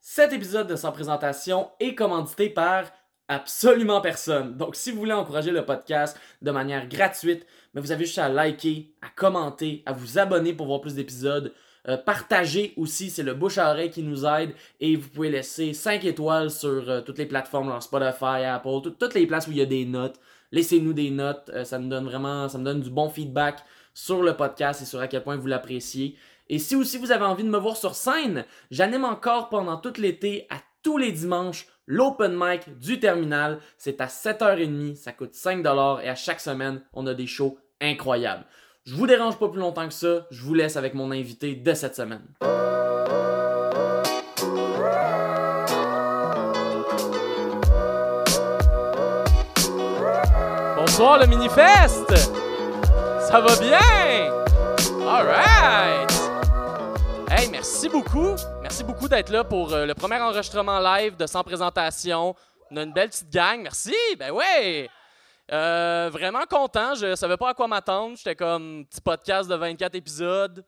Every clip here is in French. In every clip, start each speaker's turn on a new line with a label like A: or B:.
A: Cet épisode de Sans Présentation est commandité par absolument personne. Donc, si vous voulez encourager le podcast de manière gratuite, mais vous avez juste à liker, à commenter, à vous abonner pour voir plus d'épisodes. Euh, partagez aussi, c'est le bouche à oreille qui nous aide. Et vous pouvez laisser 5 étoiles sur euh, toutes les plateformes, genre Spotify, Apple, tout- toutes les places où il y a des notes. Laissez-nous des notes, euh, ça nous donne vraiment, ça me donne du bon feedback sur le podcast et sur à quel point vous l'appréciez. Et si aussi vous avez envie de me voir sur scène, j'anime encore pendant tout l'été, à tous les dimanches, l'open mic du terminal. C'est à 7h30, ça coûte 5$ et à chaque semaine, on a des shows incroyables. Je vous dérange pas plus longtemps que ça, je vous laisse avec mon invité de cette semaine.
B: Bonsoir le Minifest! Ça va bien? Alright! Hey, merci beaucoup! Merci beaucoup d'être là pour euh, le premier enregistrement live de Sans Présentation. On a une belle petite gang, merci! Ben ouais! Euh, vraiment content, je savais pas à quoi m'attendre. J'étais comme petit podcast de 24 épisodes.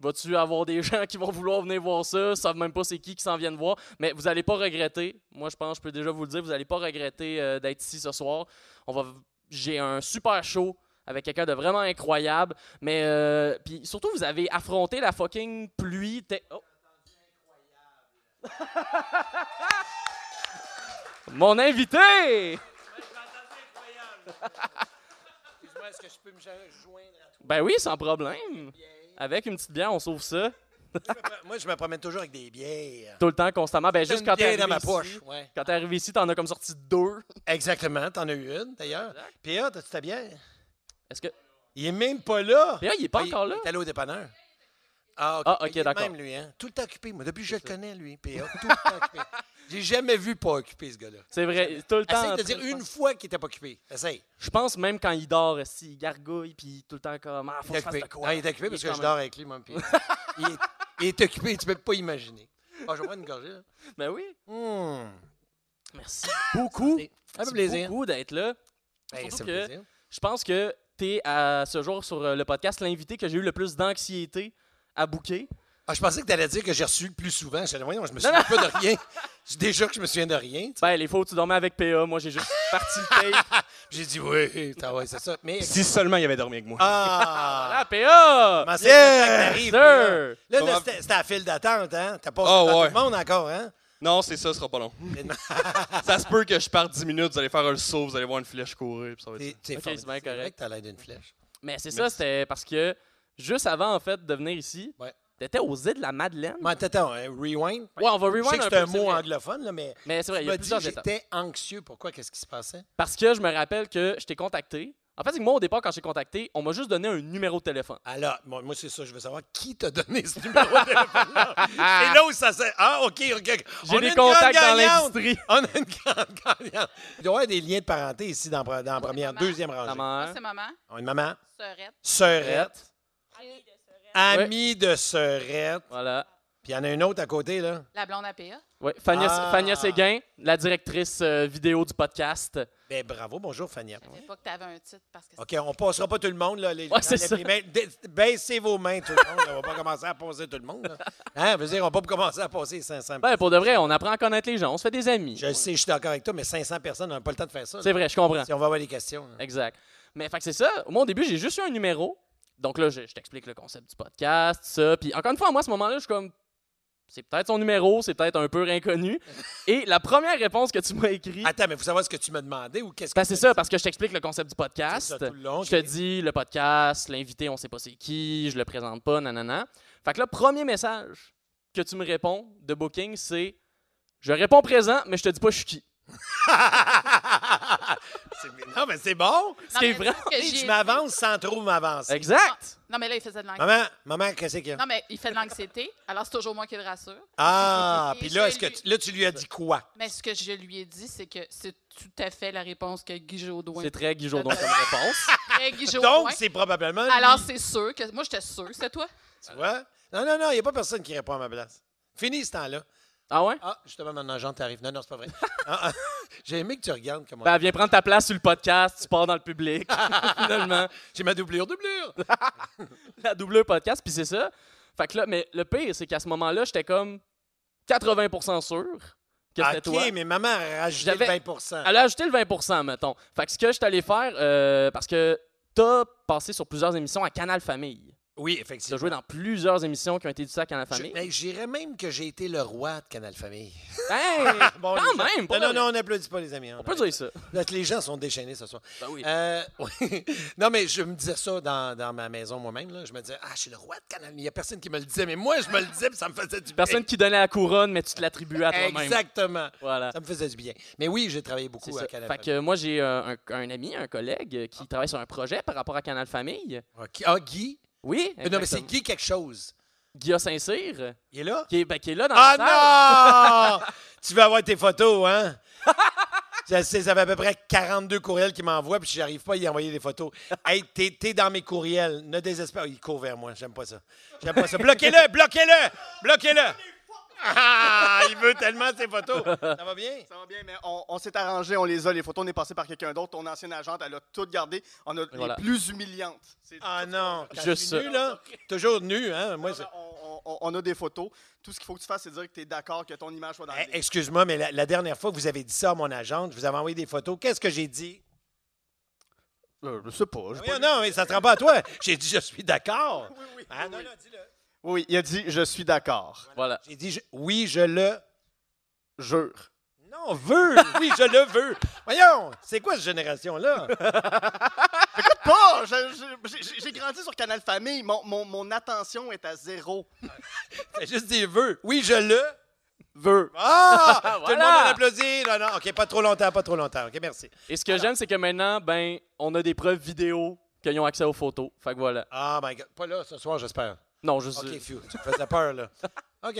B: Vas-tu avoir des gens qui vont vouloir venir voir ça? Ils savent même pas c'est qui qui s'en viennent voir. Mais vous allez pas regretter. Moi, je pense, je peux déjà vous le dire, vous allez pas regretter euh, d'être ici ce soir. On va j'ai un super show avec quelqu'un de vraiment incroyable. Mais euh, puis surtout, vous avez affronté la fucking pluie. T'es- oh. Mon invité!
C: Excuse-moi, est-ce que je peux me joindre à toi?
B: Ben oui, sans problème. Avec une petite bière, on sauve ça.
C: Ah, Moi, je me promène toujours avec des bières.
B: Tout le temps, constamment. Ben juste
C: Une
B: quand t'es
C: bière
B: arrivé
C: dans ma
B: ici.
C: poche, ouais.
B: Quand t'es arrivé ici, t'en as comme sorti deux.
C: Exactement, t'en as eu une d'ailleurs.
B: Exact.
C: Pierre, t'as-tu ta bière?
B: Est-ce que.
C: Il est même pas là.
B: Pierre, il est pas
C: Ah,
B: encore là?
C: Il est allé au dépanneur. Ah, ok,
B: Ah, ok,
C: Il est de
B: d'accord.
C: même, lui, hein? Tout le temps occupé. Moi, depuis que je le connais, lui, Pierre, tout le temps occupé. J'ai jamais vu pas occupé, ce gars-là.
B: C'est vrai, tout le temps.
C: Essaye de dire une fois qu'il était pas occupé. Essaye.
B: Je pense même quand il dort, si, il gargouille, puis tout le temps comme. Ah, faut
C: Il
B: que
C: est
B: je fasse
C: occupé.
B: de quoi.
C: Non, il est occupé parce
B: quand
C: que je
B: même-
C: dors avec lui, moi, puis- il, est, il est occupé, tu peux pas imaginer. Ah, je vais prendre une gorgée, là.
B: Ben oui.
C: Hmm.
B: Merci beaucoup.
C: Ça fait
B: Merci
C: plaisir.
B: beaucoup d'être là.
C: Hey,
B: Surtout
C: ça me
B: que-
C: fait plaisir.
B: Je pense que tu es à ce jour sur euh, le podcast l'invité que j'ai eu le plus d'anxiété à bouquer.
C: Ah, je pensais que tu allais dire que j'ai reçu le plus souvent. Je disais, voyons, je me
B: Non,
C: souviens pas de rien. C'est Déjà que je me souviens de rien. tu sais.
B: Ben, les fois où tu dormais avec PA, moi j'ai juste parti le tape.
C: J'ai dit, oui, t'as- ouais, c'est ça. Mais.
D: Si seulement il avait dormi avec moi.
C: Ah!
B: Ah, PA!
C: Comment c'est
D: Yeah!
C: que t'arrives, puis Là,
B: Sir!
C: là, là,
D: Comment-
C: c'était c'était à file d'attente, hein? T'as pas
D: Ah,
C: dans
D: ouais.
C: tout le monde encore, hein?
D: Non, c'est ça, ce sera pas long. ça se peut que je parte 10 minutes, vous allez faire un saut, vous allez voir une flèche courir, puis ça va être
C: T'es-
D: ça.
C: t'es
B: Ok,
C: fort.
B: c'est bien
C: vrai
B: correct.
C: que t'as l'air d'une flèche.
B: Mais c'est ça, c'était parce que juste avant en fait de venir ici,
C: Ouais.
B: t'étais aux îles de la Madeleine.
C: Mais attends, attends, hein, rewind.
B: Ouais, on va
C: Je sais
B: rewind
C: que
B: un
C: c'est
B: peu.
C: un
B: c'est
C: mot
B: vrai.
C: anglophone, là, mais.
B: Mais c'est vrai,
C: Tu
B: il y a
C: m'as dit
B: plusieurs étapes.
C: j'étais anxieux. Pourquoi? Qu'est-ce qui se passait?
B: Parce que je me rappelle que je t'ai contacté. En fait, c'est que moi au départ, quand j'ai contacté, on m'a juste donné un numéro de téléphone.
C: Alors, moi, moi, c'est ça, je veux savoir qui t'a donné ce numéro de téléphone-là. C'est là où ça s'est. Ah, OK, OK. On
B: J'ai
C: a
B: des
C: une grande
B: contacts dans
C: gagnante.
B: l'industrie.
C: On a une grande gagnante. Il doit y avoir des liens de parenté ici dans, pre- dans la première,
E: maman.
C: deuxième
B: Ta
C: rangée.
E: Moi,
B: mère.
E: Ah, c'est maman,
C: On a une maman,
E: sœurette.
C: sœurette,
E: Ah,
C: amie de sœurette.
B: Voilà.
C: Puis il y en a une autre à côté, là.
E: La blonde à PA.
B: Oui, Fania,
C: Ah.
B: Fania Séguin, la directrice euh, vidéo du podcast.
C: Ben bravo, bonjour Fania.
E: Je savais pas que tu avais un titre parce que
C: OK, on passera pas tout le monde, là. Les,
B: Ouais, c'est
C: les
B: ça.
C: primaires. Dé- Baissez vos mains, tout le monde. là. On va pas commencer à passer tout le monde, là. Hein, je veux dire, on va pas commencer à passer 500
B: Ben, pour de vrai, on apprend à connaître les gens, on se fait des amis.
C: Je le sais, je suis d'accord avec toi, mais 500 personnes, on n'a pas le temps de faire ça. là.
B: C'est vrai, je comprends.
C: Si on va avoir des questions. hein. là.
B: Exact. Mais fait que c'est ça. Moi, au début, j'ai juste eu un numéro. Donc là, je, je t'explique le concept du podcast, ça. Puis encore une fois, moi, à ce moment-là, je suis comme. C'est peut-être son numéro, c'est peut-être un peu inconnu. Et la première réponse que tu m'as écrite.
C: Attends, mais vous savoir ce que tu me demandais ou qu'est-ce que.
B: Ben, c'est ça, parce que je t'explique le concept du podcast.
C: C'est ça, tout le long,
B: je te
C: ok.
B: dis le podcast, l'invité, on sait pas c'est qui, je le présente pas, nanana. Fait que là, premier message que tu me réponds de Booking, c'est je réponds présent, mais je te dis pas je suis qui.
C: C'est- non, mais c'est bon.
B: Ce qui est
E: mais
B: vrai.
E: c'est ce que j'ai
C: Je
E: dit.
C: m'avance sans trop m'avancer.
B: Exact.
E: Non, mais là, il faisait de l'anxiété.
C: Maman, maman, qu'est-ce qu'il y a?
E: Non, mais il fait de l'anxiété. Alors, c'est toujours moi qui le rassure.
C: Ah,
E: Et
C: puis là,
E: je
C: est-ce que
E: lui-
C: tu, là, tu lui as dit quoi?
E: Mais ce que je lui ai dit, c'est que c'est tout à fait la réponse que Guy Jodoin
B: C'est très Guy Jourdon comme réponse.
E: très Guy Jodoin.
C: Donc, c'est probablement. lui,
E: Alors, c'est sûr que. Moi, j'étais sûre. C'est toi.
C: tu vois? Non, non, non, il n'y a pas personne qui répond à ma place. Fini ce temps-là.
B: Ah ouais?
C: Ah, justement, mon agent t'arrive. Non, non, c'est pas vrai. Ah, ah, J'ai aimé que tu regardes comment.
B: Ben, viens prendre ta place sur le podcast, tu pars dans le public. Finalement,
C: J'ai ma doublure, doublure.
B: la doubleur podcast, puis c'est ça. Fait que là, mais le pire, c'est qu'à ce moment-là, j'étais comme 80 sûr que
C: Ah,
B: c'était
C: OK,
B: toi.
C: mais maman a rajouté le
B: J'avais-
C: 20
B: Elle a ajouté le 20 mettons. Fait que ce que je t'allais faire, euh, parce que t'as passé sur plusieurs émissions à Canal Famille.
C: Oui,
B: Tu as
C: effectivement.
B: joué dans plusieurs émissions qui ont été diffusées à Canal
C: Je-
B: Famille.
C: mais J'irais même que j'ai été le roi de Canal Famille.
B: Hey!
C: Bon,
B: Quand
C: les gens-
B: même, pour
C: Non,
B: de
C: non, non, on n'applaudit pas les amis.
B: On peut dire ça.
C: Les gens sont déchaînés ce soir.
B: Ben oui.
C: Euh, oui. Non, mais je me disais ça dans, dans ma maison moi-même. là. Je me disais, ah, je suis le roi de Canal. Il n'y a personne qui me le disait, mais moi, je me le disais, puis ça me faisait du bien.
B: Personne qui donnait la couronne, mais tu te l'attribuais à toi-même.
C: Exactement.
B: Voilà.
C: Ça me faisait du bien. Mais oui, j'ai travaillé
B: C'est
C: beaucoup
B: ça.
C: à Canal. Ah.
B: Fait que euh, moi, j'ai euh, un, un ami, un collègue euh, qui travaille sur un projet par rapport à Canal Famille.
C: Famille. Ok. Ah, Guy.
B: Oui,
C: Non, mais c'est
B: exactement.
C: Guy quelque chose.
B: Guillaume Saint-Cyr,
C: Il est là?
B: qui est, ben, qui est là dans la salle.
C: Ah non! tu veux avoir tes photos, hein? Je sais, ça fait à peu près 42 courriels qu'il m'envoie, puis j'arrive pas à y envoyer des photos. Hey, t'es, t'es dans mes courriels. Ne désespère. Oh, Il court vers moi. J'aime pas ça. J'aime pas ça. Bloquez-le! Bloquez-le! Bloquez-le! Ah, il veut tellement ses photos. Ça va bien?
F: Ça va bien, mais on, on s'est arrangé, on les a, les photos, on est passé par quelqu'un d'autre. Ton ancienne agente, elle a tout gardé. On a les
B: voilà.
F: plus humiliantes. C'est-
C: Ah non. Quand
B: Juste
C: je suis nu,
B: ça.
C: là. Toujours nu, hein? Moi,
F: on,
C: ça-
F: on- on- on a des photos. Tout ce qu'il faut que tu fasses, c'est dire que tu es d'accord que ton image soit dans
C: Hey,
F: le livre.
C: Eh, excuse-moi, mais la, la dernière fois, vous avez dit ça à mon agente. Je vous avais envoyé des photos. Qu'est-ce que j'ai dit?
F: Euh, je sais pas. j'ai pas
C: Voyons,
F: lu.
C: Ah non, mais ça te rend pas à toi. J'ai dit, je suis d'accord.
F: Oui, oui,
C: Ah,
F: oui,
C: non,
F: oui.
C: non, dis-le.
F: Oui, il a dit Je suis d'accord.
B: Voilà.
C: J'ai dit, je- oui, je le.
F: Jure.
C: Non, veux. Oui, je le veux. Voyons, c'est quoi cette génération-là?
F: Écoute pas je- je- j'ai- J'ai j'ai grandi sur Canal Famille. Mon, mon- mon attention est à zéro.
C: J'ai juste dit, veux. Oui, je le.
F: Veux.
C: Ah! Tout le
B: Voilà.
C: monde en applaudit. Non, non, OK, pas trop longtemps, pas trop longtemps. OK, merci.
B: Et ce que j'aime, c'est que maintenant, ben, on a des preuves vidéo qu'ils ont accès aux photos. Fait que voilà.
C: Ah, my God. Pas là ce soir, j'espère.
B: Non, je
C: OK, phew. Tu me faisais peur, là. OK.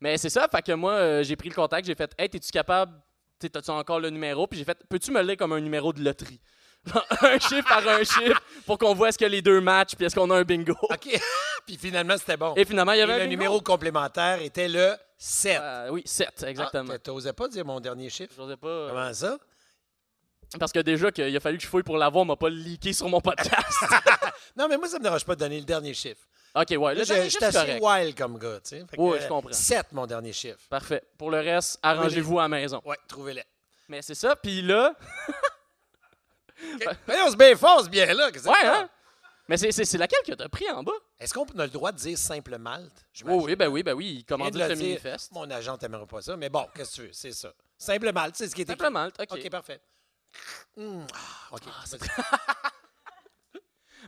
B: Mais c'est ça, fait que moi, euh, j'ai pris le contact, j'ai fait Hey, es-tu capable T'sais, T'as-tu encore le numéro Puis j'ai fait Peux-tu me le lire comme un numéro de loterie Genre, Un chiffre par un chiffre pour qu'on voit est-ce que les deux matchs, puis est-ce qu'on a un bingo.
C: OK. Puis finalement, c'était bon.
B: Et finalement, il y
C: Et
B: avait un
C: le
B: bingo.
C: numéro complémentaire était le 7.
B: Euh, oui, 7, exactement.
C: Ah, T'osais pas dire mon dernier chiffre?
B: J'osais pas.
C: Comment ça?
B: Parce que déjà, qu'il a fallu que je fouille pour l'avoir, on m'a pas leaké sur mon podcast.
C: Non, mais moi, ça me dérange pas de donner le dernier chiffre.
B: ok, ouais,
C: Là,
B: le
C: je
B: dernier
C: je suis
B: chiffre, c'est
C: assez
B: correct.
C: wild comme gars, tu sais. Fait que,
B: Ouais, je
C: euh,
B: comprends.
C: 7, mon dernier chiffre.
B: Parfait. Pour le reste, arrangez-vous à la maison.
C: Ouais, trouvez-le.
B: Mais c'est ça, puis là,
C: Mais on se bien fort, c'est bien là. qu'est-ce que
B: ouais,
C: c'est ça?
B: hein? Mais c'est- c'est c'est laquelle que t'as pris en bas?
C: Est-ce qu'on a le droit de dire simple malte?
B: Oh, oui, ben oui, ben oui, il
C: Rien de
B: commandait
C: le
B: le
C: dire.
B: mini-fest.
C: Mon agent t'aimerait pas ça, mais bon, qu'est-ce que tu veux, c'est ça. Simple malte, c'est ce qui est écrit.
B: Simplement, ok.
C: OK, parfait. Hum, ah, OK.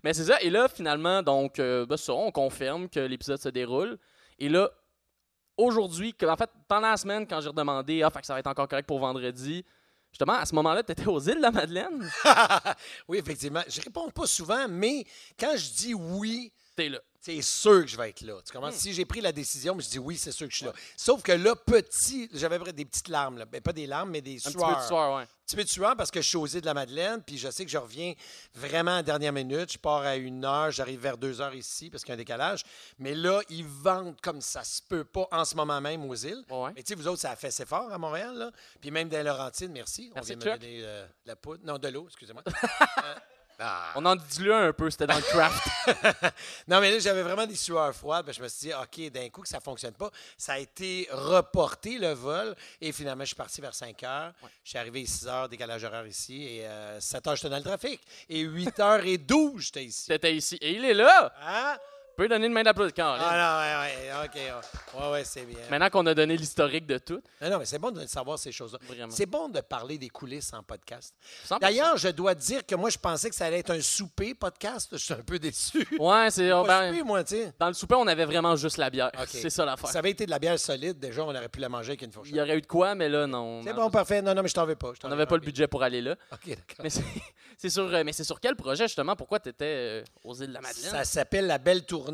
B: Mais c'est ça. Et là, finalement, donc, euh, ben, ça, on confirme que l'épisode se déroule. Et là, aujourd'hui, que- en fait, pendant la semaine, quand j'ai redemandé, ah, fait que ça va être encore correct pour vendredi, justement, à ce moment-là, t'étais aux îles de la Madeleine.
C: oui, effectivement. Je réponds pas souvent, mais quand je dis oui,
B: T'es là.
C: c'est sûr que je vais être là. Tu
B: Hmm.
C: comprends? Si j'ai pris la décision, je dis oui, c'est sûr que je suis là. Sauf que là, petit, j'avais des petites larmes. Là. Ben, pas des larmes, mais des
B: Un
C: sueurs.
B: petit peu de soir, ouais.
C: petit peu tuant parce que je suis aux îles de la Madeleine, puis je sais que je reviens vraiment en dernière minute. Je pars à une heure, j'arrive vers deux heures ici parce qu'il y a un décalage. Mais là, ils vendent comme ça se peut pas en ce moment même aux îles.
B: Ouais, ouais.
C: Mais tu sais, vous autres, ça a fait ses fort à Montréal, là. Puis même dans Laurentine, merci.
B: Merci,
C: On vient me
B: Chuck.
C: donner euh, de la poudre. Non, de l'eau, excusez-moi. Euh, ah.
B: On en dilue un peu, c'était dans le craft.
C: Non, mais là, j'avais vraiment des sueurs froides. puis je me suis dit, OK, d'un coup, que ça ne fonctionne pas. Ça a été reporté, le vol. Et finalement, je suis parti vers 5 heures. Je suis arrivé 6 heures, décalage horaire ici. Et euh, 7 heures, j'étais dans le trafic. Et 8 h et 12, j'étais ici.
B: t'étais ici. Et il est là.
C: Hein?
B: On peut lui donner une main d'applaudissement. Caroline.
C: Ah, non, ouais, ouais, OK. Ouais, ouais, c'est bien.
B: Maintenant qu'on a donné l'historique de tout,
C: Non, non, mais c'est bon de savoir ces choses-là.
B: Vraiment. Ah, ben,
C: C'est bon de parler des coulisses en podcast.
B: 100%.
C: D'ailleurs, je dois dire que moi, je pensais que ça allait être un souper podcast. Je suis un peu déçu.
B: ouais, c'est. on-
C: Pas
B: ben,
C: souper, moi, tu sais.
B: dans le souper, on avait vraiment juste la bière.
C: OK.
B: C'est ça l'affaire.
C: Ça avait été de la bière solide, déjà, on aurait pu la manger avec une fourchette.
B: Il y aurait eu de quoi, mais là, non.
C: C'est
B: Non,
C: bon, parfait. Non, non, mais je t'en veux pas. je t'en
B: On
C: veux
B: n'avait pas le budget pour aller là.
C: OK, d'accord.
B: Mais c'est c'est sur, euh, mais c'est sur quel projet, justement? Pourquoi tu étais aux îles de la Madeleine?
C: Ça s'appelle La Belle Tournée.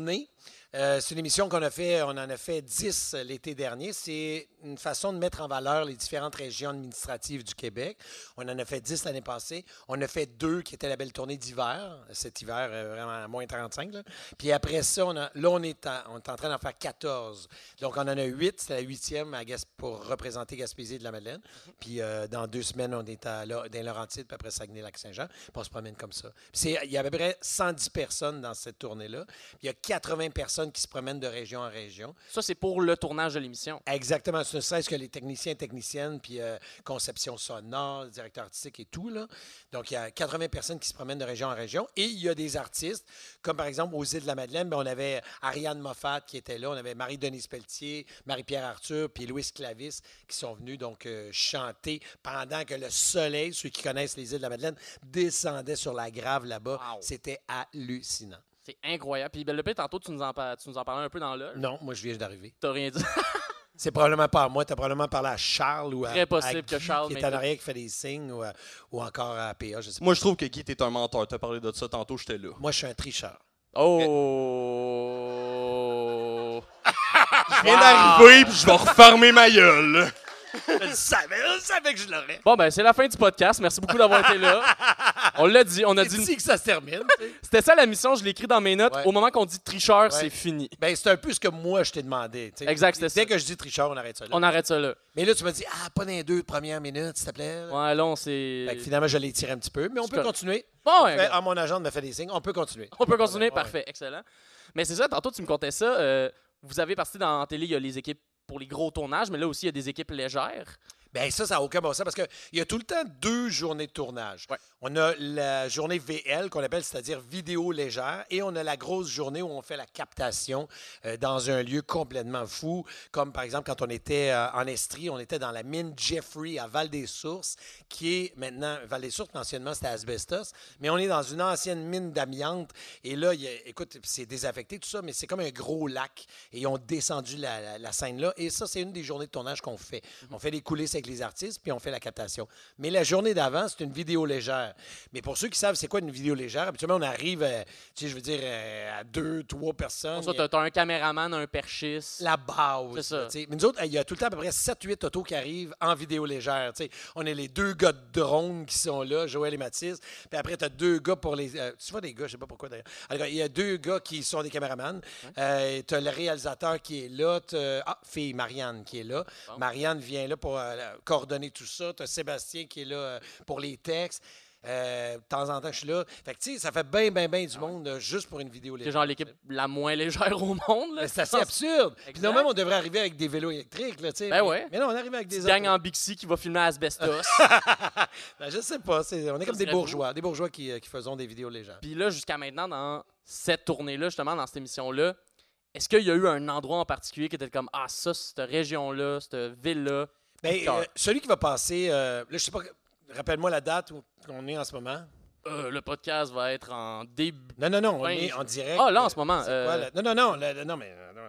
C: Euh, c'est une émission qu'on a fait, on en a fait 10 l'été dernier. C'est une façon de mettre en valeur les différentes régions administratives du Québec. On en a fait 10 l'année passée. On a fait deux qui étaient La Belle Tournée d'hiver, cet hiver, euh, vraiment à moins 35. là. Puis après ça, on a- là, on est, en, on est en train d'en faire 14. Donc, on en a 8. C'est la huitième à Gasp- pour représenter Gaspésie de la Madeleine. Puis euh, dans deux semaines, on est à La- dans Laurentides, puis après Saguenay-Lac-Saint-Jean. Puis on se promène comme ça. Puis c'est- il y a à peu près 110 personnes dans cette tournée-là. Il y a 80 personnes personnes qui se promènent de région en région.
B: Ça, c'est pour le tournage de l'émission.
C: Exactement. Ce ne serait-ce que les techniciens et techniciennes, puis euh, conception sonore, directeur artistique et tout. Là. Donc, il y a 80 personnes qui se promènent de région en région. Et il y a des artistes, comme par exemple aux Îles-de-la-Madeleine, ben, on avait Ariane Moffat qui était là, on avait Marie-Denise Pelletier, Marie-Pierre Arthur, puis Louis Clavis qui sont venus donc euh, chanter pendant que le soleil, ceux qui connaissent les Îles-de-la-Madeleine, descendait sur la grave là-bas.
B: Wow.
C: C'était hallucinant.
B: C'est incroyable. Puis, ben, le pire, tantôt, tu nous, en, par- tu nous en parlais un peu dans l'heure.
C: Non, moi, je viens d'arriver.
B: T'as rien dit.
C: C'est probablement pas à moi. T'as probablement parlé à Charles ou à.
B: Très possible
C: à Guy,
B: que Charles
C: Qui est
B: m'ait
C: en
B: fait-
C: arrière, qui fait des signes ou, à- ou encore à PA, je sais pas.
D: Moi, je trouve que Guy, t'es un menteur. T'as parlé de ça tantôt, j'étais là.
C: Moi, je suis un tricheur.
B: Oh!
D: Je viens d'arriver, puis je vais refermer ma gueule.
C: Je le savais, je le savais que je l'aurais.
B: Bon, ben, c'est la fin du podcast. Merci beaucoup d'avoir été là. On l'a dit, on a
C: C'est
B: dit.
C: ici que ça se termine. tu sais.
B: C'était ça la mission, je l'écris dans mes notes.
C: Ouais.
B: Au moment qu'on dit tricheur, c'est
C: Ouais.
B: fini.
C: ben, c'est un peu ce que moi, je t'ai demandé. tu sais.
B: Exact, c'était ça.
C: Dès que je dis tricheur, on arrête ça. là.
B: On arrête ça là.
C: Mais là, tu m'as dit, ah, pas dans les deux premières minutes, s'il te plaît.
B: Ouais, là, on s'est.
C: Fait que finalement, je l'ai tiré un petit peu, mais on
B: C'est
C: peut
B: correct.
C: continuer.
B: Bon, ouais,
C: Fait, ah, mon agent me fait des signes. On peut continuer.
B: On peut continuer,
C: Ouais.
B: parfait, excellent. Mais c'est ça, tantôt tu me contais ça. euh, vous avez parti dans la télé, il y a les équipes pour les gros tournages, mais là aussi il y a des équipes légères.
C: Ben ça, ça n'a aucun bon sens parce qu'il y a tout le temps deux journées de tournage.
B: Ouais.
C: On a la journée VL qu'on appelle, c'est-à-dire vidéo légère, et on a la grosse journée où on fait la captation euh, dans un lieu complètement fou, comme par exemple quand on était euh, en Estrie, on était dans la mine Jeffrey à Val-des-Sources, qui est maintenant Val-des-Sources, mais anciennement c'était Asbestos, mais on est dans une ancienne mine d'amiante, et là, il y a- écoute, c'est désaffecté tout ça, mais c'est comme un gros lac, et ils ont descendu la, la- la scène là, et ça, c'est une des journées de tournage qu'on fait. On fait les coulisses avec les artistes, puis on fait la captation. Mais la journée d'avant, c'est une vidéo légère. Mais pour ceux qui savent c'est quoi une vidéo légère, habituellement, on arrive, euh, tu sais, je veux dire, euh, à deux, trois personnes.
B: Pour ça, t'as- t'as un caméraman, un perchiste.
C: La base.
B: C'est ça.
C: là, tu sais. Mais nous autres, il y a tout le temps à peu près 7-8 autos qui arrivent en vidéo légère. tu sais. On est les deux gars de drone qui sont là, Joël et Mathis. Puis après, tu as deux gars pour les. euh, tu vois des gars, je sais pas pourquoi d'ailleurs. En tout cas, Il y a deux gars qui sont des caméramans. tu as le réalisateur qui est là. t'as- Ah, fille Marianne qui est là. Marianne vient là pour euh, coordonner tout ça. Tu as Sébastien qui est là euh, pour les textes. Euh, de temps en temps, je suis là. Fait que, tu sais, ça fait bien, bien, bien du monde euh, juste pour une vidéo
B: C'est
C: légère.
B: Ah genre l'équipe la moins légère au monde. Là.
C: Mais Euh, C'est assez absurde. Puis
B: Exact.
C: normalement, on devrait arriver avec des vélos électriques. Là, tu sais.
B: Ben
C: mais,
B: ouais.
C: mais là, on arrive avec
B: Petite
C: des
B: gang
C: autos.
B: en Bixi qui va filmer à Asbestos.
C: Ben, je sais pas. c'est- on est comme
B: serait
C: des bourgeois. Des bourgeois qui, euh, qui faisons des vidéos légères.
B: Puis là, jusqu'à maintenant, dans cette tournée-là, justement, dans cette émission-là, est-ce qu'il y a eu un endroit en particulier qui était comme Ah, ça, cette région-là, cette ville-là?
C: Ben,
B: Victor.
C: euh, celui qui va passer, euh, là, je sais pas, rappelle-moi la date où on est en ce moment.
B: Euh, le podcast va être en début.
C: Non, non, non, on
B: Ben,
C: est
B: je-
C: en direct.
B: Ah, là, en
C: Euh,
B: ce moment.
C: c'est
B: euh,
C: quoi, la- Non, non, non, la- la- non, mais. euh, non,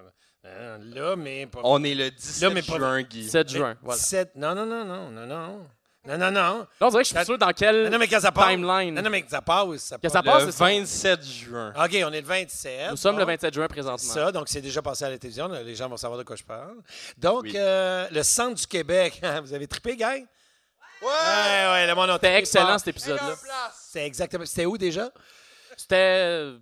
C: euh, Là, mais. Pas...
D: On est le 17
C: Là, mais pas-
D: juin, Guy.
B: 7 juin. Voilà.
C: 17 Non, non, non, non, non, non. Non, non, non.
B: Là, on dirait que je suis
C: Ça-
B: sûr dans quelle
C: Non, non, mais quand ça passe.
B: timeline.
C: Non, non, mais quand ça passe. Ça
B: Que
C: passe.
B: ça passe,
D: Le
B: c'est ça.
D: 27 juin.
C: OK, on est le 27.
B: Nous sommes le
C: bon.
B: 27 juin présentement.
C: Ça, donc c'est déjà passé à la télévision. là, Les gens vont savoir de quoi je parle. Donc,
D: Oui.
C: euh, le centre du Québec. hein, Vous avez trippé, gang?
F: Ouais!
C: Ouais, ouais, le monde a
B: C'était
C: trippé
B: excellent
C: fort.
B: cet épisode-là.
C: C'est exactement. C'était où déjà?
B: C'était euh,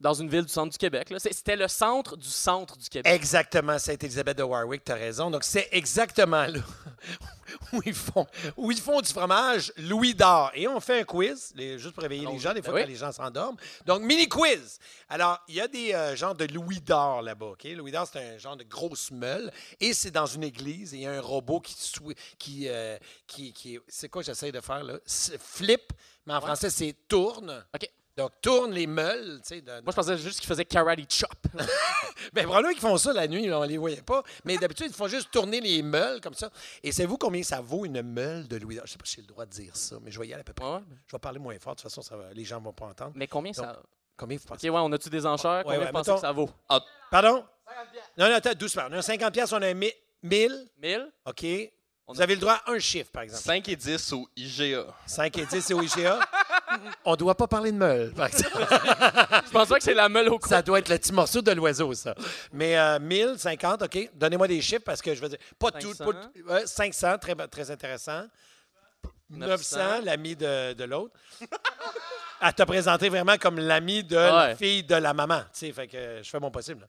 B: dans une ville du centre du Québec. là. C'est- C'était le centre du centre du Québec.
C: Exactement, Sainte-Élisabeth de Warwick, t'as raison. Donc, c'est exactement là où ils font, où ils font du fromage Louis d'or. Et on fait un quiz, les- juste pour réveiller les gens, des fois
B: Ben oui.
C: quand les gens s'endorment. Donc, mini-quiz. Alors, il y a des euh, genres de Louis d'or là-bas, OK? Louis d'or, c'est un genre de grosse meule. Et c'est dans une église, et il y a un robot qui... sou- qui, euh, qui, qui- c'est quoi que j'essaie de faire, là? C'est Flip, mais en français, c'est tourne.
B: OK.
C: Donc, tourne les meules, tu sais. de-
B: Moi, je pensais juste qu'ils faisaient karate chop.
C: ben, probablement qu'ils font ça la nuit, là, on les voyait pas. Mais d'habitude, ils font juste tourner les meules comme ça. Et savez-vous combien ça vaut une meule de Louis d'Or? Je sais pas si j'ai le droit de dire ça, mais je vais y aller à peu près.
B: Ouais, ouais.
C: Je vais parler moins fort, de toute façon, ça va- les gens vont pas entendre.
B: Mais combien ça.
C: Combien vous
B: Ok,
C: pensez?
B: ouais, on a-tu des enchères?
C: Ouais,
B: combien
C: ouais,
B: vous pensez
C: mettons-
B: que ça vaut?
C: Pardon? Non, non, attends, doucement. On a 50 piastres, on a 1000. 1000,
B: 1000?
C: OK.
B: On
C: Vous
B: a-
C: avez le droit à un chiffre, par exemple.
D: 5 et 10 au IGA.
C: 5 et 10, c'est au IGA. on doit pas parler de meule, par exemple.
B: Je pense pas que c'est la meule au cou.
C: Ça doit être le petit morceau de l'oiseau, ça. Mais euh, 1000, 50, OK. Donnez-moi des chiffres parce que je veux dire. Pas tout.
B: 500.
C: pas tout- ouais, 500, très, ba- très intéressant. 900,
B: 900,
C: l'ami de, de l'autre. Elle t'a présenté vraiment comme l'ami de
B: Ouais.
C: la fille de la maman. Tu sais, fait que euh, je fais mon possible. là.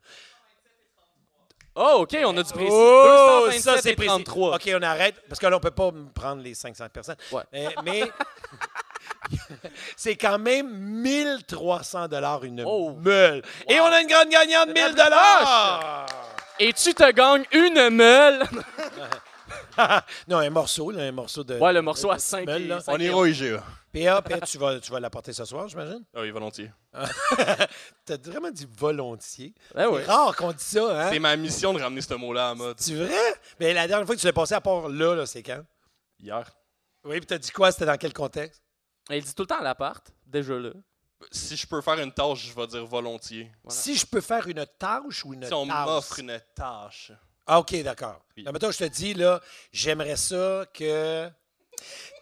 B: Oh, OK, on a du précis.
C: Oh,
B: 227
C: ça, c'est
B: et
C: précis.
B: 33.
C: OK, on arrête parce que là, on peut pas me prendre les 500 personnes.
B: Ouais.
C: Mais, mais- C'est quand même 1300 dollars une
B: Oh.
C: meule. Et on a une grande gagnante, 1000 dollars.
B: Et tu te gagnes une meule.
C: non, un morceau, là, un morceau de.
B: Ouais, le morceau à 5
C: meule, là.
D: On ira au IGA.
C: PA, PA, tu vas, tu vas l'apporter ce soir, j'imagine.
D: Ah oui, volontiers.
C: T'as vraiment dit volontiers.
D: Ah
B: Ben oui.
C: C'est rare qu'on dit ça,
D: C'est
C: hein?
D: ma mission de ramener ce mot-là à mode.
C: C'est vrai? Mais la dernière fois que tu l'as passé à part là, là, c'est quand?
D: Hier.
C: Oui, puis t'as dit quoi? C'était dans quel contexte?
B: Il dit tout le temps à l'appart, déjà là. Euh,
D: Si je peux faire une tâche, je vais dire volontiers.
B: Voilà.
C: Si je peux faire une tâche ou une
D: Si on
C: tasse?
D: m'offre une tâche.
C: Ah, OK, d'accord.
D: Oui.
C: Là, Mettons, je te dis, là, j'aimerais ça que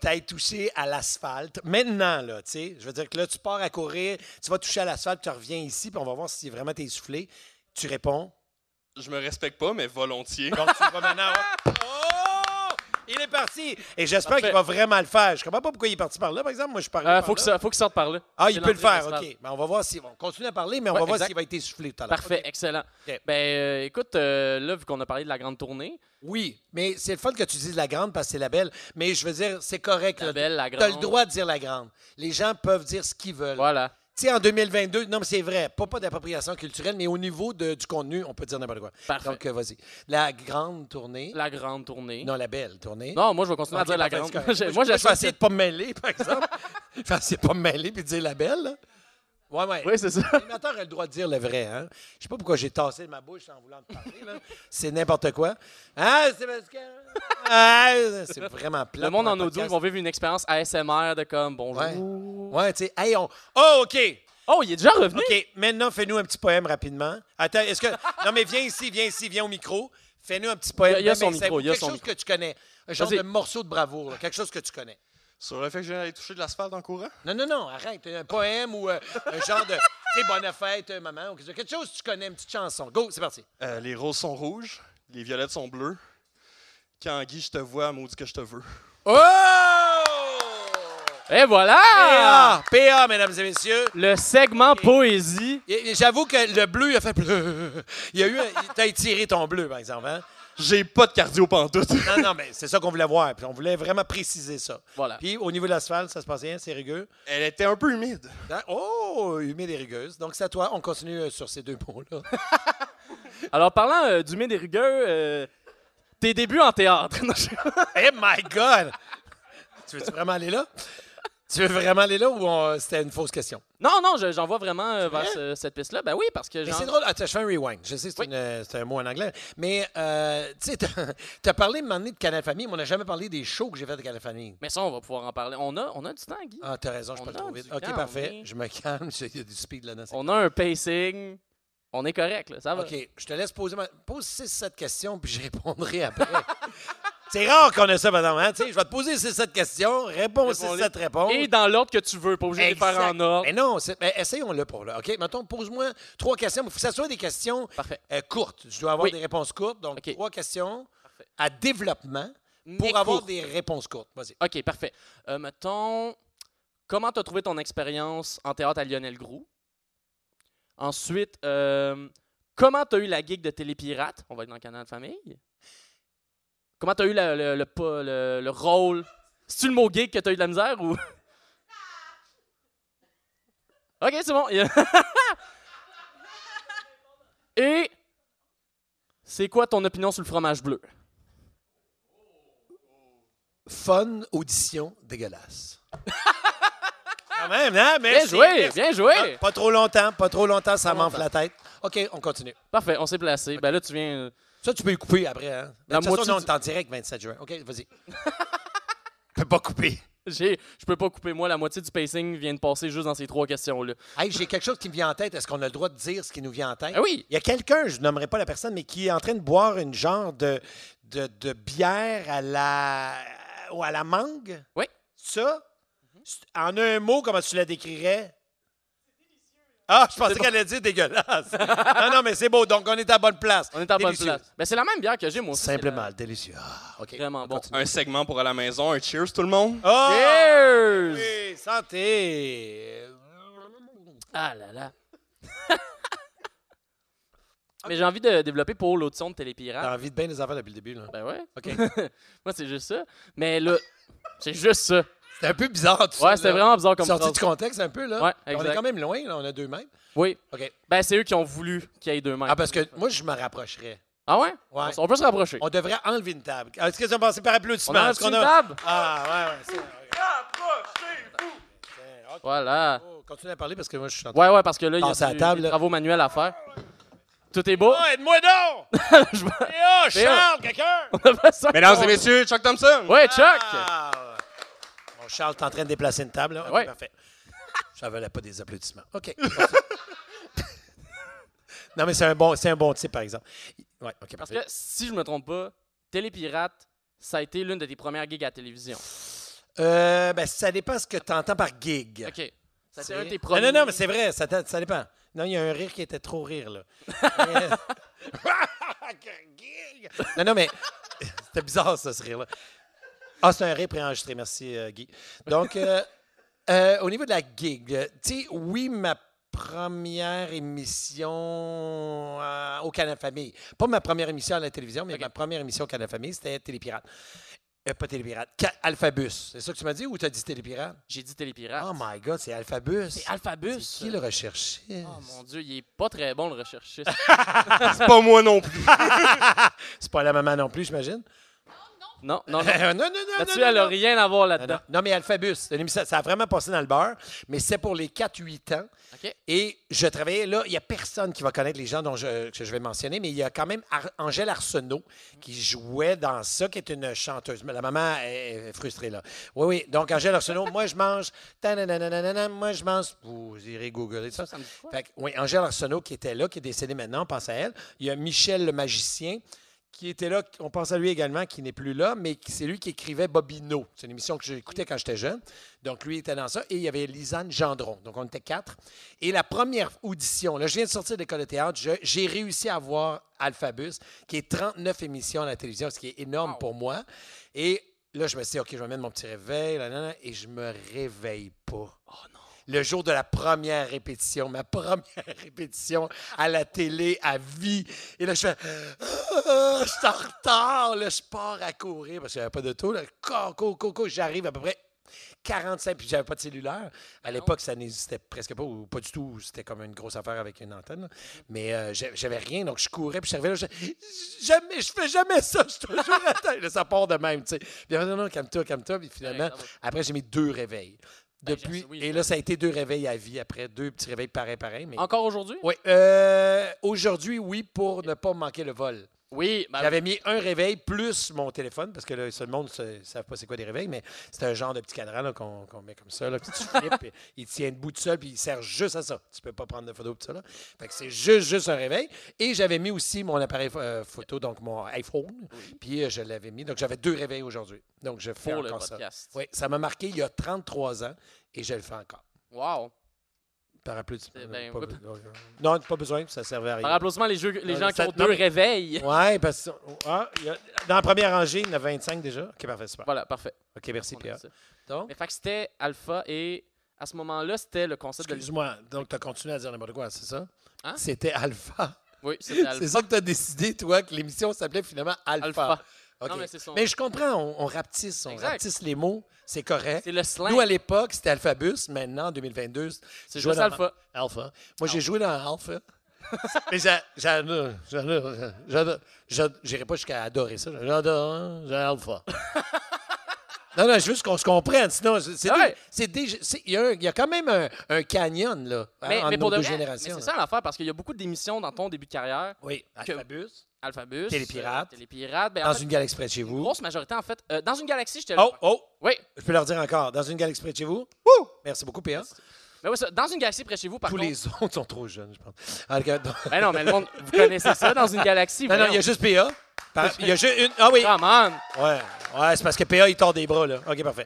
C: tu ailles toucher à l'asphalte. Maintenant, là, tu sais, je veux dire que là, tu pars à courir, tu vas toucher à l'asphalte, tu reviens ici, puis on va voir si vraiment t'es essoufflé. Tu réponds.
D: Je me respecte pas, mais volontiers.
C: Donc, tu vas maintenant. Oh! Il est parti! Et j'espère
B: Parfait.
C: qu'il va vraiment le faire. Je comprends pas pourquoi il est parti par là, par exemple. Moi, je suis parti
B: Euh,
C: par
B: faut, que
C: là.
B: ça, faut qu'il sorte par là.
C: Ah,
B: C'est
C: il peut
B: l'entrée
C: le
B: de
C: faire,
B: l'espace.
C: OK. Ben, on va voir si. On continue à parler, mais on
B: Ouais,
C: va voir
B: exact.
C: s'il va être essoufflé tout à l'heure.
B: Parfait, excellent.
C: OK.
B: Ben, euh, écoute, euh, là, vu qu'on a parlé de la grande tournée,
C: Oui, mais c'est le fun que tu dises la grande parce que c'est la belle. Mais je veux dire, c'est correct.
B: la
C: là.
B: belle, la grande.
C: T'as le droit de dire la grande. Les gens peuvent dire ce qu'ils veulent.
B: Voilà.
C: Tu sais, en 2022, non, mais c'est vrai, pas, pas d'appropriation culturelle, mais au niveau de- du contenu, on peut dire n'importe quoi.
B: Parfait.
C: Donc, euh, vas-y. La grande tournée.
B: La grande tournée. Non,
C: Non, la belle tournée.
B: moi, je vais continuer
C: Ok,
B: à dire la grande.
C: parfait, c'est
B: Moi, j'ai-
C: correct.
B: moi,
C: je vais
B: j'assume
C: essayer de pas me mêler, par exemple. je vais essayer de pas me mêler puis de dire la belle. là. Ouais, ouais.
B: que- Oui, c'est ça.
C: L'animateur a le droit de dire le vrai. Hein? Je sais pas pourquoi j'ai tassé ma bouche en voulant te parler. là. C'est n'importe quoi. Ah, c'est parce que. Ah, c'est vraiment plat.
B: Le monde
C: pour un
B: en audio,
C: podcast.
B: ils vont vivre une expérience ASMR de comme bonjour.
C: Ouais. Ouais, tu sais, hey, on. Oh, OK!
B: Oh, il est déjà revenu.
C: OK, maintenant, fais-nous un petit poème rapidement. Attends, est-ce que. Non, mais viens ici, viens ici, viens au micro. Fais-nous un petit
B: Il
C: poème.
B: y a- il y a
C: bien,
B: son
C: mais
B: micro,
C: simple.
B: il y a
C: Quelque
B: son
C: chose que tu connais. Un genre
B: Vas-y.
C: de morceau de bravoure, là, quelque chose que tu connais.
D: Sur le fait que j'ai allé toucher de l'asphalte en courant?
C: Non, non, non, arrête. Un poème ou euh, un genre de. Tu sais, bonne fête, euh, maman, ou quelque chose- quelque chose que tu connais, une petite chanson. Go, c'est parti.
D: Euh, les roses sont rouges, les violettes sont bleues. Quand Guy, je te vois, maudit que je te veux.
C: Oh!
B: Et voilà!
C: PA, PA, mesdames et messieurs.
B: Le segment poésie.
C: Et- et J'avoue que le bleu, il a fait. bleu. Il y a eu. un- T'as étiré ton bleu, par exemple, hein?
D: J'ai pas de cardio pantoute.
C: Non, non, mais c'est ça qu'on voulait voir. Puis on voulait vraiment préciser ça.
B: Voilà.
C: Puis au niveau de l'asphalte, ça se passe bien, c'est rigueux.
D: Elle était un peu humide.
C: Hein? Oh, humide et rigueuse. Donc c'est à toi, on continue euh, sur ces deux mots-là.
B: Alors, parlant euh, du des rugueux, euh, tes débuts en théâtre. Non, je-
C: hey my God! tu veux vraiment aller là? Tu veux vraiment aller là ou on- c'était une fausse question?
B: non, non, je- j'en vois vraiment euh, vers ce- cette piste-là. Ben oui, parce que
C: Mais
B: genre-
C: c'est drôle. Attends, je fais un rewind. Je sais que c'est
B: Oui.
C: une- euh, c'est un mot en anglais. Mais, euh, tu sais, t'as- t'as parlé un moment donné de Canal Famille, mais on n'a jamais parlé des shows que j'ai fait de Canal Famille.
B: Mais ça, on va pouvoir en parler. On a, on a du temps, Guy.
C: Ah, t'as raison, je
B: On
C: parle
B: a
C: trop
B: du
C: vite. OK,
B: temps,
C: parfait.
B: oui.
C: Je me calme. Il y a du speed là-dedans. c'est
B: On a un pacing. On est correct, là. Ça va.
C: OK, je te laisse poser ma... Pose 6-7 questions, puis je répondrai après. C'est rare qu'on ait ça, madame. Hein? Tu sais, Je vais te poser 6-7 questions, réponds
B: Réponds-les.
C: 6-7 réponses.
B: Et dans l'ordre que tu veux, pas obligé de les faire en ordre.
C: Mais non, c'est- mais essayons-le pour là. OK, mettons, pose-moi trois questions. Il faut que ça soit des questions
B: Parfait.
C: euh, courtes. Je dois avoir
B: Oui.
C: des réponses courtes. Donc,
B: OK.
C: trois questions
B: Parfait.
C: à développement pour
B: Mais
C: avoir
B: court.
C: des réponses courtes. Vas-y.
B: OK, parfait. Euh, mettons, comment t'as trouvé ton expérience en théâtre à Lionel Groux? Ensuite, euh, comment t'as eu la gig de Télépirate? On va être dans le canal de famille. Comment t'as eu la- le, le, pas- le- le rôle? C'est-tu le mot gig que t'as eu de la misère ou... OK, c'est bon. Et c'est quoi ton opinion sur le fromage bleu?
C: Fun audition dégueulasse. Quand même, hein?
B: Bien
C: Merci.
B: joué,
C: merci.
B: bien joué.
C: Ah, Pas trop longtemps, pas trop longtemps, ça
B: Pas
C: m'enfle
B: longtemps.
C: la tête. OK, on continue.
B: Parfait, on s'est placé. Ben là, tu viens...
C: Ça, tu peux y couper après. Hein?
B: La
C: De toute façon,
B: moitié
C: non, on
B: du-
C: est en direct 27 juin. OK, vas-y. tu peux pas couper.
B: J'ai- Je peux pas couper. Moi, la moitié du pacing vient de passer juste dans ces trois questions-là.
C: Hey, j'ai quelque chose qui me vient en tête. Est-ce qu'on a le droit de dire ce qui nous vient en tête?
B: Ah oui!
C: Il y a quelqu'un, je nommerai pas la personne, mais qui est en train de boire une genre de, de, de bière à la, ou à la mangue.
B: Oui.
C: Ça, c'est- en un mot, comment tu la décrirais? Ah, je pensais qu'elle allait dire dégueulasse. non, non, mais c'est beau. Donc, on est à bonne place.
B: On est en bonne
C: Délicieux.
B: place. Ben, c'est la même bière que j'ai, moi aussi.
C: Simplement, délicieux. Ah, OK.
B: C'est la- Vraiment bon. Ah!
D: Un segment pour à la maison, un cheers tout le monde.
C: Oh!
B: Cheers!
C: Oui, santé!
B: Ah là là. Mais j'ai envie de développer pour l'audition de Ben Télépirate.
C: T'as envie de bien des affaires depuis le début, là.
B: Ben ouais.
C: OK.
B: Moi, c'est juste ça. Mais là, c'est juste ça.
C: C'est un peu bizarre tout
B: Ouais,
C: ça,
B: c'était
C: là.
B: vraiment bizarre comme
C: Sorti
B: phrase.
C: du contexte un peu, là.
B: Ouais,
C: on
B: exact.
C: est quand même loin, là. On a deux mètres.
B: Oui.
C: OK.
B: Ben, c'est eux qui ont voulu qu'il y ait deux mains.
C: Ah, parce que moi, je me rapprocherais.
B: Ah ouais?
C: Ouais.
B: On peut se rapprocher.
C: On devrait enlever une table. Est-ce que ça passé par applaudissement?
B: On enlève
C: Est-ce qu'on
B: une
C: a-
B: table?
C: Ah, ouais, ouais. c'est- OK. Tiens, OK.
B: Voilà.
C: Oh, Continue à parler parce que moi, je suis en train
B: Ouais, ouais, parce que là, il y a
C: Passe à
B: du-
C: la table,
B: des
C: là.
B: travaux manuels à faire. Tout est beau.
C: Oh, aide-moi donc!
B: Je Eh, oh. vois-
C: Léa,
B: Léa.
C: Charles, quelqu'un!
B: on a pas ça.
D: Mesdames
C: Oh.
D: et messieurs, Chuck Thompson!
B: Ouais, Chuck!
C: Ah, ouais. Bon, Charles, t'es en train de déplacer une table, là? OK,
B: Ouais.
C: parfait. Je valais pas des applaudissements. OK. non, mais c'est un, bon, c'est un bon type, par exemple. Ouais, OK,
B: Parce
C: parfait.
B: que, si je me trompe pas, Télépirate, ça a été l'une de tes premières gigs à la télévision.
C: Euh, ben, ça dépend ce que tu entends par gig.
B: OK. Ça a été
C: C'est-
B: un de tes premiers.
C: Non, non, non, mais c'est vrai, ça, t'a- ça dépend. Non, il y a un rire qui était trop rire, là. Mais- Que gig! non, non, mais c'était bizarre, ça, ce rire-là. Ah, c'est un rire préenregistré, merci, euh, Guy. Donc, euh, euh, au niveau de la gig, euh, tu sais, oui, ma première émission euh, au Canal Famille. Pas ma première émission à la télévision, mais
B: OK.
C: ma première émission au Canal Famille, c'était Télépirate. Euh, pas Télépirate, Ca- Alphabus. C'est ça que tu m'as dit ou t'as dit Télépirate?
B: J'ai dit Télépirate.
C: Oh my God, c'est Alphabus.
B: c'est Alphabus.
C: C'est qui le recherché?
B: Oh mon Dieu, il est pas très bon, le recherchiste.
D: C'est pas moi non plus.
C: c'est pas la maman non plus, j'imagine?
B: non, non, Ah, non.
C: non, non, non,
B: Là-dessus,
C: non,
B: elle a
C: non.
B: rien à voir
C: Non,
B: là-dedans.
C: non. Non, mais Alphabus, c'est une émission- ça a vraiment passé dans le beurre, mais c'est pour les 4-8 ans.
B: OK.
C: Et je travaillais là, il n'y a personne qui va connaître les gens dont je, que je vais mentionner, mais il y a quand même Ar- Angèle Arsenault qui jouait dans ça, qui est une chanteuse. Mais La maman est est frustrée là. Oui, oui. Donc, Angèle Arsenault, moi je mange. ta-na-na-na-na-na, Moi je mange. Vous irez googler ça.
B: Ça me dit quoi?
C: Fait que, oui, Angèle Arsenault qui était là, qui est décédée maintenant, on pense à elle. Il y a Michel le magicien qui était là, on pense à lui également, qui n'est plus là, mais qui- c'est lui qui écrivait Bobino. C'est une émission que j'écoutais quand j'étais jeune. Donc, lui était dans ça. Et il y avait Lisanne Gendron. Donc, on était quatre. Et la première audition, là, je viens de sortir de l'école de théâtre, je- j'ai réussi à voir Alphabus, qui est 39 émissions à la télévision, ce qui est énorme
B: Wow.
C: pour moi. Et là, je me suis dit, OK, je vais mettre mon petit réveil, là, là, là, et je me réveille pas le jour de la première répétition, ma première répétition à la télé à vie. Et là, je fais, Ah, je suis en retard, là, je pars à courir parce qu'il n'y avait pas d'auto. Là, cours, cours, cours, cours. j'arrive à peu près 45, puis j'avais pas de cellulaire. À l'époque, ça n'existait presque pas, ou pas du tout. C'était comme une grosse affaire avec une antenne. là. Mais euh, j'a- j'avais rien, donc je courais, puis je suis arrivé là, je, jamais, je fais jamais ça, je suis toujours à terre. Là, ça part de même, tu sais. Puis non, non, calme-toi, calme-toi. Puis finalement,
B: Correct, ça
C: après, j'ai mis deux réveils.
B: Ben,
C: Depuis,
B: j'ai- oui,
C: et là, ça a été deux réveils à vie après, deux petits réveils pareil, pareil. Mais...
B: Encore aujourd'hui?
C: Oui, euh, aujourd'hui, oui, pour ne pas manquer le vol.
B: Oui, ben,
C: J'avais mis un réveil plus mon téléphone, parce que là, ça, le monde ne savent pas c'est quoi des réveils, mais c'est un genre de petit cadran là, qu'on qu'on met comme ça, là, que tu flippes, puis il tient debout tout seul, puis il sert juste à ça. Tu peux pas prendre de photo, tout ça. Là. Fait que c'est juste, juste un réveil. Et j'avais mis aussi mon appareil euh, photo, donc mon iPhone, puis euh, je l'avais mis. Donc j'avais deux réveils aujourd'hui. Donc je fais
B: pour le
C: encore ça.
B: podcast.
C: Oui, ça m'a marqué il y a 33 ans, et je le fais encore.
B: Wow.
C: Par applaudissement.
B: Eh ben,
C: euh, Pas
B: oui.
C: be- non, pas besoin, ça servait à rien.
B: Par applaudissement, les, jeux- les
C: Ah,
B: gens
C: le
B: qui ont
C: sept- non,
B: deux
C: mais-
B: réveils.
C: Oui, parce que. ah, il y a- dans la première rangée, il y en a 25 déjà. OK, parfait, super.
B: Voilà, parfait.
C: OK, merci,
B: On a
C: Pierre.
B: dit ça.
C: Donc,
B: Mais fait que c'était Alpha et à ce moment-là, c'était le concept de
C: excuse-moi, donc tu as continué à dire n'importe quoi, c'est ça?
B: Hein?
C: C'était Alpha.
B: Oui, c'était Alpha.
C: C'est ça que tu as décidé, toi, que l'émission s'appelait finalement Alpha.
B: Alpha.
C: OK.
B: Non, mais
C: mais,
B: c'est son-
C: je comprends, on, on rapetisse, on
B: Exact.
C: rapetisse les mots, c'est correct.
B: C'est le slang.
C: Nous, à l'époque, c'était Alphabus. Maintenant, en 2022,
B: C'est
C: je jouais
B: juste
C: dans-
B: Alpha.
C: Alpha. Moi, j'ai joué dans Alpha. Mais j'a- j'adore, j'adore, j'adore, j'adore- j'irai pas jusqu'à adorer ça. J'adore, j'adore Alpha. Non, non, je veux juste qu'on se comprenne. Sinon, c'est- c'est
B: Ouais.
C: dé- c'est déjà- c'est- il y, a un- il y a quand même un, un canyon là, hein,
B: Mais,
C: entre
B: mais
C: nos
B: pour de
C: deux
B: vrai,
C: générations.
B: mais c'est
C: là.
B: ça l'affaire, parce qu'il y a beaucoup d'émissions dans ton début de carrière.
C: Oui,
B: Que-
C: Alphabus.
B: Alphabus.
C: Télépirate.
B: euh, Télépirate. Ben, en
C: Dans
B: fait,
C: une galaxie près de chez vous.
B: grosse majorité, en fait. Euh, dans une galaxie, j'étais là.
C: Oh, oh,
B: Oui.
C: je peux leur dire encore. Dans une galaxie près de chez vous. Merci beaucoup, Pierre.
B: Mais Ben oui, ça, dans une galaxie près de chez vous, par
C: Tous
B: contre.
C: les autres sont trop jeunes, je pense. En tout cas, donc-
B: Ben non, mais le monde, vous connaissez ça dans une galaxie.
C: non, non, il y
B: voyons.
C: a juste PA. Par- Il y a juste une. Ah oui,
B: Come on.
C: Ouais, ouais c'est parce que PA, il tord des bras, là. OK, parfait.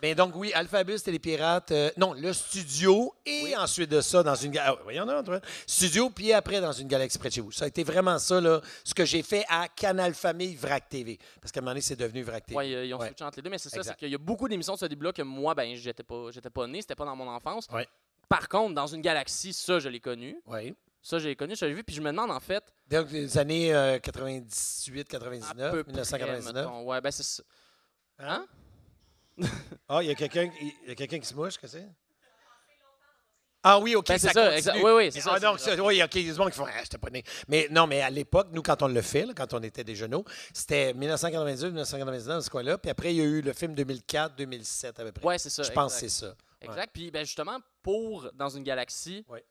C: Mais donc, oui, Alphabus, les pirates. non, le studio et ensuite de ça, dans une. ga- Ah, voyons, non, toi. Studio, puis après, dans une galaxie près de chez vous. Ça a été vraiment ça, là, ce que j'ai fait à Canal Famille Vrac TV. Parce qu'à un moment donné, c'est devenu Vrac TV.
B: Oui, ils ont
C: Ouais.
B: switché entre les deux, mais c'est ça,
C: Exact.
B: c'est qu'il y a beaucoup d'émissions de ce début-là que moi, ben, j'étais pas, j'étais pas né, c'était pas dans mon enfance.
C: Ouais.
B: Par contre, dans une galaxie, ça, je l'ai connu.
C: Ouais.
B: Ça, je l'ai connu, je l'ai vu, puis je me demande, en fait,
C: Donc, les années euh, 98,
B: à peu
C: 99,
B: près,
C: 1999.
B: mettons. Ouais, ben, c'est ça.
C: Hein? Ah, il y a quelqu'un il y a quelqu'un qui se mouche, qu'est-ce que c'est? Ah oui, OK,
B: Ben, c'est
C: ça,
B: ça,
C: continue.
B: exact. Oui, oui, c'est ça,
C: Ah,
B: c'est
C: donc,
B: ça.
C: ça, oui, OK, il y a des gens qui font « Ah, j'étais pas né ». Mais non, mais à l'époque, nous, quand on le fait, là, quand on était des genoux, c'était 1992, 1999, dans ce coin-là. Puis après, il y a eu le film 2004, 2007 à peu près.
B: Ouais, c'est ça.
C: Je pense que
B: exact.
C: c'est ça.
B: Exact. Puis ben, justement, pour Dans une galaxie,
C: Ouais.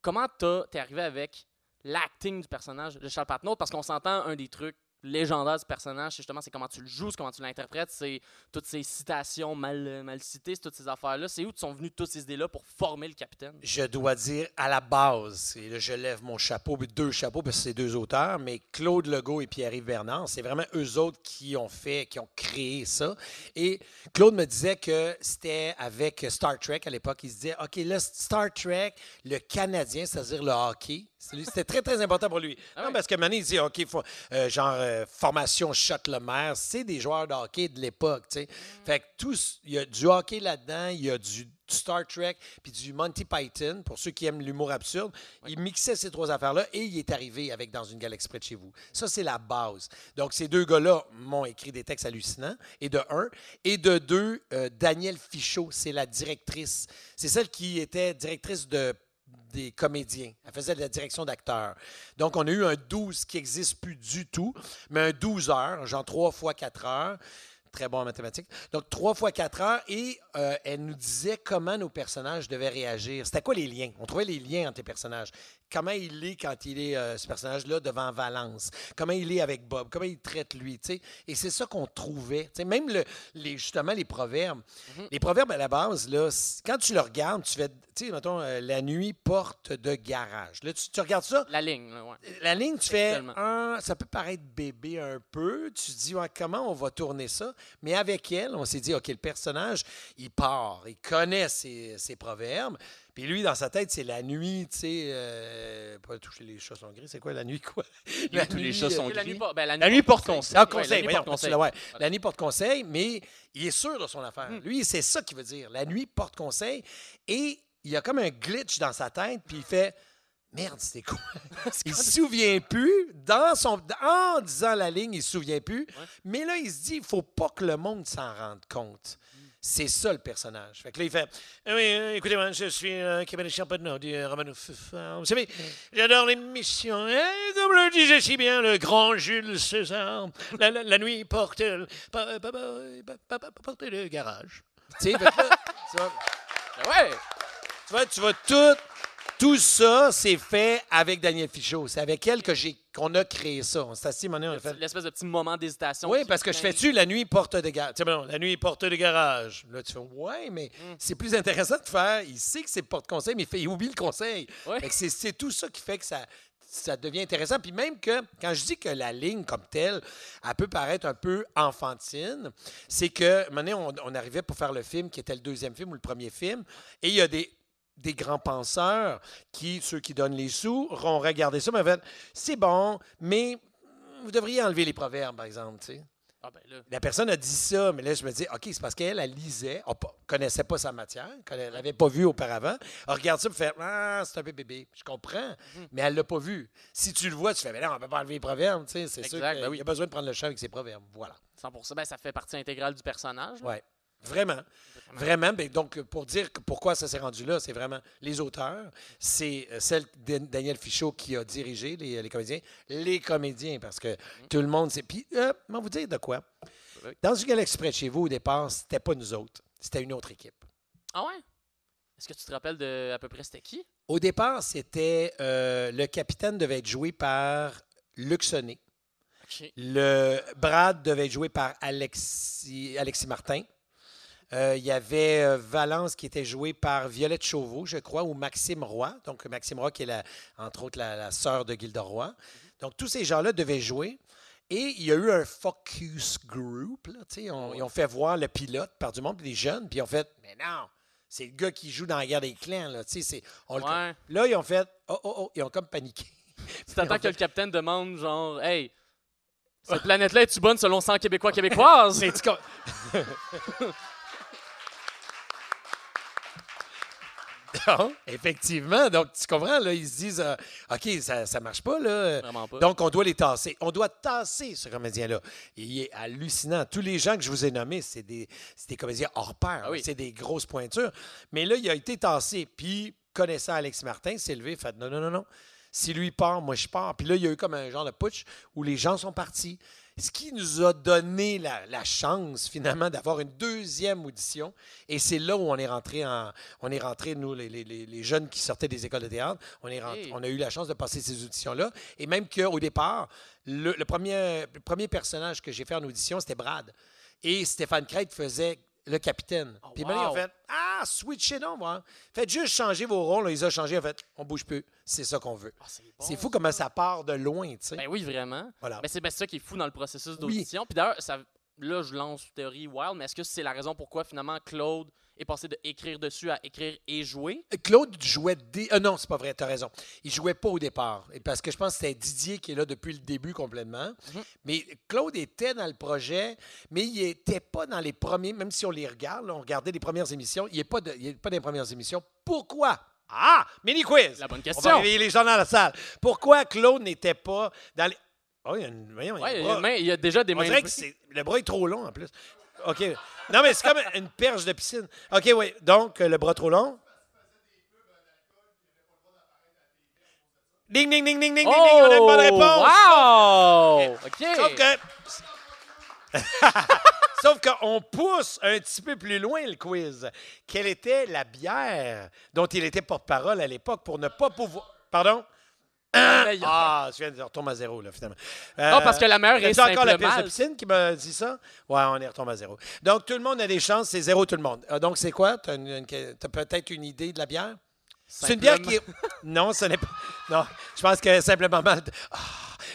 B: comment t'as- t'es arrivé avec l'acting du personnage de Charles Patnaud? Parce qu'on s'entend, un des trucs légendaires du personnage, c'est justement c'est comment tu le joues, c'est comment tu l'interprètes, c'est toutes ces citations mal, mal citées, c'est toutes ces affaires-là. C'est où sont venues toutes ces idées-là pour former le capitaine?
C: Je dois dire, à la base, et là, je lève mon chapeau, puis deux chapeaux, parce que c'est deux auteurs, mais Claude Legault et Pierre-Yves Bernard, c'est vraiment eux autres qui ont fait, qui ont créé ça. Et Claude me disait que c'était avec Star Trek à l'époque. Il se disait, OK, là, Star Trek, le Canadien, c'est-à-dire le hockey, c'est lui- c'était très, très important pour lui.
B: Ah
C: Non,
B: ouais.
C: parce que Mané, il dit, OK, faut- euh, genre, euh, formation shot le maire, c'est des joueurs de hockey de l'époque, tu sais. Fait que tout, ce- il y a du hockey là-dedans, il y a du, du Star Trek, puis du Monty Python, pour ceux qui aiment l'humour absurde. Il mixait ces trois affaires-là et il est arrivé avec Dans une galaxie près de chez vous. Ça, c'est la base. Donc, ces deux gars-là m'ont écrit des textes hallucinants, et de un. Et de deux, euh, Danielle Fichot, c'est la directrice. C'est celle qui était directrice de des comédiens. Elle faisait de la direction d'acteurs. Donc, on a eu un 12 qui n'existe plus du tout, mais un 12 heures, genre 3 fois 4 heures. Très bon en mathématiques. Donc, 3 fois 4 heures. Et euh, elle nous disait comment nos personnages devaient réagir. C'était quoi les liens? On trouvait les liens entre les personnages. Comment il est quand il est, euh, ce personnage-là, devant Valence? Comment il est avec Bob? Comment il traite lui? tu sais? Et c'est ça qu'on trouvait. Tu sais, Même le- les, justement les proverbes. Les proverbes à la base, là, c- quand tu le regardes, tu fais, tu sais, mettons, euh, la nuit, porte de garage. Là, tu, tu regardes ça,
B: La ligne, là, ouais.
C: la ligne, tu fais
B: Textuellement.
C: un, ça peut paraître bébé un peu. Tu te dis ouais, comment on va tourner ça. Mais avec elle, on s'est dit ok, le personnage, il part, il connaît ses, ses proverbes. Puis lui, dans sa tête, c'est la nuit, tu sais, euh, pas toucher les chats sont gris. C'est quoi la nuit quoi La
D: tous les chats
C: euh,
D: sont
B: Et La nuit,
D: gris.
B: por- ben,
D: La nuit porte conseil.
C: ah,
B: Ouais, la
C: conseil,
B: nuit
C: voyons,
B: porte conseil.
C: continue, ouais. La nuit porte conseil, mais il est sûr de son affaire.
B: Mm.
C: Lui, c'est ça qu'il veut dire. La nuit porte conseil. Et il y a comme un glitch dans sa tête, puis il fait Merde, c'était quoi? il se souvient plus. Dans son, en disant la ligne, il se souvient plus. Mais là, il se dit il faut pas que le monde s'en rende compte. C'est ça le personnage. Fait que là, il fait Eh Oui, euh, écoutez-moi, je suis euh, Kevin Champagnon du euh, Romano Vous savez, j'adore l'émission. Et comme le disait si bien le grand Jules César, la, la- la nuit porte le pa- pa- pa- pa- pa- porte le garage. Tu sais, fait que là, tu vas-
B: Ouais!
C: tu vois, tu vas tout. Tout ça, c'est fait avec Daniel Fichot. C'est avec elle que j'ai qu'on a créé ça. On s'est assis, à un moment donné, on a fait.
B: L'espèce de petit moment d'hésitation.
C: Oui,
B: qui-
C: parce que je fais-tu la nuit porte de garage? Tu sais, ben non, la nuit porte de garage. Là, tu fais, ouais, mais c'est plus intéressant de faire. Il sait que c'est porte-conseil, mais il, fait, il oublie le conseil.
B: Ouais.
C: Fait que c'est- C'est tout ça qui fait que ça, ça devient intéressant. Puis même que, quand je dis que la ligne comme telle, elle peut paraître un peu enfantine, c'est que, à un moment donné, on, on arrivait pour faire le film qui était le deuxième film ou le premier film, et il y a des des grands penseurs qui, ceux qui donnent les sous, auront regardé ça, mais fait, c'est bon, mais vous devriez enlever les proverbes, par exemple, tu sais.
B: Ah, ben là.
C: La personne a dit ça, mais là, je me dis, OK, c'est parce qu'elle, elle lisait, elle ne connaissait pas sa matière, elle l'avait pas vue auparavant. Elle regarde ça et fait Ah, c'est un peu bébé. Je comprends,
B: Mhm.
C: mais elle l'a pas vu. Si tu le vois, tu fais Mais non, on ne peut pas enlever les proverbes. tu sais, C'est sûr
B: Exact,
C: qu'il
B: ben oui.
C: y a besoin de prendre le champ avec ses proverbes. Voilà.
B: 100%, ben, ça fait partie intégrale du personnage. là.
C: Ouais. Vraiment. Vraiment. ben, donc, pour dire que pourquoi ça s'est rendu là, c'est vraiment les auteurs, c'est euh, celle de Daniel Fichot qui a dirigé les, les comédiens, les comédiens, parce que tout le monde sait. Puis, euh, comment vous dire de quoi?
B: Oui.
C: Dans une galaxie près de chez vous, au départ, c'était pas nous autres, c'était une autre équipe.
B: Ah ouais? Est-ce que tu te rappelles de à peu près c'était qui?
C: Au départ, c'était euh, le capitaine devait être joué par Luc Sonnet.
B: Ok.
C: Le Brad devait être joué par Alexis, Alexis Martin. Euh, Il y avait euh, Valence qui était jouée par Violette Chauveau, je crois, ou Maxime Roy. Donc, Maxime Roy qui est, la- entre autres, la, la sœur de Gilda Roy. Donc, tous ces gens-là devaient jouer. Et il y a eu un focus group. là, tu sais, on- Ils ont fait voir le pilote par du monde, puis les jeunes, puis ils ont fait Mais non, c'est le gars qui joue dans la guerre des clans. Là, tu sais, c'est- on le-
B: Ouais.
C: là ils ont fait Oh, oh, oh, ils ont comme paniqué.
B: Tu t'attends que le capitaine demande genre Hey, cette planète-là est-tu bonne selon 100 Québécois québécoises?
C: C'est- tu com-
B: Ah.
C: Non, effectivement. Donc, tu comprends, là, ils se disent euh, OK, ça ne marche pas, là.
B: Vraiment pas.
C: Donc, on doit les tasser. On doit tasser ce comédien-là. Il est hallucinant. Tous les gens que je vous ai nommés, c'est des, c'est des comédiens hors pair.
B: Ah oui.
C: C'est des grosses pointures. Mais là, il a été tassé. Puis, connaissant Alex Martin, s'est levé, fait non, non, non, non. Si lui part, moi je pars. Puis là, il y a eu comme un genre de putsch où les gens sont partis. Ce qui nous a donné la, la chance, finalement, d'avoir une deuxième audition. Et c'est là où on est rentré, en, on est rentré nous, les, les- les- les jeunes qui sortaient des écoles de théâtre. On, est rentré-
B: Hey.
C: on a eu la chance de passer ces auditions-là. Et même qu'au départ, le, le premier, le premier personnage que j'ai fait en audition, c'était Brad. Et Stéphane Crête faisait le capitaine.
B: Oh,
C: Puis maintenant, ils ont
B: wow.
C: fait Ah, switchez donc, moi. Faites juste changer vos rôles. Là, ils ont changé. En fait, on bouge plus. C'est ça qu'on veut.
B: Ah, c'est
C: c'est
B: bon.
C: fou comment ça part de loin, tu sais.
B: Ben oui, vraiment.
C: voilà.
B: Mais c'est ben ça qui est fou dans le processus
C: Oui.
B: d'audition. Puis d'ailleurs, ça- là, je lance une théorie wild, mais est-ce que c'est la raison pourquoi finalement Claude est passé de écrire dessus à écrire et jouer?
C: Claude jouait des. Ah non, c'est pas vrai, t'as raison. Il jouait pas au départ. Et Parce que je pense que c'était Didier qui est là depuis le début complètement.
B: Mhm.
C: Mais Claude était dans le projet, mais il était pas dans les premiers, même si on les regarde, là, on regardait les premières émissions, il n'est pas, de- il est pas dans les premières émissions. Pourquoi? Ah! Mini quiz!
B: La bonne
C: On va
B: question.
C: réveiller les gens dans la salle. Pourquoi Claude n'était pas dans les. Oh, il y a une. voyons, il y a
B: Ouais,
C: une
B: il y a
C: bras.
B: une main- il y a déjà des
C: On
B: mains.
C: dirait que
B: levées.
C: c'est- le bras est trop long en plus. OK. Non, mais c'est comme une perche de piscine. OK, oui. Donc, euh, le bras trop long. Ding, ding, ding, ding, ding, ding, ding. On a une bonne réponse.
B: Oh! Wow! OK.
C: Sauf que. Sauf qu'on pousse un petit peu plus loin le quiz. Quelle était la bière dont il était porte-parole à l'époque pour ne pas pouvoir. Pardon?
B: Meilleur.
C: Ah, je viens de retomber à zéro, là, finalement.
B: Non, parce que la meilleure est
C: C'est encore la
B: simple
C: pièce de
B: mal.
C: piscine qui m'a dit ça? Ouais, on est retombé à zéro. Donc, tout le monde a des chances, c'est zéro tout le monde. Ah, donc, c'est quoi? T'as une- une- t'as peut-être une idée de la bière? C'est une bière qui est. Non, ce n'est pas. Non, je pense que simplement mal. Ah,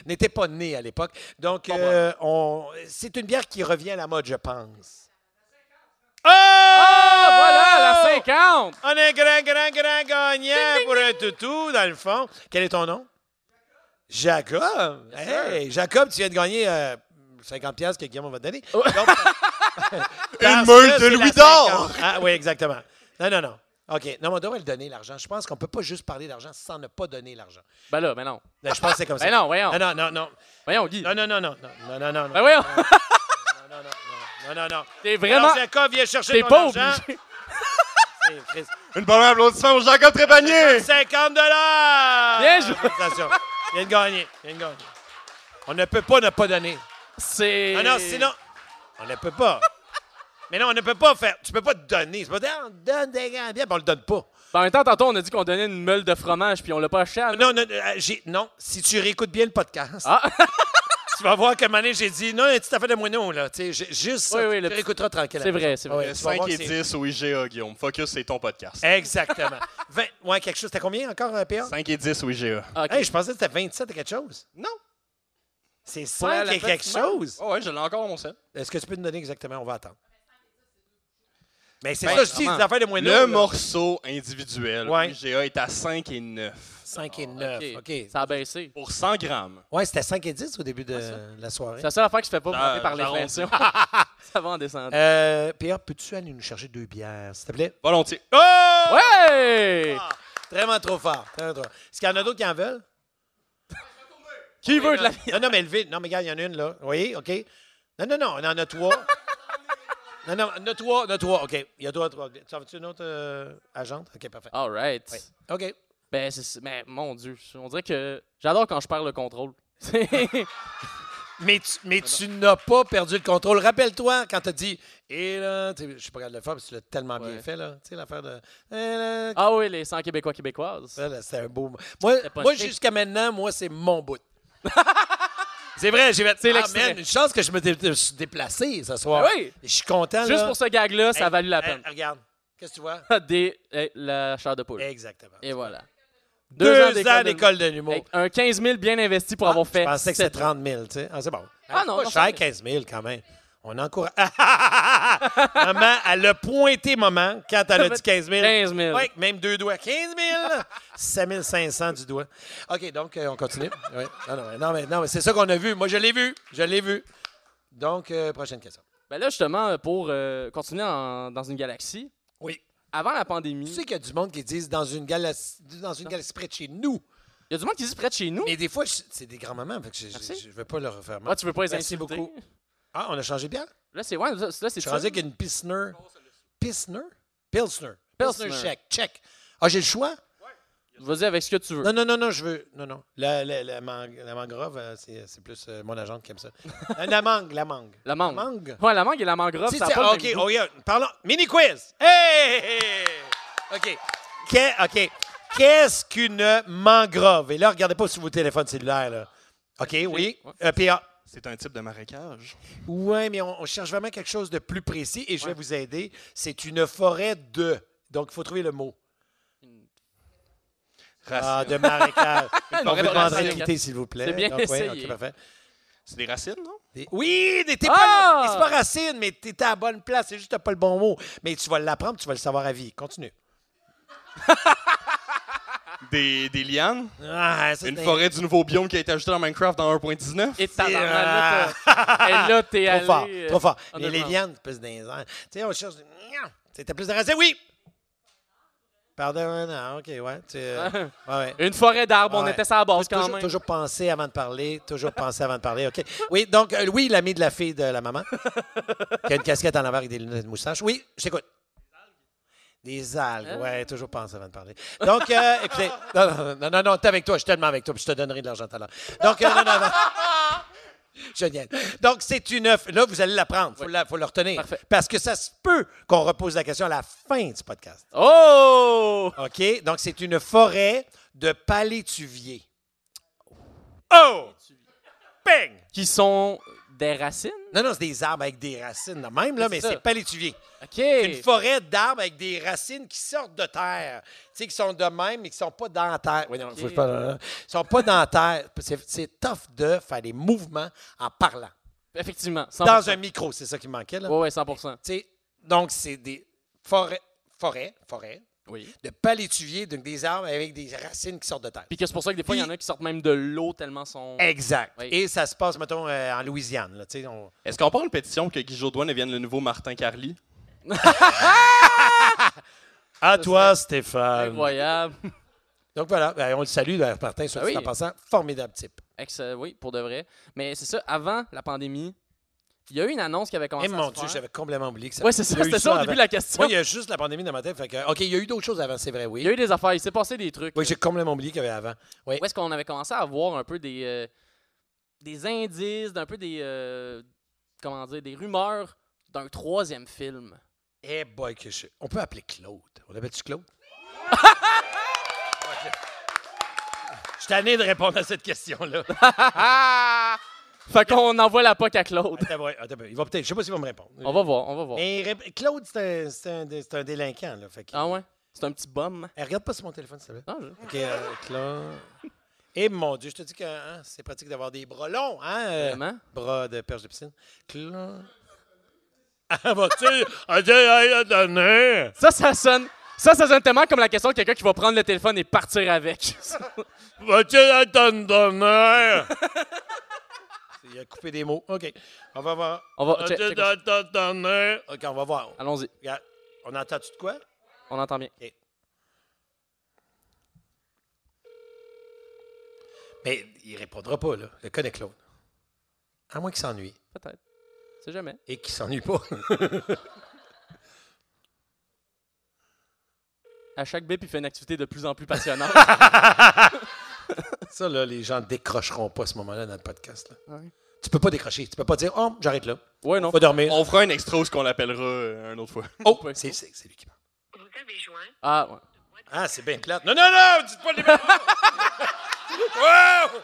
C: n'était pas né à l'époque. Donc, euh, on... c'est une bière qui revient à la mode, je pense. Oh!
B: Ah, voilà, la 50!
C: On a un grand, grand, grand gagnant pour un toutou, dans le fond. Quel est ton nom? Jacob. Hey, Jacob, tu viens de gagner euh, 50$ piastres que Guillaume va te donner. Donc, parce
D: meule
C: que
D: de
C: c'est la
D: louis d'or.
C: 50. Ah, oui, exactement. Non, non, non. OK. Non, mais on devrait le donner, l'argent. Je pense qu'on ne peut pas juste parler d'argent sans ne pas donner l'argent.
B: Ben là, ben non.
C: Là, je pense que c'est comme ça.
B: Ben non, voyons.
C: Ah, non, non, non.
B: Voyons, Guy.
C: Non, non, non, non. Non, non, non, non.
B: Ben voyons.
C: Non, non, non, non. Non, non, non.
B: T'es Ben vraiment...
C: Alors, Jacob, viens chercher
B: T'es
C: ton
B: pas
C: argent.
B: obligé.
C: C'est triste.
D: Une bonne applaudissement au Jacob Trépanier!
C: 50 dollars.
B: Bien joué.
C: Viens de gagner. Viens de gagner. On ne peut pas ne pas donner.
B: C'est...
C: Ah non, sinon, on ne peut pas. Mais non, on ne peut pas faire. Tu peux pas te donner. C'est pas dire, on donne des gants, bien, ben, on le donne pas.
B: Ben, en même temps, tantôt, on a dit qu'on donnait une meule de fromage, puis on l'a pas acheté. à-
C: Non, non, euh, j'ai- non, si tu réécoutes bien le podcast,
B: Ah!
C: tu vas voir que Mané, j'ai dit, non, tu t'as fait de moineau, là. Tu sais, j'ai- juste, ça,
B: Oui, oui,
C: tu
B: le petit-
C: réécouteras tranquille.
B: C'est
C: après.
B: vrai, c'est vrai.
C: Ouais, tu vas voir
D: 5
C: que
D: Euh,
C: c'est-
D: et 10 au IGA, Guillaume. Focus, c'est ton podcast.
C: Exactement. 20, ouais, quelque chose. T'as combien encore, euh, PA?
D: 5 et 10 au IGA.
B: OK.
C: Hey, je pensais que c'était 27 et quelque chose.
D: Non.
C: C'est
B: la-
C: 5
B: la
C: et quelque
B: petite meule.
C: chose.
D: Oh, ouais, je l'ai encore mon set.
C: Est-ce que tu peux nous donner exactement? On va attendre. Mais c'est
B: Ben,
C: ça, je dis,
B: vraiment.
C: des affaires de moins
D: Le morceau individuel au
C: Ouais.
D: IGA est à 5 et 9.
C: 5
B: Ah,
C: et 9, OK.
B: Ça a baissé.
D: Pour 100 grammes.
C: Ouais, c'était 5 et 10 au début
B: Ah,
C: de la soirée.
B: C'est la seule affaire que je fais pas
D: Ça-
B: monter par
D: ça
B: l'inflation. ça va en descendant.
C: Euh, Pierre, peux-tu aller nous chercher deux bières, s'il te plaît?
D: Volontiers.
C: Oh!
B: Ouais!
C: ah, Vraiment trop fort. vraiment trop fort. Est-ce qu'il y en a d'autres qui en veulent?
B: Qui veut de la bière?
C: Non, non, mais levez. Non, mais regarde, il y en a une, là. Vous voyez? OK. Non, non, non, on en a trois. non, non, on en a trois, on en a trois. OK. Il y a trois, trois. Tu en veux-tu une autre euh, agente? OK, parfait.
B: All right.
C: Oui. OK.
B: Ben, c'est... Mais mon Dieu, on dirait que... J'adore quand je perds le contrôle. C'est
C: Mais tu, mais tu n'as pas perdu le contrôle. Rappelle-toi quand t'as dit Et là, tu sais, je suis pas capable de le faire parce que tu l'as tellement bien
B: Ouais.
C: fait, là. Tu sais, l'affaire de Eh là,
B: Ah oui, les 100 Québécois québécoises.
C: ça, là, c'était un beau. mo- Moi,
B: pas
C: moi
B: chic.
C: jusqu'à maintenant, moi, c'est mon bout. c'est vrai, j'ai fait.
B: C'est
C: Ah,
B: l'extrait.
C: man, une chance que je me dé- je suis déplacé ce soir.
B: Ben oui!
C: Je suis content.
B: Juste
C: là.
B: pour ce gag-là, ça a
C: Hey,
B: valu la
C: hey,
B: peine.
C: regarde. Qu'est-ce que tu vois?
B: Des, eh, la chair de poule.
C: Exactement.
B: Et voilà.
C: Deux, ans d'école de l'humour.
B: Avec un 15 000 bien investi pour Ah, avoir fait.
C: Ah, Je pensais que c'était
B: sept
C: 30 000, tu sais. Ah, c'est bon.
B: Ah non,
C: Pas
B: non,
C: cher,
B: c'est-
C: 15 000 quand même. On encourage. Ah, ah, ah, ah. maman, elle a pointé, maman, quand elle a dit 15 000.
B: 15 000.
C: Oui, même deux doigts. 15 000! 7 500 du doigt. OK, donc, euh, on continue. Oui. Non, non, mais- non, mais, non, mais c'est ça qu'on a vu. Moi, je l'ai vu. Je l'ai vu. Donc, euh, prochaine question.
B: Ben là, justement, pour euh, continuer en- dans une galaxie,
C: Oui.
B: avant la
C: Tu
B: pandémie,
C: sais qu'il y a du monde qui disent dans une galaxie, dans une galaxie près de chez nous.
B: il y a du monde qui dit près de chez nous.
C: Mais des fois, je- c'est des grands-mamans, fait que je,
B: Merci.
C: je, je veux pas leur faire mal.
B: Ah, tu veux pas les
C: Merci
B: insulter.
C: beaucoup. Ah, on a changé de bière?
B: Là, c'est ouais, là, c'est- là, c'est
C: Je suis
B: ça.
C: rendu avec une Pilsner. Pilsner? Pilsner.
B: Pilsner.
C: Pilsner, check, check. Ah, j'ai le choix?
B: Vas-y avec ce que tu veux.
C: Non, non, non, non, je veux. Non, non. La, la, la, mang- la mangrove, euh, c'est c'est plus euh, mon agente qui aime ça. Euh, la mangue, la mangue.
B: La mangue.
C: La mangue.
B: Ouais, la mangue et la mangrove,
C: Si,
B: ça a
C: si,
B: pas le
C: OK,
B: même goût.
C: oh, yeah, parlons. Mini quiz. Hey! OK. Que- OK. Qu'est-ce qu'une mangrove? Et là, regardez pas sur vos téléphones cellulaires, là. OK, oui. Euh, PA.
D: C'est un type de marécage.
C: Oui, mais on, on cherche vraiment quelque chose de plus précis et je vais vous aider. C'est une forêt de. Donc, il faut trouver le mot.
D: Racines.
C: Ah, de marécage. on vous
D: forêt de
C: demanderait de
D: racines.
C: quitter, s'il vous plaît.
B: C'est bien
C: Donc, ouais,
B: essayé.
C: OK, parfait.
D: C'est des racines, non?
C: Des- Oui, des- t'es
B: Ah!
C: pas, c'est pas racine, mais t'es à la bonne place. C'est juste que t'as pas le bon mot. Mais tu vas l'apprendre, tu vas le savoir à vie. Continue.
D: Des, des lianes?
C: Ah, ça,
D: Une
C: c'est-
D: forêt du nouveau biome qui a été ajouté dans Minecraft dans 1.19?
B: Et ta là, t'as- Et là, t'es
C: Ah. Trop
B: allé...
C: fort,
B: euh,
C: trop fort.
B: en
C: Mais les
B: avant.
C: lianes, plus dans les airs. Tu sais, on cherche. C'était plus de racines, oui! Pardon, hein, non, OK, ouais. tu- ouais, ouais.
B: Ah. Une forêt d'arbres, on
C: Ouais.
B: était sur la base quand
C: Toujours,
B: même.
C: toujours penser avant de parler, toujours penser avant de parler. OK. Oui, donc, euh, oui, l'ami de la fille de la maman, qui a une casquette en avant avec des lunettes de moustache. Oui, je t'écoute. Des algues,
B: Euh.
C: ouais, toujours penser avant de parler. Donc, euh, écoutez, non, non, non, non, non, t'es avec toi, je suis tellement avec toi, puis je te donnerai de l'argent tout à l'heure. Donc, euh, non, non, non. Je niaise. Donc, c'est une œuf. Là, vous allez l'apprendre. Il faut le retenir.
B: Parfait.
C: Parce que ça se peut qu'on repose la question à la fin du podcast.
B: Oh!
C: OK? Donc, c'est une forêt de palétuviers. Oh! Bang!
B: Qui sont des racines?
C: Non, non, c'est des arbres avec des racines, là, même, là,
B: C'est
C: mais
B: ça.
C: c'est palétuvier.
B: OK.
C: C'est une forêt d'arbres avec des racines qui sortent de terre. Tu sais, qui sont de même, mais qui sont pas dans la terre. Oui, non, faut que je parle- Ils sont pas dans la terre. C'est- C'est tough de faire des mouvements en parlant.
B: Effectivement. 100%.
C: Dans un micro, c'est ça Oh. qui manquait, là.
B: Ouais, ouais, 100
C: Tu sais, donc, c'est des forêts, forêts, forêts
B: Oui.
C: de palétuviers, donc des arbres avec des racines qui sortent de terre.
B: Puis que c'est pour ça que des fois, il y en a qui sortent même de l'eau tellement sont...
C: Exact.
B: Oui.
C: Et ça se passe, mettons, euh, en Louisiane. Là, tu sais, on-
D: Est-ce qu'on parle une pétition pour que Guy Jodoin devienne le nouveau Martin Carly?
C: À
B: toi,
C: Ah, Stéphane.
B: Incroyable.
C: Donc voilà, ben, on le salue, d'ailleurs, Martin, sur
B: Ah oui.
C: en passant. Formidable type.
B: Excellent, euh, oui, pour de vrai. Mais c'est ça, avant la pandémie, il y a eu une annonce qui avait
C: Et
B: commencé à
C: Eh, mon
B: se
C: Dieu,
B: faire.
C: j'avais complètement oublié que ça
B: Oui, c'est ça,
C: il y a eu
B: c'était ça au
C: avant.
B: début de la question.
C: Moi, il y a juste la pandémie dans ma tête. Fait que, OK, il y a eu d'autres choses avant, c'est vrai,
B: Il y a
C: oui.
B: eu des affaires, il s'est passé des trucs.
C: Oui, j'ai complètement oublié qu'il y avait avant. Oui.
B: Où est-ce qu'on avait commencé à avoir un peu des, euh, des indices, d'un peu des, euh, comment dire, des rumeurs d'un troisième film.
C: Eh boy, que je- On peut appeler Claude. On l'appelle-tu Claude? Ok. Je suis tanné de répondre à cette question-là. Ah!
B: Fait qu'on envoie la POC à Claude.
C: Attends, ouais, attends, il va peut-être. Je sais pas s'il va me répondre.
B: On va voir, on va voir.
C: Mais rép- Claude, c'est un, c'est un dé- c'est un délinquant. Là, fait que-
B: Ah ouais? C'est un petit bum.
C: Eh, regarde pas sur mon téléphone, s'il te plaît.
B: Ah, je-
C: OK, euh, Claude. Eh mon Dieu, je te dis que hein, c'est pratique d'avoir des bras longs, hein? euh,
B: Vraiment?
C: Bras de perche de piscine. Claude. Ah, vas-tu? Ah, tiens, hey, la donnée.
B: Ça, ça sonne. Ça, ça sonne tellement comme la question de quelqu'un qui va prendre le téléphone et partir avec.
C: Vas-tu la donnée? Il a coupé des mots. OK. On va voir.
B: On va.
C: Vas-tu
B: Oh, check- check-
C: la donnée? OK, on va voir.
B: Allons-y,
C: Regarde. On entend-tu de quoi?
B: on entend bien.
C: Mais il répondra pas, là. Le connaît Claude. À moins qu'il s'ennuie.
B: Peut-être. C'est jamais.
C: Et qu'il s'ennuie pas.
B: À chaque bip, il fait une activité de plus en plus passionnante.
C: Ça, là, les gens décrocheront pas à ce moment-là dans le podcast. là.
B: Ouais.
C: Tu peux pas décrocher. Tu peux pas dire, oh, j'arrête là.
B: ouais, non. Oh,
C: Va dormir.
D: On fera un extra où ce qu'on l'appellera euh, une autre fois.
C: Oh, c'est, c'est- c'est lui qui parle.
B: Ah, ouais.
C: Ah, c'est bien plate. Non, non, non, dites pas le numéro. wow,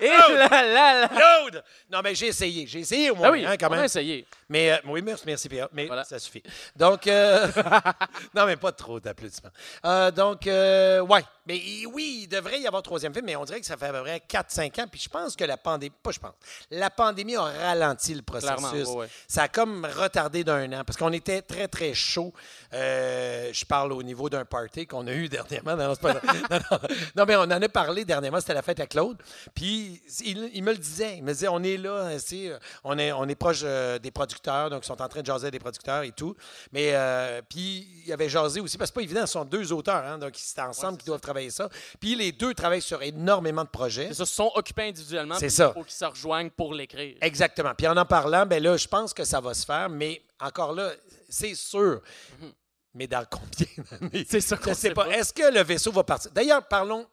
B: Et Eh, là, là, là.
C: Claude! Non, mais j'ai essayé. J'ai essayé au moins,
B: Oh! Ah oui,
C: hein, quand
B: on a
C: même.
B: essayé.
C: Mais euh, oui, merci, merci, Pierre. Mais
B: Voilà.
C: ça suffit. Donc, euh, non, mais pas trop d'applaudissements. Euh, donc, euh, ouais. Mais il- oui, il devrait y avoir un troisième film, mais on dirait que ça fait à peu près 4-5 ans. Puis je pense que la pandémie, pas je pense, la pandémie a ralenti le
B: Clairement,
C: processus.
B: ouais, ouais.
C: Ça a comme retardé d'un an parce qu'on était très, très chaud. Euh, je parle au niveau d'un party qu'on a eu dernièrement. Non, non, c'est pas- non, non. Non, mais on en a parlé dernièrement. C'était la fête à Claude. Puis Puis il, il me le disait. Il me disait, on est là, tu sais, euh, on est, on est proche euh, des producteurs, donc ils sont en train de jaser des producteurs et tout. Mais euh, puis il avait jasé aussi, parce que c'est pas évident, ce sont deux auteurs, hein, donc c'est ensemble qu'ils doivent travailler ça. Puis les deux travaillent sur énormément de projets.
B: C'est ça, ils sont occupés individuellement.
C: C'est
B: puis
C: ça.
B: Il faut qu'ils se rejoignent pour l'écrire.
C: Exactement. Puis en en parlant, ben là, je pense que ça va se faire, mais encore là, c'est sûr. Mais dans combien d'années?
B: Mhm. C'est ça
C: Je
B: qu'on
C: ne
B: sait
C: sais pas. Est-ce que le vaisseau va partir? D'ailleurs, parlons.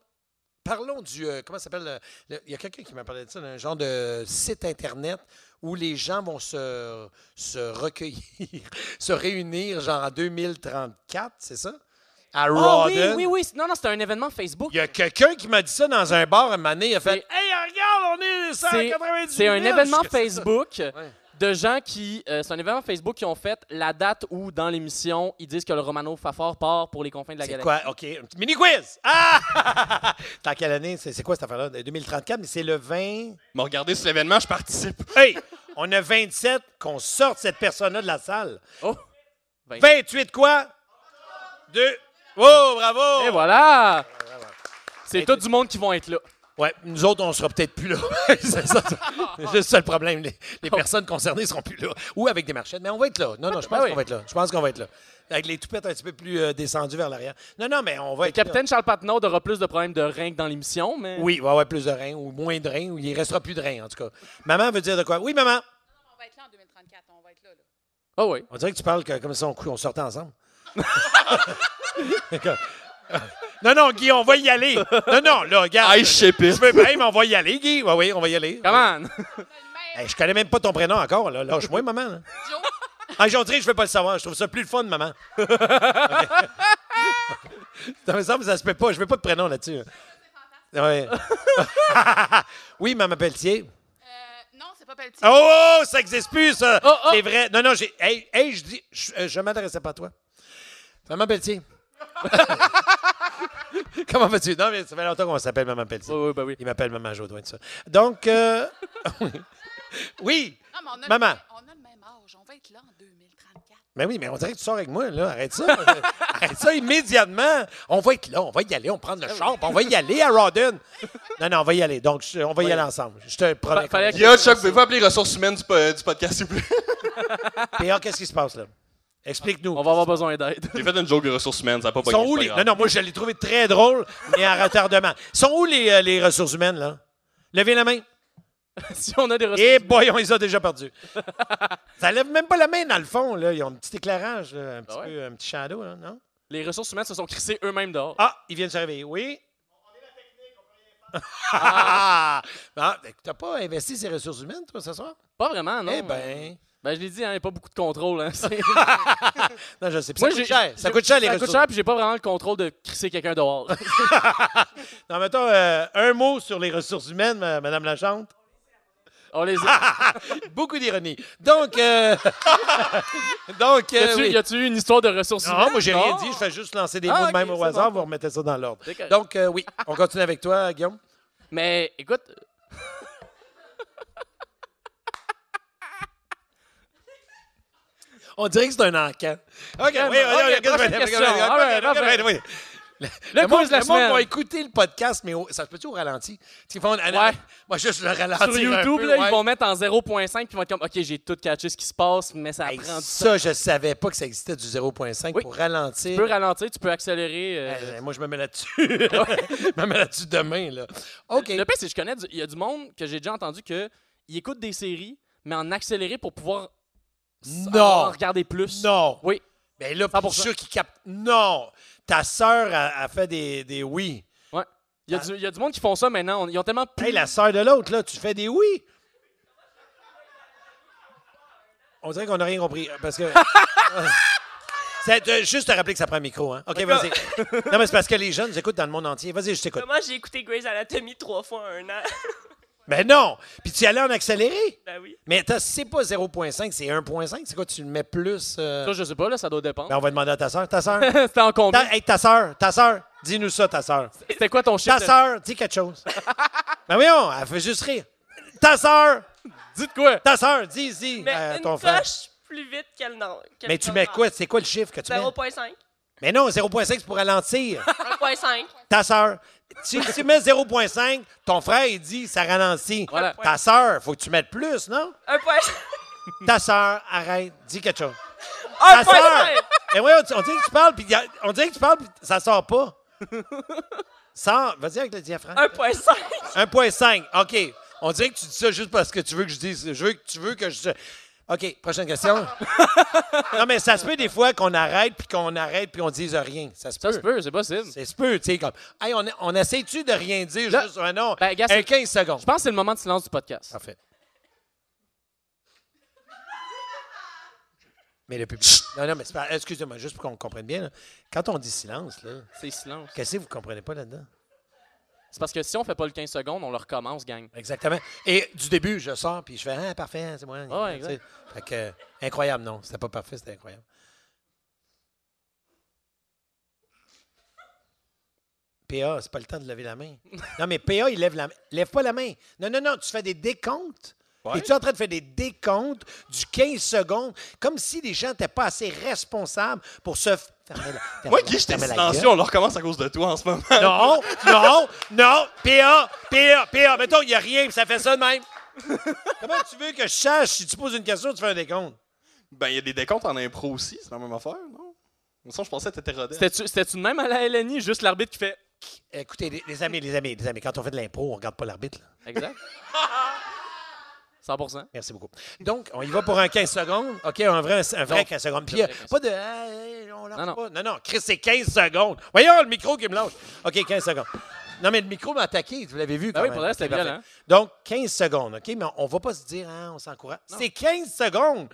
C: Parlons du. euh, comment ça s'appelle? euh, le- Il y a quelqu'un qui m'a parlé de ça, un genre de site Internet où les gens vont se, se recueillir, se réunir, genre en 2034, c'est ça? À
B: Ah oui,
C: Rawdon.
B: oui, oui. c'est- Non, non, c'était un événement Facebook.
C: Il y a quelqu'un qui m'a dit ça dans un bar à un moment donné, Il a fait
B: C'est-
C: Hey, regarde, on est
B: C'est
C: 198
B: c'est un
C: 000.
B: événement
C: Je-
B: Facebook
C: Ouais.
B: de gens qui. euh, c'est un événement Facebook qui ont fait la date où, dans l'émission, ils disent que le Romano Fafard part pour les confins de la
C: C'est
B: galaxie.
C: quoi? OK. Un petit mini-quiz! Ah! T'es en quelle année? C'est c'est quoi cette affaire-là? 2034, mais c'est le 20...
D: M'a regardé sur l'événement, je participe.
C: Hey! On a 27. Qu'on sorte cette personne-là de la salle.
B: Oh!
C: 28 quoi? Deux. Oh, bravo!
B: Et voilà! C'est tout du monde qui vont être là.
C: Ouais, nous autres, on sera peut-être plus là. c'est ça. ça. C'est juste ça le problème. Les, les personnes concernées seront plus là. Ou avec des marchettes. Mais on va être là. Non, non, je pense
B: Ah oui.
C: qu'on va être là. Je pense qu'on va être là. Avec les toupettes un petit peu plus euh, descendues vers l'arrière. Non, non, mais on va
B: Le
C: être là.
B: capitaine Charles Patnaud aura plus de problèmes de rein que dans l'émission, mais.
C: Oui, il va y avoir plus de reins ou moins de reins ou il restera plus de reins, en tout cas. Maman veut dire de quoi? Oui, maman!
E: On va être là en 2034, on va être là. là.
B: Oh oui.
C: On dirait que tu parles que- comme si on, cou- on sortait ensemble. non, non, Guy, on va y aller. Non, non, là, regarde.
D: I ship it.
C: Tu veux bien, mais on va y aller, Guy. Oui, oui, on va y aller.
B: Come on!
E: On a le même
C: Hey, je connais même pas ton prénom encore. Là. Lâche-moi, maman. là.
E: Joe. euh,
C: Ah, j'ai honte, je veux pas le savoir. Je trouve ça plus le fun, maman. Ok. ça me semble que ça se peut pas. Je veux pas de prénom là-dessus. hein. Ouais. oui, maman Pelletier.
E: Euh, non, c'est pas Pelletier.
C: Oh, ça n'existe plus, ça.
B: Oh, oh.
C: C'est vrai. Non, non, j'ai. Hey, hey, je dis. Je, euh, je m'adressais pas à toi. Maman Pelletier. Comment vas-tu? Non, mais ça fait longtemps qu'on s'appelle Maman Pelletier.
B: Oui, oui, bah oui.
C: Il m'appelle Maman Jodoin, tout ça. Donc, euh, oui.
E: Non, mais on a
C: Maman.
E: Le, même- on a le même âge. On va être là en 2034.
C: Mais Ben oui, mais on dirait que tu sors avec moi, là. Arrête ça. Arrête ça immédiatement. On va être là, on va y aller, on prend le char, puis on va y aller à Rawdon. Non, non, on va y aller. Donc, je- on va y aller ensemble. Je te promets.
B: Fa- fallait que-
D: Guillaume, Chuck, pouvez-vous appeler les ressources humaines du, po- euh, du podcast, s'il vous plaît?
C: PA, qu'est-ce qui se passe, là? Explique-nous.
B: On va avoir besoin d'aide.
D: J'ai fait une joke de ressources humaines, ça n'a pas
C: Ils
D: pogné.
C: sont
D: c'est
C: où
D: pas
C: les...
D: grave.
C: Non, non, moi, je l'ai trouvé très drôle, mais en retardement. Ils sont où les, euh, les ressources humaines, là? Levez la main.
B: si on a des ressources.
C: Et boy, on les a déjà perdus. Ça lève même pas la main, dans le fond, là. Ils ont un petit éclairage, là, un petit
B: Ah ouais?
C: peu, un petit shadow, là, non?
B: Les ressources humaines se sont crissées eux-mêmes dehors.
C: Ah, ils viennent se réveiller. Oui? On est la technique, on peut rien faire. Ah! ben, T'as pas investi ces ressources humaines, toi, ce soir?
B: Pas vraiment, non?
C: eh ben.
B: Ben, je l'ai dit, hein, il n'y a pas beaucoup de contrôle. Hein. C'est-
C: Non, je sais. Puis
B: Moi,
C: ça
B: j'ai-
C: coûte cher. Ça
B: j'ai-
C: coûte cher, les
B: Ça
C: ressources
B: coûte cher, puis j'ai pas vraiment le contrôle de crisser quelqu'un dehors.
C: Non, mettons euh, un mot sur les ressources humaines, ma- Madame Lachante.
B: on les a.
C: Ah! Beaucoup d'ironie. Donc, euh, donc,
B: Y
C: euh,
B: a-tu
C: oui.
B: y a-tu une histoire de ressources humaines?
C: Non, moi, j'ai rien dit. Je fais juste lancer des
B: Ah,
C: mots de
B: ok,
C: même au
B: c'est
C: hasard.
B: bon.
C: Vous remettez ça dans l'ordre.
B: C'est correct.
C: Donc, euh, oui, on continue avec toi, Guillaume.
B: Mais écoute.
C: On dirait que c'est un encan. OK, oui, oui, oui,
B: OK,
C: oui,
B: prochaine
C: oui,
B: question.
C: oui,
B: Ah ouais,
C: oui, oui,
B: parfait.
C: oui, oui.
B: Le,
C: Le
B: quiz
C: monde,
B: de la
C: le monde
B: semaine.
C: va écouter le podcast, mais au- ça se peut-tu au ralenti? Parce qu'ils font- Moi, juste le ralenti.
B: Sur YouTube, là, ils vont mettre en 0.5 puis ils vont être comme OK, j'ai tout catché ce qui se passe, mais ça prend du temps.
C: ça, je savais pas que ça existait du 0.5
B: Oui.
C: pour
B: Tu
C: ralentir.
B: peux ralentir, tu peux accélérer. euh,
C: Euh, moi, je me mets là-dessus. je me mets là-dessus demain. Là. OK.
B: Le pire, c'est que je connais, du- il y a du monde que j'ai déjà entendu que ils écoutent des séries, mais en accéléré pour pouvoir s-
C: Non.
B: avoir en regarder plus.
C: Non.
B: Oui.
C: Mais là, pour
B: 100%.
C: sûr qu'ils captent. Non. Ta sœur a, a fait des, des oui.
B: Il y, a du, il y a du monde qui font ça maintenant. on- Ils ont tellement plus.
C: Hey, la sœur de l'autre, là, tu fais des oui. On dirait qu'on n'a rien compris. euh, Parce que. C'est, euh, juste te rappeler que ça prend un micro, hein? OK, vas-y. Non, mais c'est parce que les jeunes nous écoutent dans le monde entier. Vas-y, je t'écoute.
G: Moi, j'ai écouté Grey's Anatomy trois fois en un an.
C: Mais Ben non! Puis tu y allais en accéléré.
G: ben oui.
C: Mais attends, c'est pas 0.5, c'est 1.5. C'est quoi? Tu le mets plus. euh,
B: Ça, je sais pas, là, ça doit
C: ben,
B: dépendre.
C: on va demander à ta sœur. Ta sœur?
B: C'était en combien?
C: Ta, hey, ta sœur, ta sœur, dis-nous ça, ta sœur.
B: C'était quoi ton chiffre?
C: Ta sœur, dis quelque chose. ben voyons, elle fait juste rire. Ta sœur,
B: Dites quoi?
C: ta sœur, dis, dis
G: Mais
C: Ben, à
G: une
C: ton frère.
G: coche plus vite qu'elle n'en.
C: Mais tu mets quoi? C'est quoi le chiffre que tu mets?
G: 0.5.
C: Mais non, 0,5, c'est pour ralentir.
G: 1.5.
C: Ta sœur. Tu, tu mets 0,5, ton frère, il dit, ça ralentit.
B: Voilà.
C: Ta sœur, faut que tu mettes plus, non?
G: 1.5.
C: Ta sœur, arrête, dis quelque chose. Ta sœur!
G: 1.5.
C: Mais oui, on, on dirait que tu parles, puis y a- on dirait que tu parles, puis ça sort pas. Sors, vas-y avec le diaphragme.
G: 1.5.
C: 1,5. OK. On dirait que tu dis ça juste parce que tu veux que je dise. Je veux que tu veux que je. OK, prochaine question. non, mais ça se peut des fois qu'on arrête, puis qu'on arrête, puis on dise rien. Ça se
B: Ça se
C: peut.
B: peut, c'est possible.
C: Ça se peut, tu sais, comme. Hey, on, on essaie-tu de rien dire
B: Là-
C: juste un nom?
B: Ben, gars, c'est-
C: Un 15 secondes.
B: Je pense que c'est le moment de silence du podcast.
C: Parfait. Mais le public. Non, non, mais c'est pas. Excusez-moi, juste pour qu'on comprenne bien. là. Quand on dit silence, là,
B: C'est silence.
C: qu'est-ce que vous comprenez pas là-dedans?
B: C'est parce que si on fait pas le 15 secondes, on le recommence, gang.
C: Exactement. Et du début, je sors, puis je fais Ah, parfait, c'est moi.
B: Ouais,
C: Tu sais. Fait que, euh, incroyable, non. C'était pas parfait, c'était incroyable. PA, c'est pas le temps de lever la main. Non, mais PA, il lève la main. Lève pas la main. Non, non, non, tu fais des décomptes.
D: Ouais.
C: Es-tu en train de faire des décomptes du 15 secondes, comme si les gens n'étaient pas assez responsables pour se. f- fermer la-
D: Moi,
C: fermer la-
D: Guy, j'étais
C: fermer la
D: silencieux, on le recommence à cause de toi en ce moment.
C: non, non, non. PA, PA, PA. Mettons, il n'y a rien, puis ça fait ça de même. Comment tu veux que je sache si tu poses une question, tu fais un décompte?
D: Ben, il y a des décomptes en impro aussi, c'est la même affaire, non? De toute façon, je pensais que t'étais rodé.
B: C'était-tu c'était-tu de même à la LNI, juste l'arbitre qui fait.
C: Écoutez, les, les amis, les amis, les amis, quand on fait de l'impro, on regarde pas l'arbitre. là.
B: Exact. 100
C: Merci beaucoup. Donc, on y va pour un 15 secondes. OK, un vrai, un vrai
B: Non,
C: 15 secondes. Puis,
B: c'est
C: euh,
B: vrai, 15
C: pas de. Ah, hey, on lance
B: Non, non.
C: pas. Non, non, Chris, c'est 15 secondes. Voyons, le micro qui me lâche. OK, 15 secondes. Non, mais le micro m'a attaqué, vous l'avez vu. Quand
B: oui,
C: même.
B: pour le reste,
C: C'est hein.
B: c'était
C: parfait.
B: violent.
C: Donc, 15 secondes, OK? Mais on va pas se dire, hein, on s'encourage. C'est 15 secondes.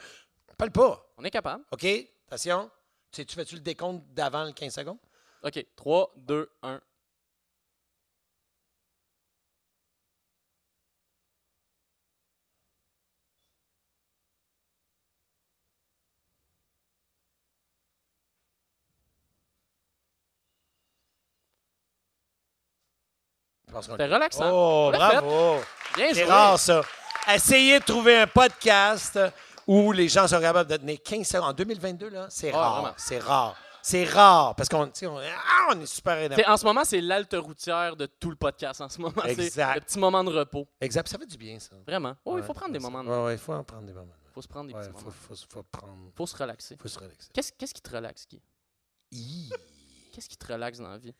C: On parle pas.
B: On est capable.
C: OK? Attention. Tu, sais, tu fais-tu le décompte d'avant le 15 secondes?
B: OK. 3, 2, 1.
C: Je pense qu'on
B: C'était relaxant.
C: Oh,
B: On l'a
C: bravo!
B: Bien
C: C'est
B: joué.
C: rare, ça. Essayez de trouver un podcast où les gens sont capables de tenir 15 secondes. En 2022, là, c'est
B: Ah,
C: rare.
B: vraiment.
C: C'est rare. C'est rare. Parce qu'on tu sais, on, ah, on est super
B: T'sais,
C: énervé.
B: en ce moment, c'est l'alte routière de tout le podcast en ce moment. C'est
C: Exact.
B: le petit moment de repos.
C: Exact. Ça fait du bien, ça.
B: Vraiment. Oui, il faut
C: Ouais,
B: prendre des
C: ça-
B: moments. de-
C: Ouais, ouais, il faut en prendre des moments.
B: faut se prendre des
C: Il
B: petits moments.
C: faut, faut- faut prendre.
B: faut se relaxer.
C: faut se relaxer.
B: Qu'est-ce qu'est-ce qui te relaxe, Guy?
C: Hi.
B: Qu'est-ce qui te relaxe dans la vie?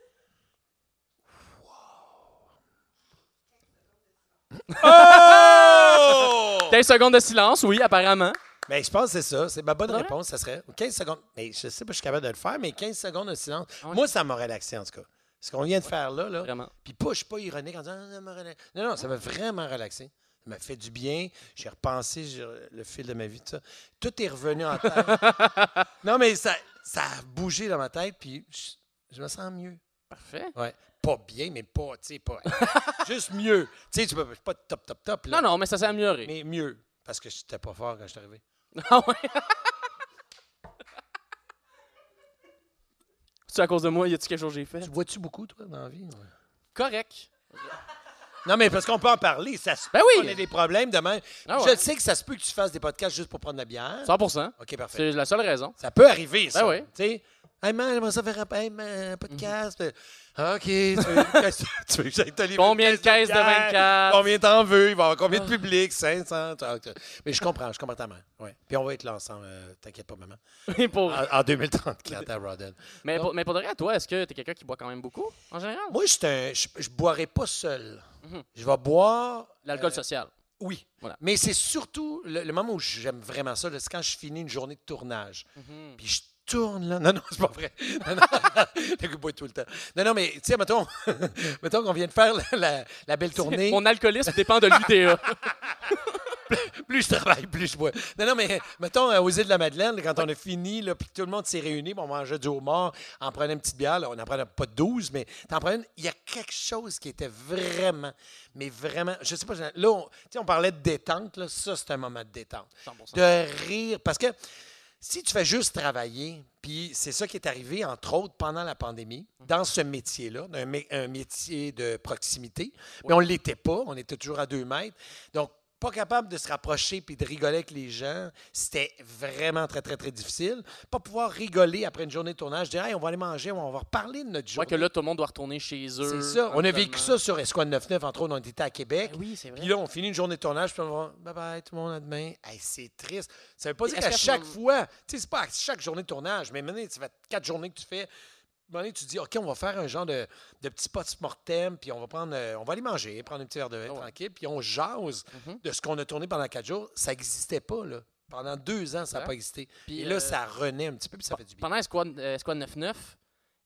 B: Wow! 15 secondes de silence, oui, apparemment.
C: Mais je pense que c'est ça. C'est ma bonne
B: Voilà.
C: réponse. Ça serait 15 secondes. Mais je sais pas, je suis capable de le faire, mais 15 secondes de silence.
B: ouais.
C: Moi, ça m'a relaxé, en tout cas. Ce qu'on vient de faire là, là.
B: Vraiment.
C: Puis pas, je suis pas ironique en disant, Ah, ça m'a relaxé. Non, non, ça m'a vraiment relaxé. Ça m'a fait du bien. J'ai repensé j'ai- le fil de ma vie, tout ça. Tout est revenu en tête. non, mais ça, ça a bougé dans ma tête, puis je, je me sens mieux.
B: Parfait.
C: Ouais. Pas bien, mais pas, tu sais, pas. Juste mieux. Tu sais, tu peux pas top, top, top. Là,
B: Non, non, mais ça s'est amélioré.
C: Mais mieux. Parce que j'étais pas fort quand je suis arrivé.
B: Ah ouais? C'est à cause de moi, y a-tu quelque chose que j'ai fait?
C: Tu vois-tu beaucoup, toi, dans la vie? ouais?
B: Correct.
C: Non, mais parce qu'on peut en parler. Ça se peut.
B: Ben oui.
C: On a des problèmes demain.
B: Ah
C: Je
B: ouais.
C: sais que ça se peut que tu fasses des podcasts juste pour prendre la bière.
B: 100
C: OK, parfait.
B: C'est la seule raison.
C: Ça peut arriver, ça.
B: Ben oui. Mhm.
C: Tu sais, hey man, j'aimerais ça faire un, hey, man, un podcast. OK. Tu veux, tu veux que j'aille te livrer
B: Combien
C: une
B: de caisses de Ah. 24?
C: bière? Combien t'en veux? Il va y avoir combien de public? 500? Mais je comprends, je comprends ta main. Ouais. Puis on va être là ensemble. euh, T'inquiète pas, maman.
B: Mais pour,
C: En, en 2034 à Rodden.
B: mais, pour, mais pour de vrai, toi, est-ce que t'es quelqu'un qui boit quand même beaucoup, en général?
C: Moi, je suis un- je je boirai pas seul.
B: Mhm.
C: Je vais boire
B: L'alcool social.
C: Oui.
B: Voilà.
C: Mais c'est surtout le, le moment où j'aime vraiment ça, là, c'est quand je finis une journée de tournage. Puis je tourne là. Non, non, c'est pas vrai. Non, non, Le gars boit tout le temps. Non, non, mais tu sais, mettons, mettons qu'on vient de faire la, la- la belle tournée.
B: Mon alcoolisme dépend de l'UDA.
C: Plus je travaille, plus je bois. Non, non, mais mettons, euh, aux îles de la Madeleine, là, quand on a fini, là, puis que tout le monde s'est réuni, puis on mangeait du homard, on prenait une petite bière, là, on n'en prenait pas 12, mais t'en prenais une. Il y a quelque chose qui était vraiment, mais vraiment, je sais pas, là, on, tu sais, on parlait de détente, là, ça, c'est un moment de détente.
B: 100%.
C: De rire, parce que si tu fais juste travailler, puis c'est ça qui est arrivé, entre autres, pendant la pandémie, dans ce métier-là, un, mé- un métier de proximité, mais on ne l'était pas, on était toujours à deux mètres. Donc, pas capable de se rapprocher puis de rigoler avec les gens, c'était vraiment très, très, très difficile. Pas pouvoir rigoler après une journée de tournage, dire Hey, on va aller manger, on va reparler de notre
B: Je vois
C: journée.
B: que là, tout le monde doit retourner chez eux.
C: C'est ça. On a vécu
B: Exactement.
C: ça sur Esquad 99, entre autres, on était à Québec.
B: Ben oui, c'est vrai.
C: Puis là, on finit une journée de tournage, puis on va bye bye, tout le monde à demain. Hey, c'est triste. Ça veut pas
B: Puis
C: dire
B: est-ce
C: qu'à
B: que-
C: chaque fois, tu sais, c'est pas à chaque journée de tournage, mais maintenant, ça fait quatre journées que tu fais. À un moment donné, tu dis, OK, on va faire un genre de, de petit pot mortem, puis on va prendre, euh, on va aller manger, prendre un petit verre de vin
B: Ah ouais.
C: tranquille, puis on jase
B: Mhm.
C: de ce qu'on a tourné pendant quatre jours. Ça n'existait pas, là. Pendant deux ans, ça n'a
B: Ouais.
C: pas existé.
B: Puis,
C: Et là,
B: euh,
C: ça renaît un petit peu, puis ça fait du bien.
B: Pendant Esquad, euh, Esquad 9-9,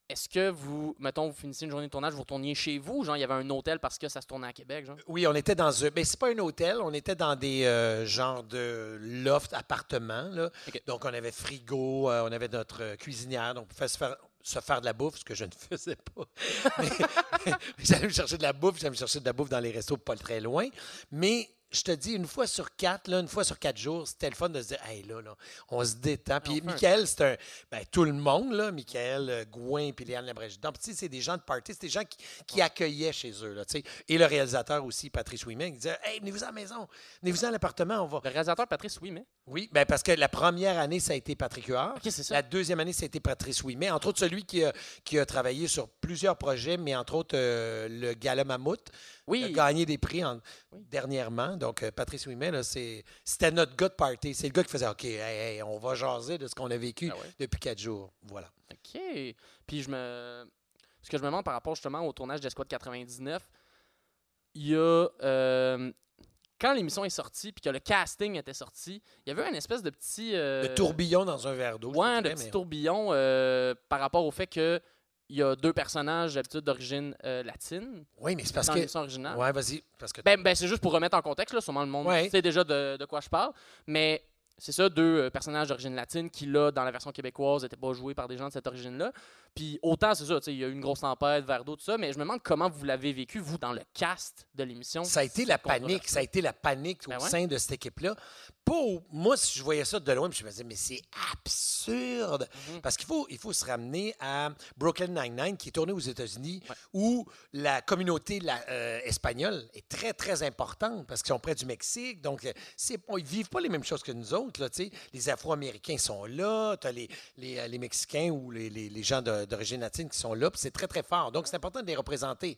B: est-ce que vous, mettons, vous finissez une journée de tournage, vous retourniez chez vous? Genre, il y avait un hôtel parce que ça se tournait à Québec, genre?
C: Oui, on était dans un. Mais c'est pas un hôtel, on était dans des euh, genres de loft appartements. là.
B: OK.
C: Donc, on avait frigo, euh, on avait notre euh, cuisinière, donc on pouvait se faire, se faire de la bouffe, ce que je ne faisais pas. mais, mais j'allais me chercher de la bouffe, j'allais me chercher de la bouffe dans les restos pas très loin. Mais je te dis, une fois sur quatre, là, une fois sur quatre jours, c'était le fun de se dire, hey, là, là, on se détend. Puis
B: on fait un-
C: Michael, c'est un. Ben, tout le monde, là, Michael, euh, Gouin, puis Léane Labrèche. Donc, tu sais, c'est des gens de party, c'est des gens qui, qui accueillaient chez eux, là, tu sais. Et le réalisateur aussi, Patrice Ouimet, qui disait, hey, venez-vous à la maison, venez-vous à l'appartement, on va.
B: Le réalisateur Patrice, oui, mais.
C: Oui, ben parce que la première année, ça a été Patrick Huard.
B: Ok, c'est ça.
C: La deuxième année, c'était Patrice Ouimet, entre autres celui qui a, qui a travaillé sur plusieurs projets, mais entre autres euh, le Gala Mammouth, qui a
B: Oui, Ah
C: gagné des prix en-
B: Oui.
C: dernièrement. Donc, euh, Patrice Ouimet, là, c'est- c'était notre gars de party. C'est le gars qui faisait OK, hey, hey, on va jaser de ce qu'on a vécu
B: Ah ouais.
C: depuis quatre jours. Voilà.
B: OK. Puis je me. Ce que je me demande par rapport justement au tournage d'Esquad 99, il y a. euh, quand l'émission est sortie, puis que le casting était sorti, il y avait un espèce de petit. euh,
C: Le tourbillon dans un verre d'eau. je
B: Ouais,
C: te
B: de
C: dirais,
B: petit
C: mais-
B: tourbillon euh, par rapport au fait que. Il y a deux personnages d'habitude d'origine euh, latine
C: Oui, mais c'est parce
B: dans hein.
C: que.
B: l'émission originale.
C: Ouais, vas-y. Parce que.
B: Ben, ben, c'est juste pour remettre en contexte, là, sûrement le monde
C: Ouais.
B: sait déjà de, de quoi je parle. Mais c'est ça, deux euh, personnages d'origine latine qui, là, dans la version québécoise, n'étaient pas joués par des gens de cette origine-là. Puis autant, c'est ça, tu sais, il y a eu une grosse tempête, vers d'eau, tout ça. Mais je me demande comment vous l'avez vécu, vous, dans le cast de l'émission.
C: Ça a été la
B: controversé.
C: panique, ça a été la panique au
B: Ben ouais.
C: sein de cette équipe-là. Pas au- Moi, si je voyais ça de loin, puis je me disais, mais c'est absurde.
B: Mhm.
C: Parce qu'il faut, il faut se ramener à Brooklyn Nine-Nine, qui est tourné aux États-Unis,
B: Ouais.
C: où la communauté la- euh, espagnole est très, très importante, parce qu'ils sont près du Mexique. Donc, euh, c'est, pas- ils vivent pas les mêmes choses que nous autres. Là, tu sais. les Afro-Américains sont là, tu as les, les, euh, les Mexicains ou les, les- les gens de- d'origine latine qui sont là, puis c'est très, très fort. Donc, c'est important de les représenter.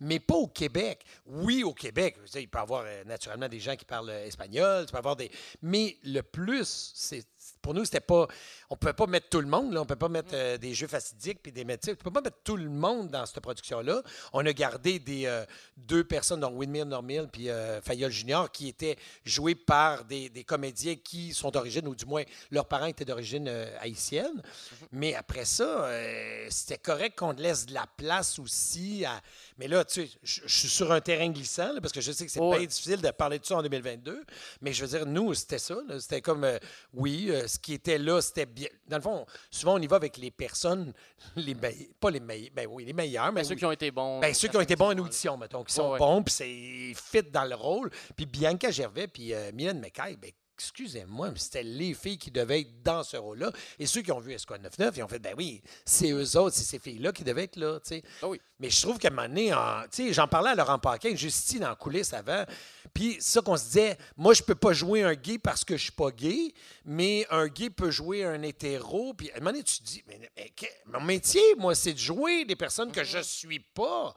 C: Mais pas au Québec. Oui, au Québec, je veux dire, il peut y avoir euh, naturellement des gens qui parlent euh, espagnol, tu peux avoir des... Mais le plus, c'est... c'est- Pour nous, c'était pas... On ne pouvait pas mettre tout le monde. Là. On ne peut pas mettre euh, des jeux fastidiques puis des métiers. On ne peut pas mettre tout le monde dans cette production-là. On a gardé des euh, deux personnes, donc Windmill Normill puis euh, Fayol Junior, qui étaient joués par des, des comédiens qui sont d'origine, ou du moins leurs parents étaient d'origine euh, haïtienne. Mais après ça, euh, c'était correct qu'on te laisse de la place aussi. à- Mais là, tu sais, je je suis sur un terrain glissant là, parce que je sais que c'est
B: Ouais.
C: bien difficile de parler de ça en 2022. Mais je veux dire, nous, c'était ça. là. C'était comme, euh, oui, euh, ce qui était là, c'était bien. Dans le fond, souvent, on y va avec les personnes, les meille- pas les meilleurs, ben oui, les meilleurs, mais
B: Ben, ceux qui ont été bons.
C: ben, ceux qui ont été bons en
B: audition.
C: audition, mettons, qui
B: Ouais,
C: sont
B: ouais.
C: bons, puis c'est fit dans le rôle. Puis Bianca Gervais, puis euh, Mylène McKay, ben, excusez-moi, mais c'était les filles qui devaient être dans ce rôle-là. Et ceux qui ont vu Esquad 99, ils ont fait, ben oui, c'est eux autres, c'est ces filles-là qui devaient être là, tu sais.
B: Ah oui.
C: Mais je trouve qu'à un moment donné, en- tu sais, j'en parlais à Laurent Paquin, juste ici, dans la coulisse avant, puis ça qu'on se disait, moi, je peux pas jouer un gay parce que je suis pas gay, mais un gay peut jouer un hétéro, puis à un moment donné, tu te dis, mais, mais que- mon métier, moi, c'est de jouer des personnes que je suis pas.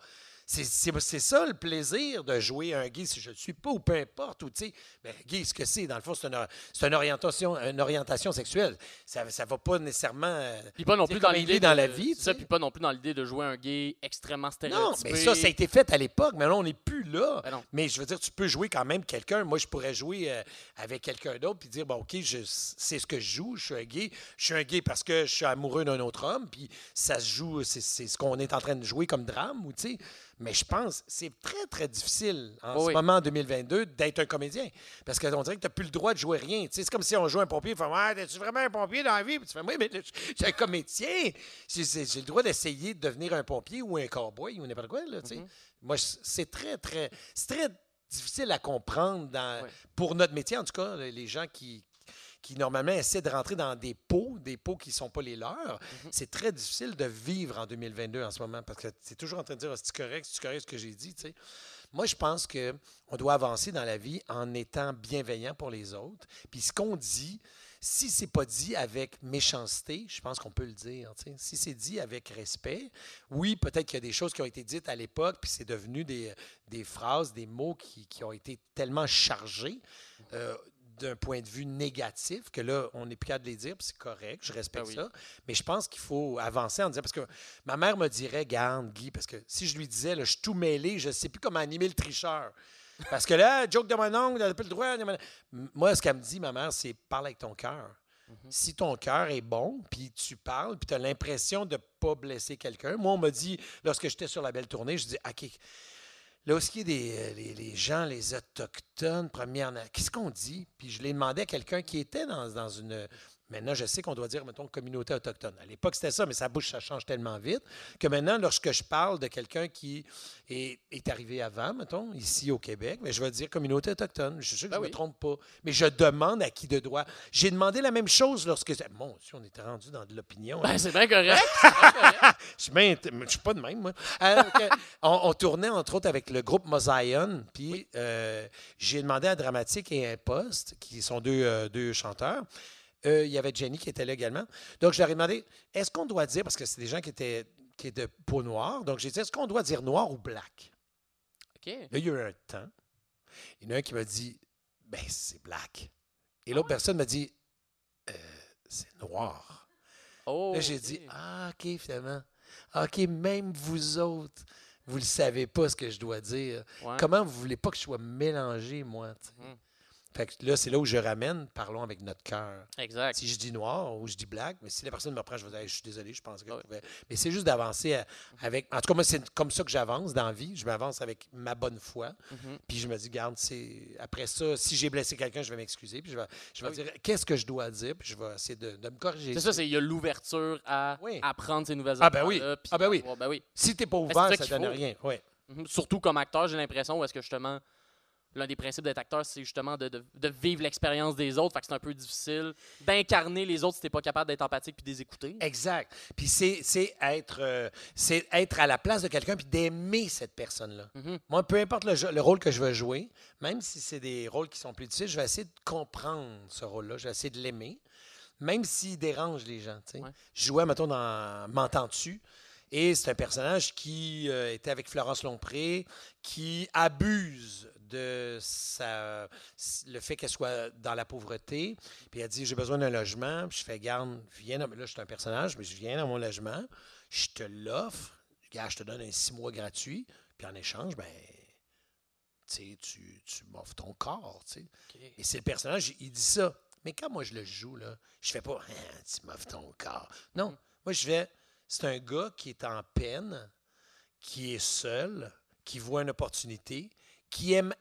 C: C'est- C'est c'est ça le plaisir de jouer un gay, si je ne suis pas ou peu importe. Ou, tu sais, ben, gay, ce que c'est, dans le fond, c'est une, or- c'est une orientation, une orientation sexuelle. Ça ne va pas nécessairement. euh,
B: Puis pas non
C: C'est
B: plus dans
C: comme il
B: l'idée.
C: est dans
B: de-
C: la
B: Ça,
C: vie, tu sais.
B: puis pas non plus dans l'idée de jouer un gay extrêmement
C: Non,
B: stéréotypé.
C: mais ça, ça a été fait à l'époque. mais là, on n'est plus là.
B: Ben non.
C: mais je veux dire, tu peux jouer quand même quelqu'un. Moi, je pourrais jouer euh, avec quelqu'un d'autre puis dire, bon, OK, je- c'est ce que je joue. Je suis un gay. Je suis un gay parce que je suis amoureux d'un autre homme. Puis ça se joue, c'est c'est ce qu'on est en train de jouer comme drame. Ou, tu sais. mais je pense c'est très, très difficile en
B: Oui,
C: ce
B: oui.
C: moment, en 2022, d'être un comédien. Parce qu'on dirait que tu n'as plus le droit de jouer rien. Tu sais, c'est comme si on jouait un pompier. Fait, ouais, es-tu vraiment un pompier dans la vie? Puis tu fais, oui, mais là, je je suis un comédien. J'ai- J'ai j'ai le droit d'essayer de devenir un pompier ou un cowboy ou n'importe quoi. Là, tu sais.
B: Mm-hmm.
C: Moi, je- c'est très, très, c'est très difficile à comprendre dans-
B: Ouais.
C: pour notre métier, en tout cas, les les gens qui, qui normalement essaient de rentrer dans des pots, des pots qui ne sont pas les leurs. C'est très difficile de vivre en 2022 en ce moment parce que tu es toujours en train de dire Ah, c'est-tu correct, c'est-tu correct ce que j'ai dit, tu sais. Moi, je pense que on doit avancer dans la vie en étant bienveillant pour les autres. Puis ce qu'on dit, si c'est pas dit avec méchanceté, je pense qu'on peut le dire. tu sais. Si c'est dit avec respect, oui, peut-être qu'il y a des choses qui ont été dites à l'époque, puis c'est devenu des, des phrases, des mots qui, qui ont été tellement chargés. euh, d'un point de vue négatif, que là, on n'est plus capable de les dire, puis c'est correct, je respecte
B: Ah oui.
C: ça. Mais je pense qu'il faut avancer en disant, parce que ma mère me dirait, garde, Guy, parce que si je lui disais, là, je suis tout mêlé, je ne sais plus comment animer le tricheur. Parce que là, joke de mon oncle, n'a plus le droit. de mon- M- Moi, ce qu'elle me dit, ma mère, c'est parle avec ton cœur.
B: Mhm.
C: Si ton cœur est bon, puis tu parles, puis tu as l'impression de ne pas blesser quelqu'un. Moi, on m'a dit, lorsque j'étais sur la belle tournée, je dis, OK, Là, où ce qui est des, euh, les, les gens, les Autochtones, première na- qu'est-ce qu'on dit? Puis je l'ai demandé à quelqu'un qui était dans, dans une. Maintenant, je sais qu'on doit dire, mettons, communauté autochtone. À l'époque, c'était ça, mais sa bouche, ça change tellement vite que maintenant, lorsque je parle de quelqu'un qui est, est arrivé avant, mettons, ici au Québec, mais je vais dire communauté autochtone. Je suis sûr que
B: Ben
C: je
B: oui.
C: me trompe pas. Mais je demande à qui de droit. J'ai demandé la même chose lorsque. Bon, si on était rendu dans de l'opinion. là.
B: Ben, c'est bien correct.
C: Je suis bien int- je suis pas de même, moi. Alors que on, on tournait, entre autres, avec le groupe Mosaïon, puis euh, j'ai demandé à Dramatique et Impost, qui sont deux, euh, deux chanteurs, Euh, il y avait Jenny qui était là également. Donc, je leur ai demandé, est-ce qu'on doit dire, parce que c'est des gens qui étaient qui étaient de peau noire, donc j'ai dit, est-ce qu'on doit dire noir ou black?
B: OK.
C: Là, il y a eu un temps. Il y en a un qui m'a dit Ben, c'est black. Et
B: Ah
C: l'autre personne m'a dit Euh, C'est noir.
B: Oh,
C: Là, j'ai
B: ok.
C: dit Ah, OK, finalement. Ah, OK, même vous autres, vous ne savez pas ce que je dois dire.
B: Ouais.
C: Comment vous voulez pas que je sois mélangé, moi? tu sais?
B: Mm.
C: Fait que là, c'est là où je ramène, parlons avec notre cœur.
B: Exact.
C: Si je dis noir ou je dis black, mais si la personne me reprend, je vais dire, Hey, je suis désolé, je pense que
B: Ah Ouais.
C: je pouvais. Mais c'est juste d'avancer à- avec. En tout cas, moi, c'est comme ça que j'avance dans la vie. Je m'avance avec ma bonne foi.
B: Mhm.
C: Puis je me dis, garde, c'est. Après ça, si j'ai blessé quelqu'un, je vais m'excuser. Puis je vais, je vais dire, qu'est-ce que je dois dire? Puis je vais essayer de, de me corriger.
B: Ah C'est ça, c'est il y a l'ouverture à
C: Oui.
B: apprendre ces nouvelles
C: Ah, ben oui.
B: affaires-là, puis
C: Ah, ben oui.
B: avoir- ben oui.
C: Si t'es pas
B: c'est
C: ouvert,
B: ça
C: ça
B: qu'il
C: donne
B: faut.
C: rien. Oui.
B: Mhm. Surtout comme acteur, j'ai l'impression où est-ce que justement l'un des principes d'être acteur, c'est justement de, de- de vivre l'expérience des autres. Fait que c'est un peu difficile d'incarner les autres si t'es pas capable d'être empathique puis de les écouter.
C: Exact. Puis c'est c'est être, euh, c'est être à la place de quelqu'un puis d'aimer cette personne-là.
B: Mhm.
C: Moi, peu importe le, jeu- le rôle que je veux jouer, même si c'est des rôles qui sont plus difficiles, je vais essayer de comprendre ce rôle-là. Je vais essayer de l'aimer, même s'il dérange les gens. tu sais.
B: Ouais.
C: Je jouais, mettons, dans M'entends-tu? Et c'est un personnage qui euh, était avec Florence Lompré, qui abuse de sa, le fait qu'elle soit dans la pauvreté. Puis elle dit J'ai besoin d'un logement. Puis je fais Garde, viens. dans- Là, je suis un personnage, mais je viens dans mon logement. Je te l'offre. Gars, je te donne un six mois gratuit. Puis en échange, ben, tu sais, tu, tu m'offres ton corps. tu sais. Et c'est le personnage, il dit ça. Mais quand moi je le joue, là, je fais pas Hein, tu m'offres ton corps. Non. Moi, je vais. C'est un gars qui est en peine, qui est seul, qui voit une opportunité, qui aime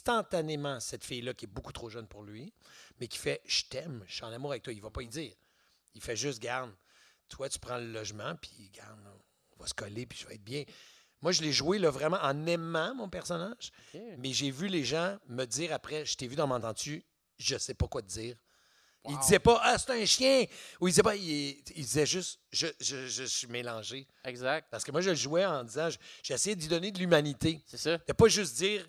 C: instantanément cette fille-là qui est beaucoup trop jeune pour lui, mais qui fait Je t'aime, je suis en amour avec toi. Il va pas y dire. Il fait juste Garde, toi, tu prends le logement, puis garde, on va se coller, puis je vais être bien. Moi, je l'ai joué là, vraiment en aimant mon personnage,
B: Ok.
C: mais j'ai vu les gens me dire après Je t'ai vu dans M'entends-tu, je sais pas quoi te dire. Il
B: Wow.
C: disait pas Ah, c'est un chien ou il disait pas Il, il disait juste je, je, je suis mélangé.
B: Exact.
C: Parce que moi, je le jouais en disant je- J'ai essayé d'y donner de l'humanité.
B: C'est ça.
C: De pas juste dire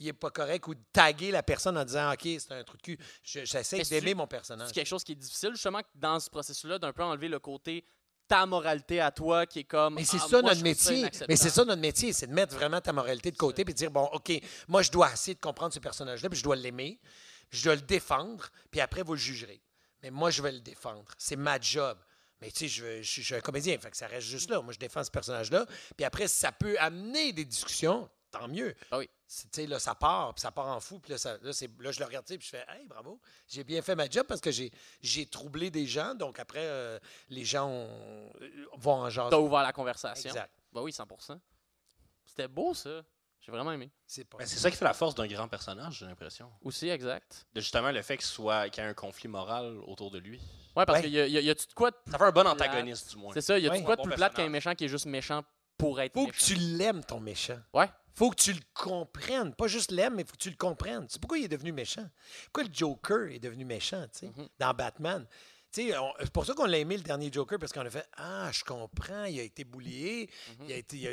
C: il est pas correct ou de taguer la personne en disant OK, c'est un trou de cul. Je- J'essaie
B: Mais c'est-
C: d'aimer mon
B: C'est
C: personnage.
B: quelque chose qui est difficile, justement, dans ce processus-là, d'un peu enlever le côté ta moralité à toi qui est comme.
C: Mais c'est
B: Ah, moi,
C: ça
B: je
C: notre
B: trouve
C: métier.
B: inacceptable.
C: Mais c'est ça notre métier, c'est de mettre vraiment ta moralité de côté puis de dire bon, OK, moi je dois essayer de comprendre ce personnage-là, puis je dois l'aimer, puis je dois le défendre, puis après vous le jugerez. Mais moi je vais le défendre, c'est ma job. Mais tu sais, je, veux- je suis- je suis un comédien, fait que ça reste juste là. Moi je défends ce personnage-là, puis après si ça peut amener des discussions, tant mieux.
B: Ah oui.
C: C'est- Tu sais, là, ça part, puis ça part en fou. Puis là, ça- là, c'est- là, je le regarde, tu sais, puis je fais Hey, bravo, j'ai bien fait ma job parce que j'ai j'ai troublé des gens. Donc après, euh, les gens ont- euh, vont en jaser.
B: T'as ouvert la conversation.
C: Exact.
B: Ben oui, 100 C'était beau, ça. J'ai vraiment aimé.
C: C'est pas.
D: Ben, c'est ça qui fait la force d'un grand personnage, j'ai l'impression.
B: Aussi, exact.
D: De justement le fait qu'il soit- qu'il y ait un conflit moral autour de lui.
B: Ouais, parce
C: Ouais.
B: qu'il y a, y a- y a-tu de quoi de
D: Ça fait un bon
B: Plate.
D: antagoniste, du moins.
B: C'est ça, il y a
C: Ouais.
B: du quoi de
D: Bon
B: plus plate qu'un
D: personnage.
B: méchant qui est juste méchant pour être
C: Faut que
B: méchant.
C: tu l'aimes, ton méchant.
B: Ouais.
C: Faut que tu le comprennes. Pas juste l'aimes, mais faut que tu le comprennes. C'est pourquoi il est devenu méchant. Pourquoi le Joker est devenu méchant, tu sais, dans Batman. Tu tu sais, on- c'est pour ça qu'on l'a aimé, le dernier Joker, parce qu'on a fait Ah, je comprends, il a été boulié, il, a été, il a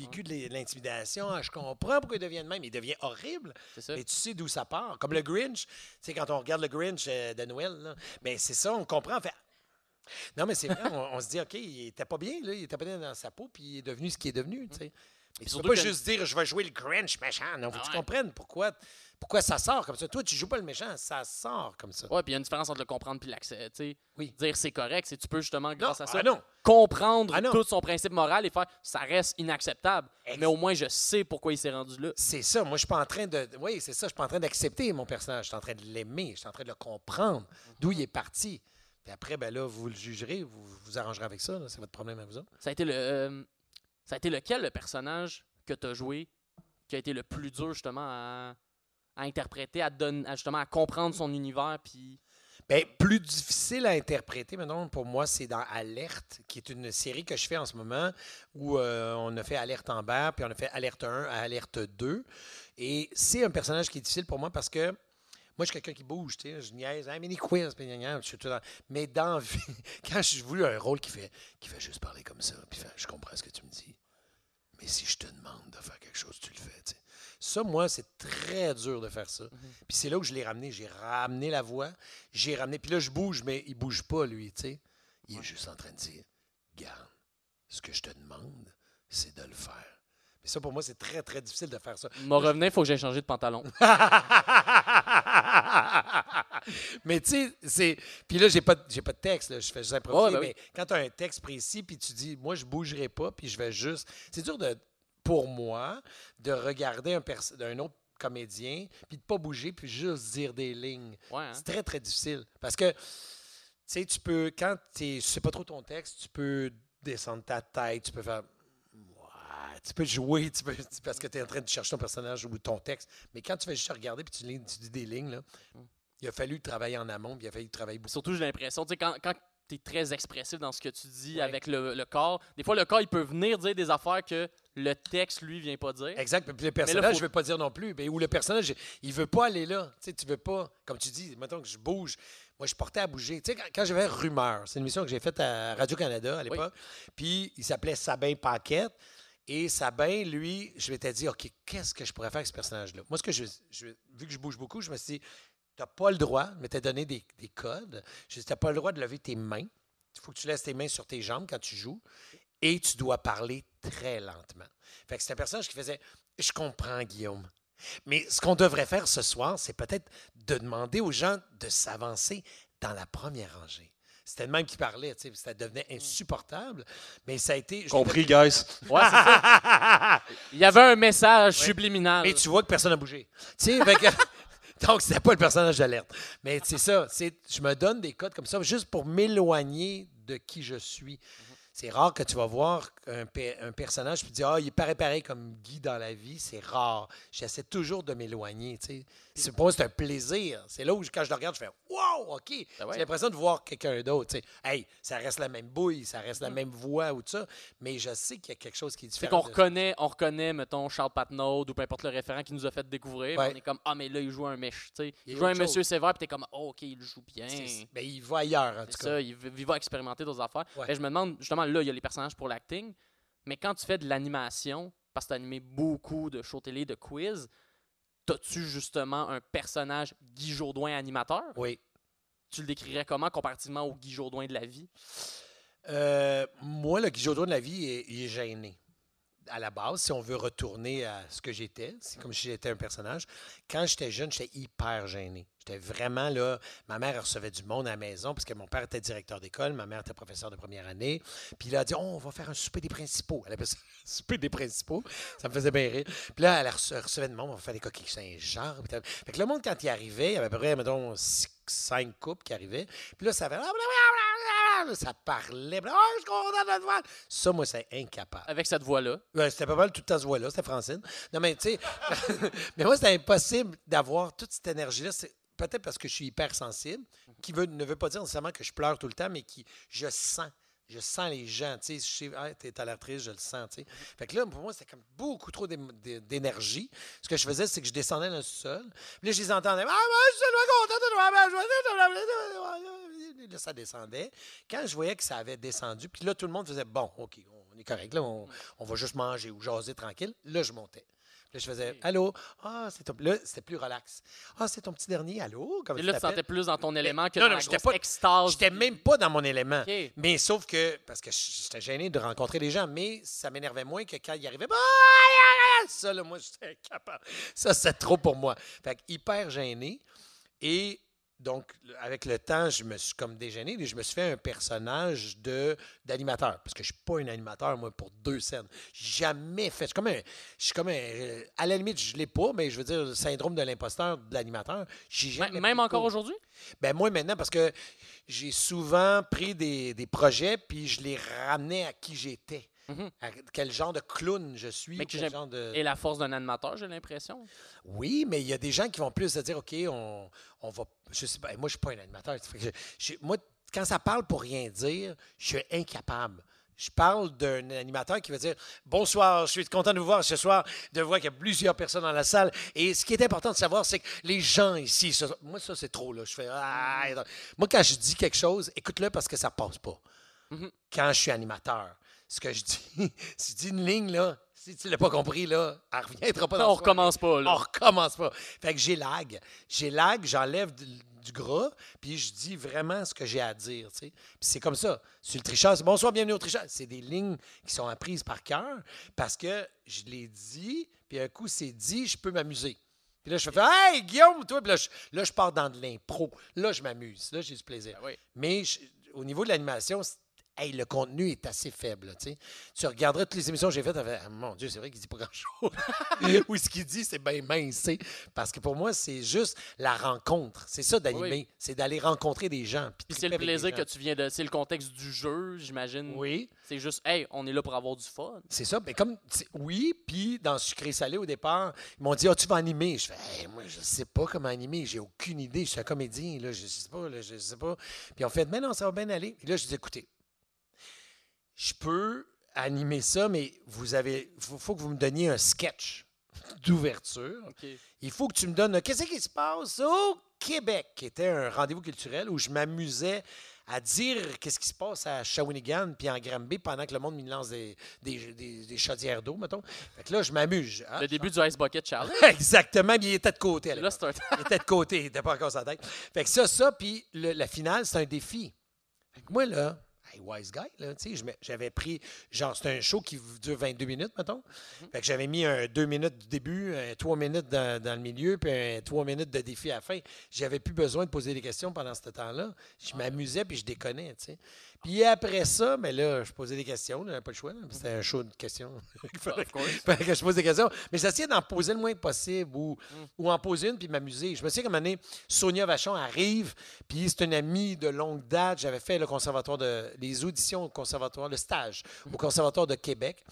C: vécu de l'é- de l'intimidation, Ah, je comprends pourquoi il devient de même. Il devient horrible,
B: C'est ça.
C: mais tu sais d'où ça part. Comme le Grinch, tu sais, quand on regarde le Grinch euh, de Noël, là, mais c'est ça, on comprend. En fait, ah! non, mais c'est vrai, on, on se dit OK, il était pas bien, là, il était pas bien dans sa peau, puis il est devenu ce qu'il est devenu, tu sais. Mais tu
B: surtout
C: peux pas
B: que- Ah
C: juste dire je vais jouer le Grinch méchant. Non, faut que tu
B: ouais.
C: comprennes pourquoi, pourquoi ça sort comme ça. Toi, tu joues pas le méchant, ça sort comme ça.
B: Ouais, puis il y a une différence entre le comprendre puis l'accepter. tu sais.
C: Oui.
B: Dire c'est correct, c'est tu peux justement, grâce à ça,
C: ah non.
B: comprendre
C: Ah non.
B: tout son principe moral et faire ça reste inacceptable.
C: Ex-
B: Mais au moins, je sais pourquoi il s'est rendu là.
C: C'est ça. Moi, je suis pas en train de. Oui, c'est ça. Je suis pas en train d'accepter mon personnage. Je suis en train de l'aimer. Je suis en train de le comprendre. D'où il est parti. Puis après, ben là, vous le jugerez. Vous vous arrangerez avec ça. là. C'est votre problème à vous autres.
B: Ça a été, le, euh, ça a été lequel le personnage que tu as joué qui a été le plus dur justement à, à interpréter, à, donner, à justement à comprendre son univers? Puis...
C: Ben, plus difficile à interpréter, maintenant, pour moi, c'est dans Alerte, qui est une série que je fais en ce moment où euh, on a fait Alerte Amber, puis on a fait Alerte 1 à Alerte 2. Et c'est un personnage qui est difficile pour moi parce que moi, je suis quelqu'un qui bouge, tu sais, je niaise, hey, mini quiz, puis gna gna, je suis tout dans- mais dans vie, quand j'ai voulu un rôle qui fait, qui fait juste parler comme ça, puis fait, je comprends ce que tu me dis, mais si je te demande de faire quelque chose, tu le fais, tu sais. Ça, moi, c'est très dur de faire ça. Puis c'est là que je l'ai ramené. J'ai ramené la voix, j'ai ramené. Puis là, je bouge, mais il bouge pas, lui, tu sais. Il est juste en train de dire Garde, ce que je te demande, c'est de le faire. Mais ça, pour moi, c'est très, très difficile de faire ça.
B: M'en revenait, il faut que j'aie changé de pantalon.
C: mais tu sais, c'est. Puis là, j'ai pas, de- j'ai pas de texte, là, je fais juste improviser.
B: Ouais, ben
C: mais quand tu as un texte précis, puis tu dis, moi, je bougerai pas, puis je vais juste. C'est dur de, pour moi, de regarder un, perso- un autre comédien, puis de pas bouger, puis juste dire des lignes.
B: Ouais, hein?
C: C'est très, très difficile. Parce que, tu sais, tu peux, quand tu sais pas trop ton texte, tu peux descendre ta tête, tu peux faire. Ouais, Tu peux jouer tu peux, tu- parce que tu es en train de chercher ton personnage ou ton texte. Mais quand tu fais juste regarder puis tu, lis- tu dis des lignes, là, il a fallu travailler en amont puis il a fallu travailler beaucoup.
B: Surtout, j'ai l'impression, tu sais, quand, quand tu es très expressif dans ce que tu dis avec le, le corps, des fois, le corps, il peut venir dire des affaires que le texte, lui, vient pas dire.
C: Exact. Puis le personnage,
B: faut-
C: je veux pas dire non plus. Mais où le personnage, il veut pas aller là. Tu sais, tu veux pas. Comme tu dis, mettons que je bouge. Moi, je portais à bouger. Tu sais, quand, quand j'avais Rumeur, c'est une émission que j'ai faite à Radio-Canada à l'époque. Puis il s'appelait Sabin Paquette. Et Sabin, lui, je m'étais dit, OK, qu'est-ce que je pourrais faire avec ce personnage-là? Moi, ce que je, je- vu que je bouge beaucoup, je me suis dit, t'as pas le droit, je m'étais donné des, des codes. Je dis, t'as pas le droit de lever tes mains. Il faut que tu laisses tes mains sur tes jambes quand tu joues. Et tu dois parler très lentement. Fait que c'est un personnage qui faisait Je comprends, Guillaume. Mais ce qu'on devrait faire ce soir, c'est peut-être de demander aux gens de s'avancer dans la première rangée. C'était le même qui parlait, tu sais, ça devenait insupportable. Mais ça a été. je
D: Compris, guys.
B: Ouais, c'est ça. Il y avait un message
C: Ouais.
B: subliminal.
C: Mais tu vois que personne n'a bougé. Tu sais, fait que- donc c'était pas le personnage d'alerte. Mais c'est ça, c'est je me donne des codes comme ça juste pour m'éloigner de qui je suis. C'est rare que tu vas voir un, pe- un personnage puis dire ah il paraît pareil comme Guy dans la vie, c'est rare. J'essaie toujours de m'éloigner. tu sais. C'est pour moi c'est un plaisir. C'est là où je- quand je le regarde je fais wow ok.
B: Ben ouais.
C: J'ai l'impression de voir quelqu'un d'autre. tu sais. Hey ça reste la même bouille, ça reste la même voix ou tout ça, mais je sais qu'il y a quelque chose qui est
B: Fait Mm. qu'on
C: différent. de-
B: reconnaît, on reconnaît, mettons, Charles Patnaud ou peu importe le référent qui nous a fait découvrir.
C: Ouais.
B: On est comme, ah, mais là, il joue un méch. tu sais.
C: Il
B: Il
C: y a
B: joue un
C: autre
B: monsieur sévère, puis t'es comme, oh, ok, il joue bien.
C: C'est-
B: C'est
C: ben, il va ailleurs en tout cas.
B: ça, il, v- il va expérimenter d'autres affaires.
C: Ouais.
B: Ben, je me demande, justement, là, il y a les personnages pour l'acting, mais quand tu fais de l'animation, parce que t'as animé beaucoup de shows télé, de quiz, t'as-tu justement un personnage Guy Jourdouin animateur?
C: Oui.
B: Tu le décrirais comment comparativement au Guy Jourdouin de la vie?
C: Euh, moi, le Guillaume de la vie, il est, il est gêné. À la base, si on veut retourner à ce que j'étais, c'est comme si j'étais un personnage. Quand j'étais jeune, j'étais hyper gêné. J'étais vraiment là. Ma mère elle recevait du monde à la maison parce que mon père était directeur d'école, ma mère était professeure de première année. Puis là, elle a dit Oh, on va faire un souper des principaux. Elle appelait ça souper des principaux. Ça me faisait bien rire. Puis là, elle rece- recevait du monde, on va faire des coquilles Saint-Jean. Puis tout. Fait que le monde, quand il arrivait, il y avait à peu près, mettons, six- cinq couples qui arrivaient. Puis là, ça fait. Là, ça parlait. Ah, je suis content de te voir. Ça, moi, c'est incapable.
B: Avec cette voix-là.
C: Ouais, Ben, c'était pas mal tout le temps ce voix-là, c'était Francine. Non, mais tu sais, mais moi, c'était impossible d'avoir toute cette énergie-là. C'est Peut-être parce que je suis hyper sensible, qui veut, ne veut pas dire nécessairement que je pleure tout le temps, mais qui je sens je sens les gens, tu sais, je sais, ah, t'es à l'air triste, je le sens, tu sais. Fait que là, pour moi, c'était comme beaucoup trop d'ém- d'é- d'énergie. Ce que je faisais, c'est que je descendais dans le sol. Puis là, je les entendais. Ah, ouais, je suis tellement content de toi, ben, je vois- Puis Là, ça descendait. Quand je voyais que ça avait descendu, puis là, tout le monde faisait bon, OK, on est correct, là, on, on va juste manger ou jaser tranquille. Là, je montais. Puis Là, je faisais Allô? Ah, c'est ton. Là, c'était plus relax. Ah, c'est ton petit dernier. Allô? Comme
B: Et là, tu sentais plus dans ton élément que
C: non,
B: dans
C: non,
B: la
C: j'étais
B: grosse
C: pas-
B: extase.
C: J'étais même pas dans mon élément.
B: OK.
C: Mais sauf que, parce que j'étais gêné de rencontrer des gens, mais ça m'énervait moins que quand il arrivait. Bah, ça, là, moi, j'étais incapable. Ça, c'est trop pour moi. Fait que hyper gêné. Et donc, avec le temps, je me suis comme dégêné et je me suis fait un personnage de d'animateur. Parce que je suis pas un animateur, moi, pour deux scènes. J'ai Jamais fait. Je suis comme un. Je suis comme un- euh, À la limite, je l'ai pas, mais je veux dire, le syndrome de l'imposteur, de l'animateur. J'ai
B: M-
C: jamais
B: Même
C: pris
B: encore
C: cours.
B: aujourd'hui?
C: Ben moi maintenant, parce que j'ai souvent pris des, des projets, puis je les ramenais à qui j'étais.
B: Mhm.
C: À quel genre de clown je suis.
B: Mais
C: ou
B: que
C: quel
B: j'aime-
C: genre de...
B: Et la force d'un animateur, j'ai l'impression.
C: Oui, mais il y a des gens qui vont plus se dire, OK, on, on va... Je sais pas, moi, je suis pas un animateur. Ça fait que je- je- moi, quand ça parle pour rien dire, je suis incapable. Je parle d'un animateur qui va dire Bonsoir, je suis content de vous voir ce soir, de voir qu'il y a plusieurs personnes dans la salle. Et ce qui est important de savoir, c'est que les gens ici, ce- moi, ça, c'est trop. là. Je fais Ah! Moi, quand je dis quelque chose, écoute-le parce que ça passe pas.
B: Mhm.
C: Quand je suis animateur, ce que je dis, si tu dis une ligne, là, si tu l'as pas compris, là, elle reviendra pas dans
B: on
C: ce soir.
B: recommence pas, là.
C: On recommence pas. Fait que j'ai lag. J'ai lag, j'enlève du, du gras, puis je dis vraiment ce que j'ai à dire. tu sais. Puis c'est comme ça. Sur le tricheur, c'est bonsoir, bienvenue au tricheur. C'est des lignes qui sont apprises par cœur parce que je les dis, puis un coup, c'est dit, je peux m'amuser. Puis là, je fais Hey, Guillaume, toi, puis là, je, là, je pars dans de l'impro. Là, je m'amuse. Là, j'ai du plaisir.
B: Ben oui.
C: Mais je- au niveau de l'animation, c'est- hey, le contenu est assez faible. tu sais. Tu regarderas toutes les émissions que j'ai faites, tu vas faire, Ah, mon Dieu, c'est vrai qu'il dit pas grand-chose. Ou ce qu'il dit, c'est bien mince. tu sais. Parce que pour moi, c'est juste la rencontre. C'est ça d'animer.
B: Oui.
C: C'est d'aller rencontrer des gens.
B: Puis c'est
C: triper
B: le
C: avec des
B: plaisir que
C: gens.
B: tu viens de. C'est le contexte du jeu, j'imagine.
C: Oui,
B: C'est juste, hey, on est là pour avoir du fun.
C: c'est ça. Mais comme, tu sais, oui, puis dans Sucré Salé, au départ, ils m'ont dit, ah, tu vas animer. Je fais, Hey, moi, je sais pas comment animer. J'ai aucune idée. Je suis un comédien. Là, je sais pas. Là, je sais pas. Puis on fait, mais non, ça va bien aller. Puis là, je dis, écoutez, je peux animer ça, mais vous avez, faut, faut que vous me donniez un sketch d'ouverture. Il faut que tu me donnes euh, qu'est-ce qui se passe au Québec, qui était un rendez-vous culturel où je m'amusais à dire qu'est-ce qui se passe à Shawinigan puis en Granby pendant que le monde me lance des, des- des- des chaudières d'eau, mettons. Fait que là, je Ah, m'amuse. Ah,
B: Le début du Ice Bucket Challenge.
C: Exactement, mais il était de côté. à
B: Là,
C: l'époque.
B: c'est un.
C: Il était de côté, il n'était pas encore sa tête. Fait que ça, ça, puis le- la finale, c'est un défi. Fait que moi, là, hey, wise guy, là, tu sais, je mets- j'avais pris, genre, c'est un show qui dure 22 minutes, mettons. Fait que j'avais mis un 2 minutes du début, un 3 minutes dans, dans le milieu, puis un 3 minutes de défi à la fin. J'avais plus besoin de poser des questions pendant ce temps-là. Je m'amusais, puis je déconnais, tu sais. Puis après ça, mais là, je posais des questions, là, j'avais pas le choix. là, C'était un show de questions.
B: Of course.
C: Fait que je pose des questions. Mais j'essayais d'en poser le moins possible ou, ou en poser une puis m'amuser. Je me souviens qu'à un moment donné, Sonia Vachon arrive, puis c'est une amie de longue date. J'avais fait le conservatoire de, les auditions au conservatoire, le stage au conservatoire de Québec.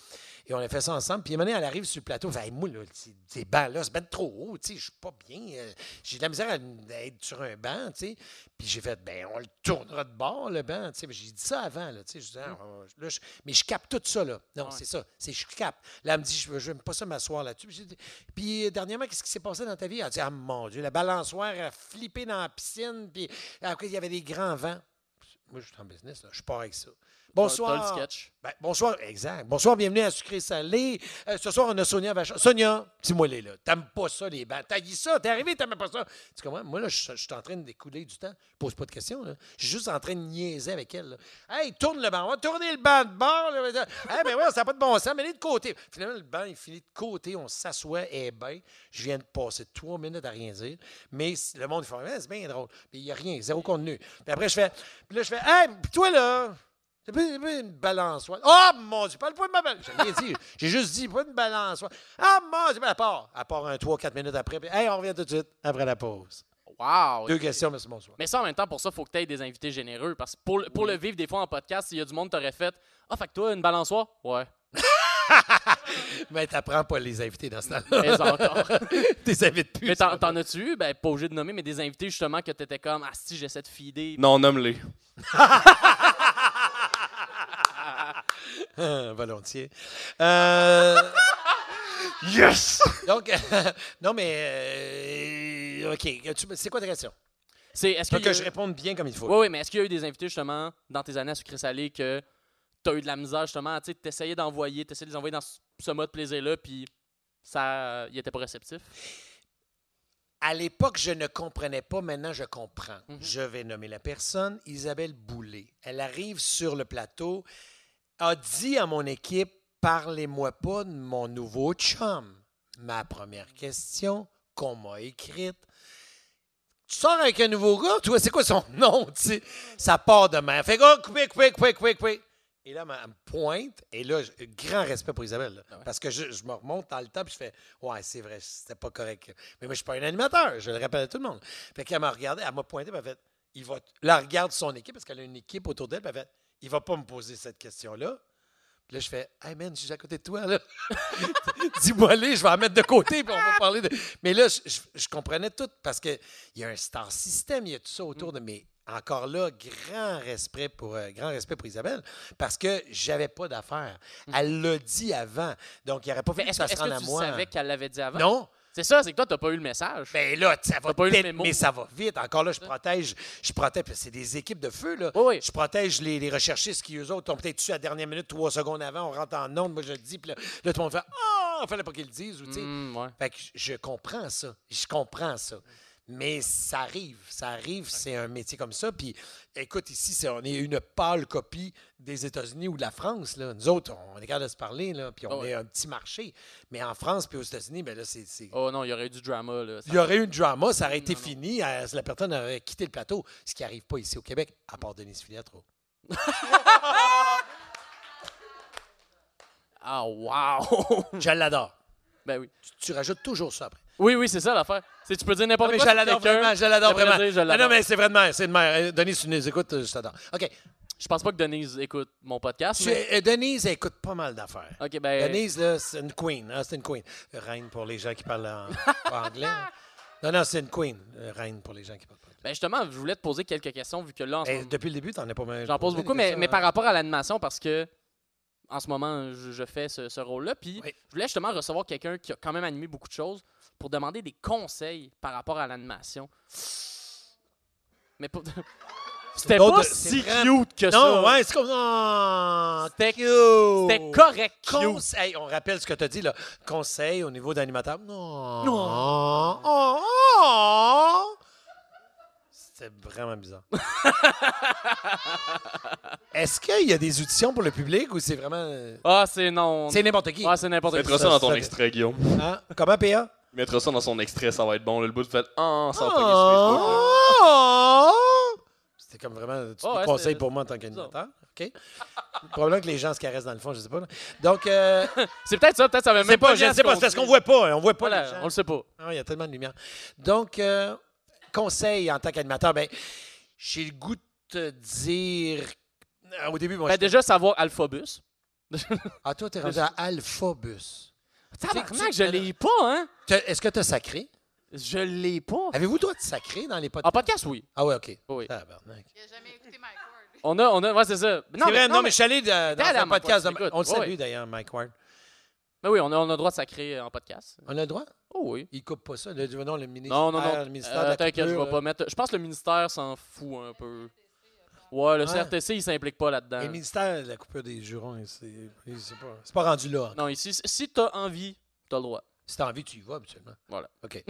C: Et on a fait ça ensemble. Puis à un moment donné, elle arrive sur le plateau. Elle fait, Hey, moi, là, ces- ces bancs-là, c'est ben trop haut. tu sais, Je suis pas bien. euh, J'ai de la misère à, à être sur un banc. tu sais. Puis j'ai fait, ben on le tournera de bord, le banc. tu sais. Mais J'ai dit ça avant. Là, tu sais. Je dis, Ah, on- là, je- mais je capte tout ça. Là. Non,
B: Ouais.
C: c'est ça. C'est je capte. Là, elle me dit, je n'aime pas ça m'asseoir là-dessus. Puis j'ai dit, Puis euh, dernièrement, qu'est-ce qui s'est passé dans ta vie? Elle a dit, ah mon Dieu, la balançoire a flippé dans la piscine. Puis après, il y avait des grands vents. Moi, je suis en business. Là. Je pars avec ça.
B: T'as
C: Bonsoir.
B: le sketch.
C: Ben, bonsoir, exact. Bonsoir, bienvenue à Sucré Salé. Euh, ce soir, on a Sonia Vachon. Sonia, dis-moi les là. T'aimes pas ça, les bancs. T'as dit ça, t'es arrivé, t'aimes pas ça. Tu comprends? Moi, là, je je suis en train d'écouler du temps. Je pose pas de questions, là. Je suis juste en train de niaiser avec elle, là. Hey, tourne le banc. On va tourner le banc de bord, là. Hey, ben ouais, ça n'a pas de bon sens, mais il est de côté. Finalement, le banc, il finit de côté. On s'assoit, eh ben, je viens de passer trois minutes à rien dire. Mais c- le monde, il fait, Ah, c'est bien drôle. Puis il n'y a rien, zéro contenu. Puis après, je fais, puis là, je fais, hey, puis toi, là. C'est pas, c'est pas une balançoire. Oh mon Dieu, parle pas de ma balançoire. J'ai rien dit. J'ai juste dit, pas une balançoire. Ah mon Dieu, mais à part. À part un 3-4 minutes après. puis, hey, on revient tout de suite après la pause.
B: Wow.
C: Deux questions, monsieur, bonsoir.
B: Mais ça, en même temps, pour ça, faut que tu aies des invités généreux. Parce que pour, le- pour le vivre, des fois, en podcast, s'il y a du monde, t'aurais fait Ah, fait que toi, une balançoire Ouais.
C: Mais t'apprends pas à les invités dans ce temps-là.
B: Mais encore.
C: T'es invites plus.
B: mais t'en, t'en as-tu eu Ben, pas obligé de nommer, mais des invités, justement, que t'étais comme Ah, si, j'essaie de fider.
D: Non, nomme-les.
C: Volontiers. Euh,
D: Yes!
C: donc, non, mais. euh, OK. Tu- C'est quoi ta question?
B: C'est, est-ce
C: Faut
B: qu'il y
C: que
B: a-
C: je réponde bien comme il faut.
B: Oui, oui, mais est-ce qu'il y a eu des invités, justement, dans tes années à sucré salé, que t'as eu de la misère, justement, tu sais, t'essayais d'envoyer, t'essayais de les envoyer dans ce- ce mode plaisir-là, puis ça, il était pas réceptif?
C: À l'époque, je ne comprenais pas. Maintenant, je comprends.
B: Mhm.
C: Je vais nommer la personne, Isabelle Boulay. Elle arrive sur le plateau, a dit à mon équipe Parlez-moi pas de mon nouveau chum. Ma première question qu'on m'a écrite. Tu sors avec un nouveau gars, tu vois, c'est quoi son nom, tu sais? Ça part de mer. Fait que, oh, coupez, coupez, coupez, coupez, coupez. Et là, elle me pointe, et là, je- grand respect pour Isabelle, là,
B: Ah ouais.
C: parce que je, je me remonte dans le temps, puis je fais, ouais, c'est vrai, c'était pas correct. Mais moi, je suis pas un animateur, je le rappelle à tout le monde. Fait qu'elle m'a regardé, elle m'a pointé, puis elle fait, il va. Là, elle regarde son équipe, parce qu'elle a une équipe autour d'elle, puis elle fait, il va pas me poser cette question-là. Puis là, je fais, hey man, je suis à côté de toi, là. Dis-moi, allez, je vais la mettre de côté, puis on va parler de. Mais là, je, je- je comprenais tout, parce qu'il y a un star system, il y a tout ça autour de. Mais encore là, grand respect pour, euh, grand respect pour Isabelle, parce que j'avais pas d'affaires. Elle l'a dit avant, donc il n'y aurait pas
B: Mais
C: fait que
B: est-ce,
C: ça
B: que-
C: se
B: est-ce que
C: rende à
B: tu
C: moi.
B: savais qu'elle l'avait dit avant?
C: Non,
B: C'est ça, c'est que toi, t'as pas eu le message.
C: mais Ben là, ça va
B: T'as pas eu le
C: vite,
B: mémo.
C: mais ça va vite. Encore là, je protège, je protège, parce que c'est des équipes de feu, là.
B: Oui, oui.
C: Je protège les, les recherchistes qui, eux autres, ont peut-être su à la dernière minute, trois secondes avant, on rentre en onde, moi je le dis, puis là, là, tout le monde fait Ah, fallait pas qu'ils le disent, ou tu sais.
B: Hmm, ouais.
C: Fait que je- je comprends ça. Je comprends ça. Mais ça arrive, ça arrive, c'est un métier comme ça. Puis, écoute, ici, c'est- on est une pâle copie des États-Unis ou de la France. Là. Nous autres, on est capable de se parler, là, puis on
B: Ah ouais.
C: est un petit marché. Mais en France puis aux États-Unis, ben là, c'est- c'est
B: Oh non, il y aurait eu du drama, là. Ça-
C: il y aurait eu une drama, ça aurait été
B: non, non.
C: fini, euh, la personne aurait quitté le plateau, ce qui n'arrive pas ici au Québec, à part Denise Filiatro.
B: Ah, wow!
C: Je l'adore.
B: ben oui.
C: Tu, tu rajoutes toujours ça après.
B: Oui, oui, c'est ça l'affaire. C'est, tu peux dire
C: Non,
B: n'importe
C: mais je
B: quoi. sur
C: l'adore
B: quelqu'un,
C: vraiment, je l'adore
B: après
C: vraiment. Ah,
B: dire, je
C: Non, non,
B: l'adore.
C: mais c'est vrai de mère, c'est de mère. Euh, Denise, tu nous écoutes, euh, je t'adore. OK.
B: Je pense pas que Denise écoute mon podcast.
C: Tu-
B: mais-
C: euh, Denise, elle écoute pas mal d'affaires.
B: Ok, ben.
C: Denise, là, c'est une queen. hein, c'est une queen. Euh, Reine pour les gens qui parlent en, pas anglais. hein. Non, non, c'est une queen. euh, Reine pour les gens qui parlent pas anglais.
B: Ben justement, je voulais te poser quelques questions, vu que là, en ce
C: Eh,
B: moment-
C: depuis le début, t'en as pas mal.
B: J'en pose
C: posé
B: beaucoup,
C: des
B: mais,
C: questions,
B: mais
C: hein.
B: par rapport à l'animation, parce que en ce moment, je, je fais ce, ce rôle-là. Puis
C: Oui.
B: je voulais justement recevoir quelqu'un qui a quand même animé beaucoup de choses pour demander des conseils par rapport à l'animation. Mais pour... c'était
C: drôle
B: pas
C: de-
B: si
C: c'est
B: cute que ça.
C: Non, ouais, c'est comme. Non,
B: C'était-
C: cute.
B: C'était correct cute.
C: Conseil, on rappelle ce que tu as dit là. Conseil au niveau d'animateur. Non.
B: Non.
C: Oh, oh. C'était vraiment bizarre. Est-ce qu'il y a des auditions pour le public ou c'est vraiment. euh,
B: Ah, c'est non.
C: C'est n'importe qui.
B: Ah, c'est n'importe
D: Mettra
B: quoi.
D: ça dans ton extrait, Guillaume.
C: Hein? Comment, PA?
D: Mettra ça dans son extrait, ça va être bon. Là, le bout, tu fais Ah, ça va pogner sur Facebook, là.
C: Oh. C'était comme vraiment. Tu
B: Oh, ouais,
C: conseil
B: c'est-
C: pour moi en tant qu'animateur. OK? Probablement que les gens se caressent dans le fond, je sais pas. là. Donc, euh,
B: C'est peut-être ça, peut-être ça va
C: je sais
B: même
C: pas,
B: lié
C: je
B: à
C: ne
B: ce
C: sais pas, c'est parce qu'on voit pas. hein, On voit pas
B: Voilà,
C: les gens.
B: on le sait pas.
C: Ah, il y a tellement de lumière. Donc, euh, conseil en tant qu'animateur, ben, j'ai le goût de te dire. euh, Au début, moi,
B: Ben
C: j'étais-
B: déjà savoir Alphobus.
C: Ah, toi, t'es rendu à Alphobus.
B: Tabarnak, je l'ai pas, hein?
C: T'as- Est-ce que t'as sacré?
B: Je l'ai pas.
C: Avez-vous droit de sacrer dans les podcasts?
B: En podcast, oui.
C: Ah, ouais, OK.
B: Oh. Oui.
C: Tabarnak.
E: Il a jamais écouté Mike Ward.
B: On a, on a, ouais, c'est ça. Non,
C: C'est vrai, non, mais,
B: mais,
C: je suis allé de- dans
B: dans
C: un
B: mon
C: podcast.
B: podcast,
C: de-
B: écoute,
C: On le salue,
B: ouais.
C: d'ailleurs, Mike Ward.
B: mais ben oui, on a, on a le droit de sacrer euh, en podcast.
C: On a le droit?
B: Oh oui.
C: Il coupe pas ça. Le, non, le ministère,
B: Non, non, non.
C: le ministère de
B: Euh,
C: la
B: T'inquiète, je
C: Culture,
B: vais pas mettre. Je pense que le ministère s'en fout un peu. Ouais, le
C: Ouais.
B: CRTC, il s'implique pas là-dedans.
C: Le ministère de la coupure des jurons, c'est c'est pas, c'est pas rendu là. hein.
B: Non, ici, si- si t'as envie, t'as le droit.
C: Si t'as envie, tu y vas habituellement.
B: Voilà.
C: OK.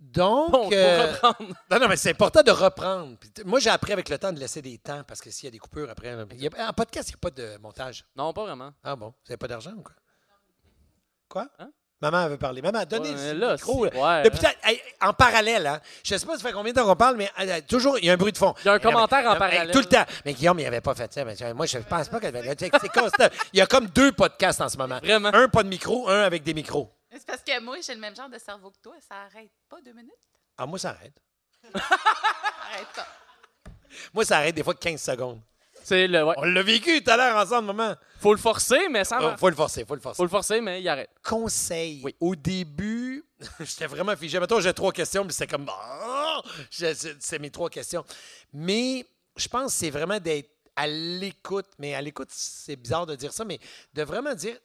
C: Donc,
B: Donc,
C: euh,
B: pour reprendre.
C: non, non, mais c'est important de reprendre. Puis, t- moi, j'ai appris avec le temps de laisser des temps parce que s'il y a des coupures après. là, il y a- en podcast, il n'y a pas de montage.
B: Non, pas vraiment.
C: Ah bon? Vous n'avez pas d'argent ou quoi? Quoi?
B: Hein?
C: Maman veut parler. Maman, donnez
B: Ouais, mais
C: le micro.
B: si-
C: là.
B: ouais,
C: Depuis
B: hein.
C: tant- hey, en parallèle, hein? je ne sais pas ça fait combien de temps qu'on parle, mais euh, toujours, il y a un bruit de fond.
B: Il y a un
C: Mais non, mais-
B: commentaire en
C: non, hey,
B: parallèle.
C: Tout le temps. Mais Guillaume, il n'avait pas fait ça. Mais moi, je ne pense pas que. C'est constant. Il y a comme deux podcasts en ce moment.
B: Vraiment.
C: Un pas de micro, un avec des micros.
E: Mais C'est parce que moi, j'ai le même genre de cerveau que toi. Ça arrête pas deux minutes.
C: Ah, moi, ça arrête.
E: Ça arrête pas.
C: Moi, ça arrête des fois 15 secondes.
B: C'est le. Ouais.
C: On l'a vécu tout à l'heure ensemble, maman.
B: Faut le forcer, mais sans.
C: Oh, faut le forcer, faut le forcer.
B: Faut le forcer, mais il arrête.
C: Conseil.
B: Oui.
C: Au début, j'étais vraiment figé. Mettons, j'ai trois questions, puis c'est comme. bah, Ah! Je- C'est c'est mes trois questions. Mais je pense que c'est vraiment d'être à l'écoute, mais à l'écoute, c'est bizarre de dire ça, mais de vraiment dire.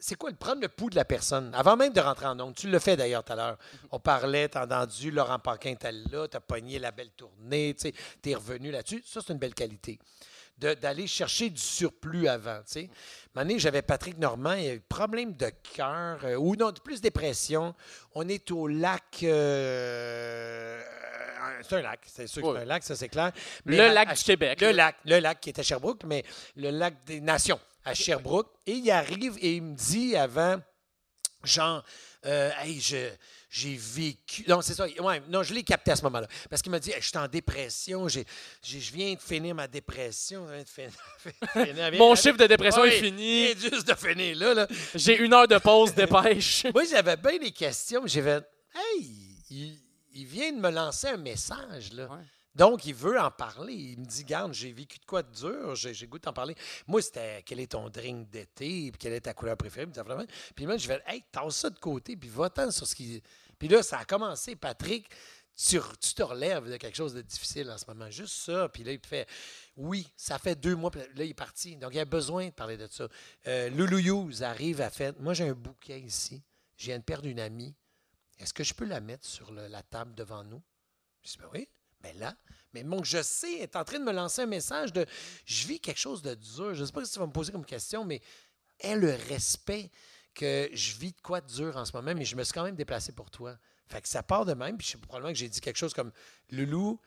C: C'est quoi le prendre le pouls de la personne avant même de rentrer en onde? Tu le fais d'ailleurs tout à l'heure. On parlait, t'as entendu, Laurent Paquin était là, t'as pogné la belle tournée, tu es revenu là-dessus. Ça, c'est une belle qualité. De- D'aller chercher du surplus avant. tu sais. Une année, j'avais Patrick Normand, il a eu problème de cœur, euh, ou non, plus dépression. On est au lac. euh, c'est un lac, c'est sûr que
B: Oui.
C: c'est un lac, ça c'est clair. Mais à-
B: Le lac
C: à-
B: du Québec.
C: le lac, le lac qui est à Sherbrooke, mais le lac des Nations à Sherbrooke. Et il arrive et il me dit avant, genre, euh, hey, je- j'ai vécu. Non, c'est ça. Ouais, non, je l'ai capté à ce moment-là. Parce qu'il m'a dit, Hey, je suis en dépression, j'ai- j'ai- je viens de finir ma dépression. je viens de finir- finir avec-
B: Mon
C: avec-
B: chiffre de dépression
C: Ouais,
B: est fini.
C: Il vient juste de finir là. là.
B: J'ai une heure de pause, dépêche.
C: Moi, j'avais bien des questions. mais J'ai fait Hey, il, il vient de me lancer un message. Là.
B: Ouais.
C: Donc, il veut en parler. Il me dit Garde, j'ai vécu de quoi de dur, j'ai, j'ai goût d'en parler. Moi, c'était quel est ton drink d'été, puis quelle est ta couleur préférée, puis tout simplement. Puis moi, je vais Hey, tasse ça de côté, puis va-t'en sur ce qui. Puis là, ça a commencé, Patrick. Tu, re- tu te relèves de quelque chose de difficile en ce moment. Juste ça. Puis là, il fait Oui, ça fait deux mois. Puis là, il est parti. Donc, il a besoin de parler de ça. Euh, Loulou Hughes arrive à faire Moi, j'ai un bouquet ici. Je viens de perdre une amie. Est-ce que je peux la mettre sur le- la table devant nous? Je dis, ben oui, mais là. Mais mon que je sais est en train de me lancer un message de je vis quelque chose de dur. Je ne sais pas si tu vas me poser comme question, mais est le respect que je vis de quoi de dur en ce moment, mais je me suis quand même déplacé pour toi. Fait que ça part de même, puis je sais probablement que j'ai dit quelque chose comme Loulou.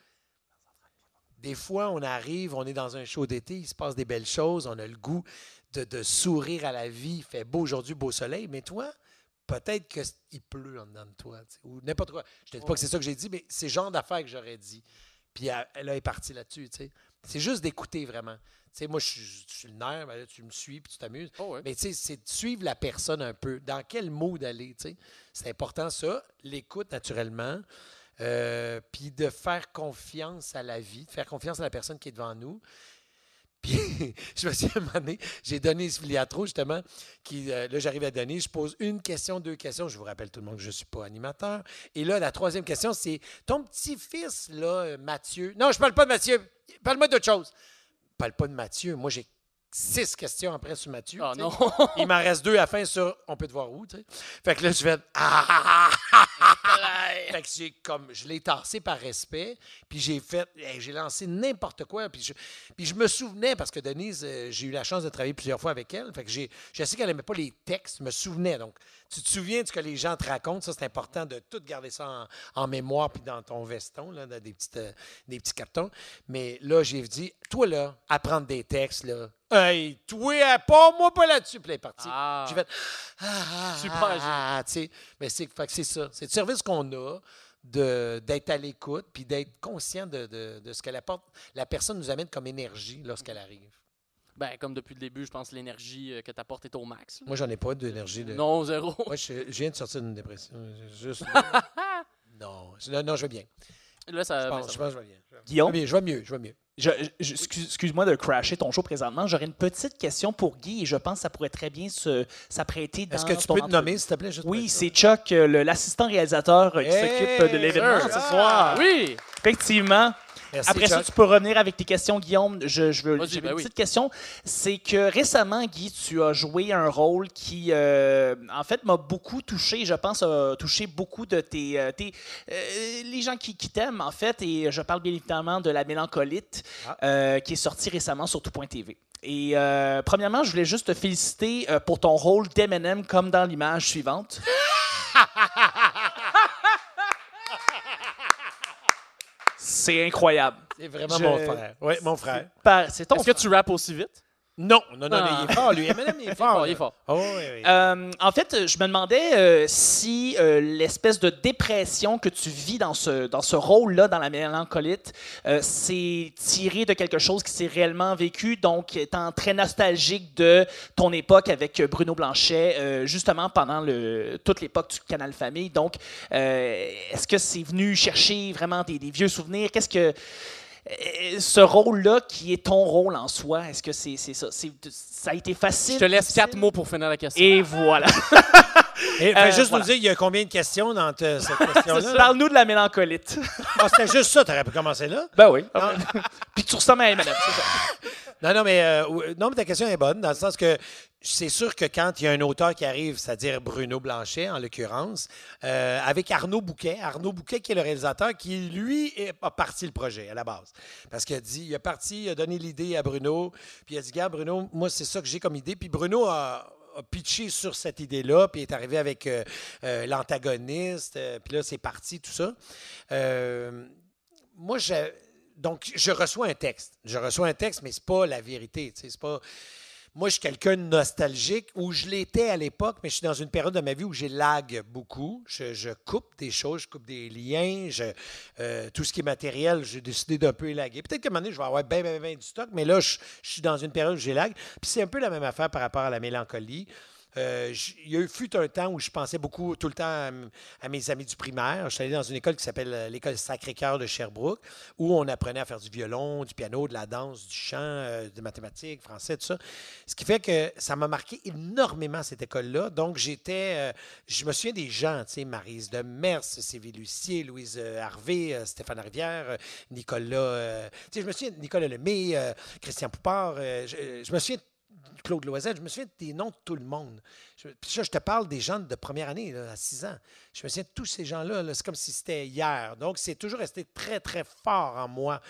C: Des fois, on arrive, on est dans un show d'été, il se passe des belles choses, on a le goût de, de sourire à la vie. Il fait beau aujourd'hui, beau soleil, mais toi, peut-être qu'il pleut en dedans de toi, tu sais, ou n'importe quoi. Je te dis pas que c'est ça que j'ai dit, mais c'est le genre d'affaires que j'aurais dit. Puis elle, elle est partie là-dessus, tu sais. C'est juste d'écouter vraiment. Tu sais, moi, je suis, je suis le nerf, ben là, tu me suis, puis tu t'amuses. Mais tu sais, c'est de suivre la personne un peu. Dans quel mood aller, tu sais. C'est important, ça. L'écoute, naturellement. Euh, puis de faire confiance à la vie, de faire confiance à la personne qui est devant nous. Puis, je me suis un moment donné, j'ai donné ce filiatro, justement, qui, euh, là, j'arrive à donner, je pose une question, deux questions. Je vous rappelle tout le monde que je ne suis pas animateur. Et là, la troisième question, c'est ton petit-fils, là, euh, Mathieu. Non, je parle pas de Mathieu. Parle-moi d'autre chose. Parle pas de Mathieu. Moi, j'ai six questions après sur Mathieu.
B: Oh
C: tu sais.
B: non.
C: Il m'en reste deux à la fin sur on peut te voir où, tu sais. Fait que là, je vais. Ah, ah, ah, ah, ah. fait que j'ai comme. Je l'ai tassé par respect, puis j'ai fait. hey, j'ai lancé n'importe quoi, puis je, puis je me souvenais, parce que Denise, euh, j'ai eu la chance de travailler plusieurs fois avec elle. Fait que j'ai. Je sais qu'elle n'aimait pas les textes, je me souvenais. Donc, tu te souviens de ce que les gens te racontent, ça, c'est important de tout garder ça en, en mémoire, puis dans ton veston, là, dans des, petites, euh, des petits cartons. Mais là, j'ai dit, toi, là, apprendre des textes, là. Hey, toi, euh, pas moi, pas là-dessus, puis là, elle est partie.
B: Ah.
C: J'ai fait ah, ah,
B: Super,
C: ah,
B: j'ai-
C: ah, tu sais. Mais c'est fait que c'est ça. C'est le service qu'on a de- d'être à l'écoute puis d'être conscient de, de- de ce que la, la personne nous amène comme énergie lorsqu'elle arrive.
B: Ben, comme depuis le début, je pense que l'énergie euh, que t'apportes est au max. là.
C: Moi, j'en ai pas d'énergie. De...
B: Non, zéro.
C: Moi, je, je viens de sortir d'une dépression. Je- Juste... non. Je- non, non, je vais bien.
B: Là,
C: Je
B: ça. ben,
C: pense,
B: ça
C: je
B: va.
C: pense que je vais bien. Je vais
H: Guillaume,
C: bien, je vais mieux, je vais mieux.
H: je- je- excuse- excuse-moi de crasher ton show présentement. J'aurais une petite question pour Guy et je pense que ça pourrait très bien se- s'apprêter dans
C: Est-ce que tu
H: ton
C: peux te
H: entrevue.
C: nommer, s'il te plaît? juste pour
H: Oui,
C: être sûr?
H: c'est Chuck, euh, le- l'assistant réalisateur euh, qui
C: Hey,
H: s'occupe de l'événement
C: sir.
H: ce soir.
B: Oui!
H: Effectivement.
C: Merci,
H: Après ça,
C: Chuck.
H: tu peux revenir avec tes questions, Guillaume. Je, je veux
B: Vas-y,
H: j'ai
B: ben
H: une
B: oui.
H: petite question. C'est que récemment, Guy, tu as joué un rôle qui, euh, en fait, m'a beaucoup touché. Je pense a touché beaucoup de tes, euh, tes- euh, les gens qui, qui t'aiment, en fait. Et je parle bien évidemment de La Mélancolite,
C: Ah.
H: euh, qui est sortie récemment sur tout.tv. Et euh, premièrement, je voulais juste te féliciter euh, pour ton rôle d'Eminem comme dans l'image suivante. C'est incroyable.
C: C'est vraiment
H: je-
C: mon frère. Oui, mon frère.
H: Par- C'est ton
B: Est-ce que tu rappes aussi vite?
C: Non, non, non,
B: Ah.
C: il est fort, lui. Eminem, il est fort.
B: il est
C: là.
B: fort.
C: Oh, oui, oui.
H: Euh, en fait, je me demandais euh, si euh, l'espèce de dépression que tu vis dans ce, dans ce rôle-là, dans la mélancolite, euh, c'est tiré de quelque chose qui s'est réellement vécu, donc étant très nostalgique de ton époque avec Bruno Blanchet, euh, justement pendant le, toute l'époque du Canal Famille. Donc, euh, est-ce que c'est venu chercher vraiment des, des vieux souvenirs? Qu'est-ce que... euh, Ce rôle-là, qui est ton rôle en soi, est-ce que c'est c'est ça? C'est- Ça a été facile?
B: Je te laisse
H: difficile?
B: quatre mots pour finir la question.
H: Et voilà.
C: Et fais
H: euh,
C: juste
H: voilà.
C: nous dire, il y a combien de questions dans te- cette question-là? là?
H: Parle-nous de la mélancolite.
C: Ah, C'était juste ça, t'aurais pu commencer là.
H: Ben oui. Puis tu ressembles à Eminem.
C: Non, non, mais, euh, ou- non, mais ta question est bonne, dans le sens que c'est sûr que quand il y a un auteur qui arrive, c'est-à-dire Bruno Blanchet, en l'occurrence, euh, avec Arnaud Bouquet, Arnaud Bouquet qui est le réalisateur, qui, lui, est- a parti le projet à la base. Parce qu'il a dit, il a parti, il a donné l'idée à Bruno, puis il a dit, gars, Bruno, moi, c'est ça que j'ai comme idée. Puis Bruno a a pitché sur cette idée-là, puis est arrivé avec euh, euh, l'antagoniste, euh, puis là, c'est parti, tout ça. Euh, moi, je, donc, je reçois un texte. Je reçois un texte, mais c'est pas la vérité. tu sais, C'est pas. Moi, je suis quelqu'un de nostalgique, où je l'étais à l'époque, mais je suis dans une période de ma vie où j'ai lag beaucoup. Je, je coupe des choses, je coupe des liens, je- euh, tout ce qui est matériel, j'ai décidé d'un peu élaguer. Peut-être qu'à un moment donné, je vais avoir bien, bien, bien du stock, mais là, je, je suis dans une période où j'ai lag. Puis c'est un peu la même affaire par rapport à la mélancolie. Euh, j- il y a eu fut un temps où je pensais beaucoup tout le temps à, m- à mes amis du primaire. Je suis allé dans une école qui s'appelle euh, l'école Sacré-Cœur de Sherbrooke, où on apprenait à faire du violon, du piano, de la danse, du chant, euh, des mathématiques, français, tout ça. Ce qui fait que ça m'a marqué énormément cette école-là. Donc j'étais, euh, je me souviens des gens, tu sais, Marise de Mers, Sylvie Lucier, Louise euh, Harvey, euh, Stéphane Rivière, euh, Nicolas, euh, tu sais, je me souviens de Nicolas Lemay, euh, Christian Poupard, euh, je, je me souviens de Claude Loisel, je me souviens des noms de tout le monde. Je, puis ça, je te parle des gens de première année, là, à 6 ans. Je me souviens de tous ces gens-là. là, c'est comme si c'était hier. Donc, c'est toujours resté très, très fort en moi,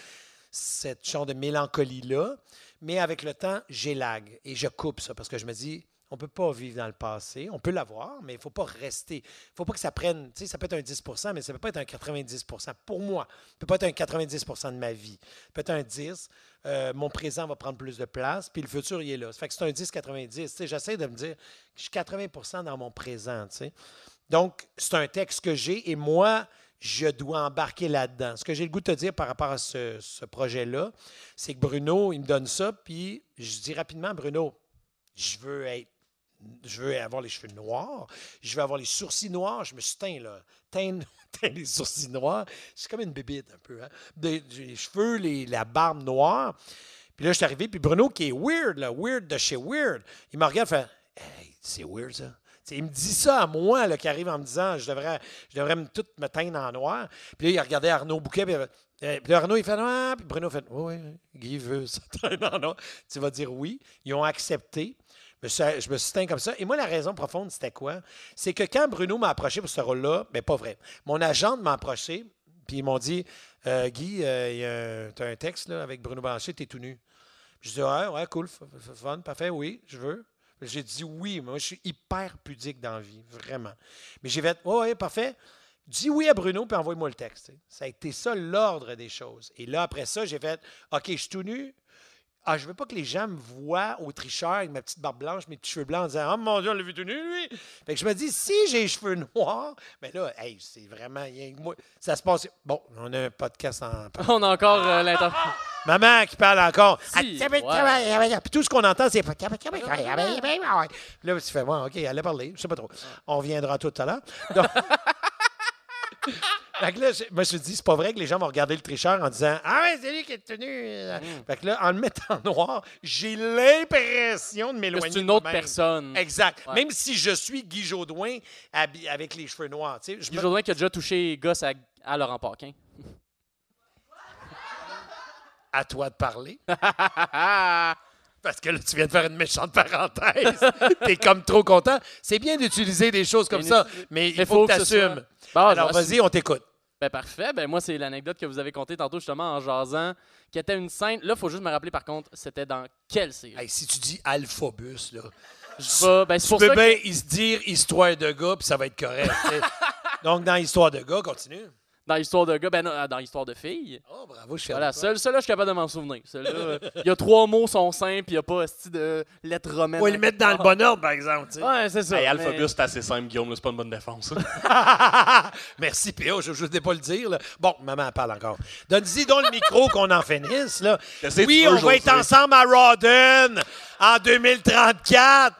C: cette genre de mélancolie-là. Mais avec le temps, j'élague et je coupe ça parce que je me dis, on ne peut pas vivre dans le passé. On peut l'avoir, mais il ne faut pas rester. Il ne faut pas que ça prenne. Tu sais, ça peut être un 10 mais ça ne peut pas être un 90 Pour moi, ça ne peut pas être un 90 de ma vie. Ça peut être un 10 euh, mon présent va prendre plus de place, puis le futur, il est là. Ça fait que c'est un 10-90. Tu sais, J'essaie de me dire que je suis 80 dans mon présent. tu sais. Donc, c'est un texte que j'ai et moi, je dois embarquer là-dedans. Ce que j'ai le goût de te dire par rapport à ce, ce projet-là, c'est que Bruno, il me donne ça, puis je dis rapidement, Bruno, je veux être. Je veux avoir les cheveux noirs, je veux avoir les sourcils noirs. Je me suis teint, là. Teint, teint les sourcils noirs. C'est comme une bébite, un peu. Hein? Des- les cheveux, les- la barbe noire. Puis là, je suis arrivé, puis Bruno, qui est weird, là, weird de chez weird, il me regarde, fait Hey, c'est weird, ça. Tu sais, il me dit ça à moi, là, qui arrive en me disant Je devrais, je devrais me, tout me teindre en noir. Puis là, il regardait Arnaud Bouquet, puis, il avait- euh, puis là, Arnaud, il fait Ah, puis Bruno fait Oui, oui, Guy veut se teindre en noir. Tu vas dire oui. Ils ont accepté. Je me suis- je me suis teint comme ça. Et moi, la raison profonde, c'était quoi? C'est que quand Bruno m'a approché pour ce rôle-là, mais pas vrai. Mon agent m'a approché, puis ils m'ont dit Euh, Guy, euh, il y a un- t'as un texte là, avec Bruno Blanchet, t'es tout nu. Je dis Ouais, ouais, cool, f- f- fun, parfait, oui, je veux. J'ai dit oui, mais moi, je suis hyper pudique dans la vie, vraiment. Mais j'ai fait Ouais, ouais, parfait. Dis oui à Bruno, puis envoie-moi le texte. tu sais. Ça a été ça l'ordre des choses. Et là, après ça, j'ai fait OK, je suis tout nu. Ah, je veux pas que les gens me voient au tricheur avec ma petite barbe blanche, mes petits cheveux blancs en disant Oh mon Dieu, on l'a vu tout nu, lui. Fait que je me dis Si j'ai les cheveux noirs, mais là, hey, c'est vraiment rien que moi. Ça se passe. Bon, on a un podcast en
B: On a encore euh,
C: Ah,
B: l'inter-
C: Maman qui parle encore.
B: Si,
C: Ah, Puis tout ce qu'on entend, c'est. Ah Là, tu fais, ouais, OK, elle a parlé, je sais pas trop. On reviendra tout à l'heure. Donc... fait que là, je me suis dit, c'est pas vrai que les gens vont regarder le tricheur en disant Ah ouais, c'est lui qui est tenu.
B: Mm.
C: Fait que là, en le mettant noir, j'ai l'impression de
B: que
C: m'éloigner.
B: C'est une
C: de
B: autre
C: moi-même.
B: personne.
C: Exact.
B: Ouais.
C: Même si je suis Guy Jodoin habi- avec les cheveux noirs. tu sais, je
B: Guy
C: me-
B: Jourdain qui a déjà touché gosse à, à Laurent Paquin.
C: À toi de parler. Parce que là, tu viens de faire une méchante parenthèse. T'es comme trop content. C'est bien d'utiliser des choses comme
B: Mais
C: ça, mais il
B: mais faut
C: faut, que
B: que ce Ah,
C: t'assumes.
B: Bon,
C: Alors,
B: je-
C: vas-y, on t'écoute.
B: Ben parfait. Ben moi, c'est l'anecdote que vous avez contée tantôt justement en jasant, qui était une scène. Là, faut juste me rappeler par contre, c'était dans quelle série?
C: Hey, si tu dis alphobus, là,
B: Je vais- ben, c'est
C: tu
B: pour
C: peux
B: ça que-
C: bien y se dire histoire de gars, puis ça va être correct. tu sais. Donc, dans histoire de gars, continue.
B: dans l'histoire de gars, ben non, dans l'histoire de filles.
C: Oh, bravo, je suis
B: Voilà, celle- celle-là, je suis capable de m'en souvenir. Celle-là, euh, il y a trois mots sont simples, puis il n'y a pas esti de lettres romaines.
C: On va le mettre dans le bon ordre, par exemple. tu sais.
B: Ouais, c'est ça.
D: Hey,
B: mais-
D: Alphabus, c'est assez simple, Guillaume, là, c'est pas une bonne défense.
C: Merci, P.O. Je ne voulais pas le dire. là. Bon, maman elle parle encore. Donne-y donc le micro qu'on en finisse. Là.
D: Qu'est-ce que tu
C: Oui,
D: veux,
C: on va être
D: José?
C: ensemble à Rawdon en 2034.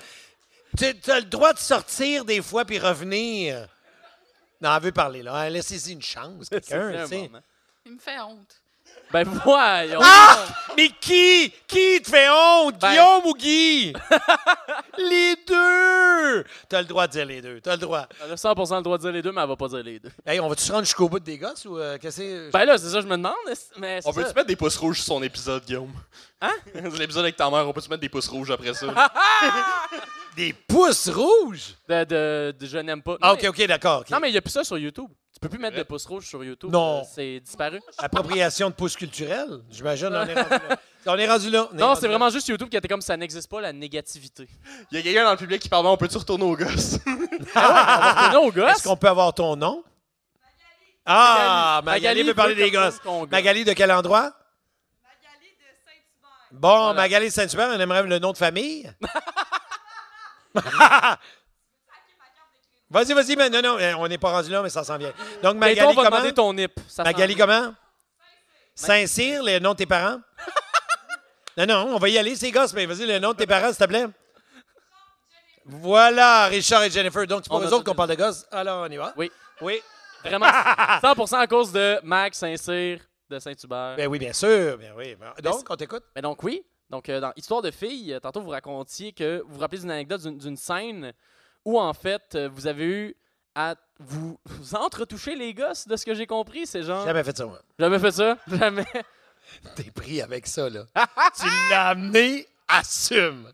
C: Tu as le droit de sortir des fois puis revenir. Non, elle veut parler. là. Hein, Laissez-y une chance, quelqu'un. tu
B: C'est un
C: sais.
B: moment.
E: Il me fait honte.
B: Ben voyons.
C: Ah! Mais qui? Qui te fait honte?
B: Ben-
C: Guillaume ou Guy? Les deux! T'as le droit de dire les deux. T'as le droit.
B: Elle a 100% le droit de dire les deux, mais elle va pas dire les deux.
C: Hey, on va-tu se rendre jusqu'au bout des gosses ou euh, qu'est-ce que c'est?
B: Ben là, c'est ça, je me demande. Mais c'est
D: On peut-tu
B: ça.
D: mettre des pouces rouges sur son épisode, Guillaume?
B: Hein?
D: L'épisode avec ta mère, on peut-tu mettre des pouces rouges après ça?
C: Des pouces rouges?
B: De, de, de je n'aime pas. Non,
C: Ah, OK,
B: mais-
C: OK, d'accord. ok. Euh,
B: Non, mais il n'y a plus ça sur YouTube. Tu peux plus mettre de
D: Ouais.
B: pouce rouge sur YouTube.
C: Non.
B: Euh, C'est disparu.
C: Appropriation de pouces culturels? J'imagine, on est rendu là. On est rendu là. on est
B: Ah. Non,
C: rendu
B: c'est
C: là.
B: vraiment juste YouTube qui était comme ça n'existe pas la négativité.
D: Il y a quelqu'un dans le public qui parle, on peut-tu retourner aux gosses?
B: Ah, non, aux
C: Est-ce
B: gosses.
C: qu'on peut avoir ton nom? Ah, Magali, veut parler
B: veut
C: des
B: qu'on-
C: gosses.
B: qu'on gosse.
C: Magali, de quel endroit? Bon,
B: Voilà.
C: Magali Saint-Hubert, on aimerait le nom de famille. vas-y, vas-y, mais non, non, on n'est pas rendu là, mais ça s'en vient.
B: Gaëtan
C: Donc, Magali,
B: va
C: comment?
B: demander ton nip. Ça
C: Magali,
B: s'en-
C: comment? Saint-Cyr, le nom de tes parents? non, non, on va y aller, c'est gosse, mais vas-y, le nom de tes parents, s'il te plaît. Voilà, Richard et Jennifer. Donc, c'est pour
B: On a
C: eux
B: tout
C: autres qu'on
B: dit.
C: parle de gosses. Alors, on y va.
B: Oui.
C: Oui.
B: Vraiment, 100% à cause de Max Saint-Cyr de Saint-Hubert.
C: Ben oui, bien sûr. Ben oui. Bon, Donc, on t'écoute.
B: Mais donc, oui. Donc, euh, dans Histoire de filles, euh, tantôt, vous racontiez que vous vous rappelez d'une anecdote d'une- d'une scène où, en fait, euh, vous avez eu à vous, vous entretoucher les gosses, de ce que j'ai compris. C'est genre.
C: Jamais fait ça, moi.
B: Jamais fait ça. Jamais.
C: T'es pris avec ça, là. tu l'as amené, assume.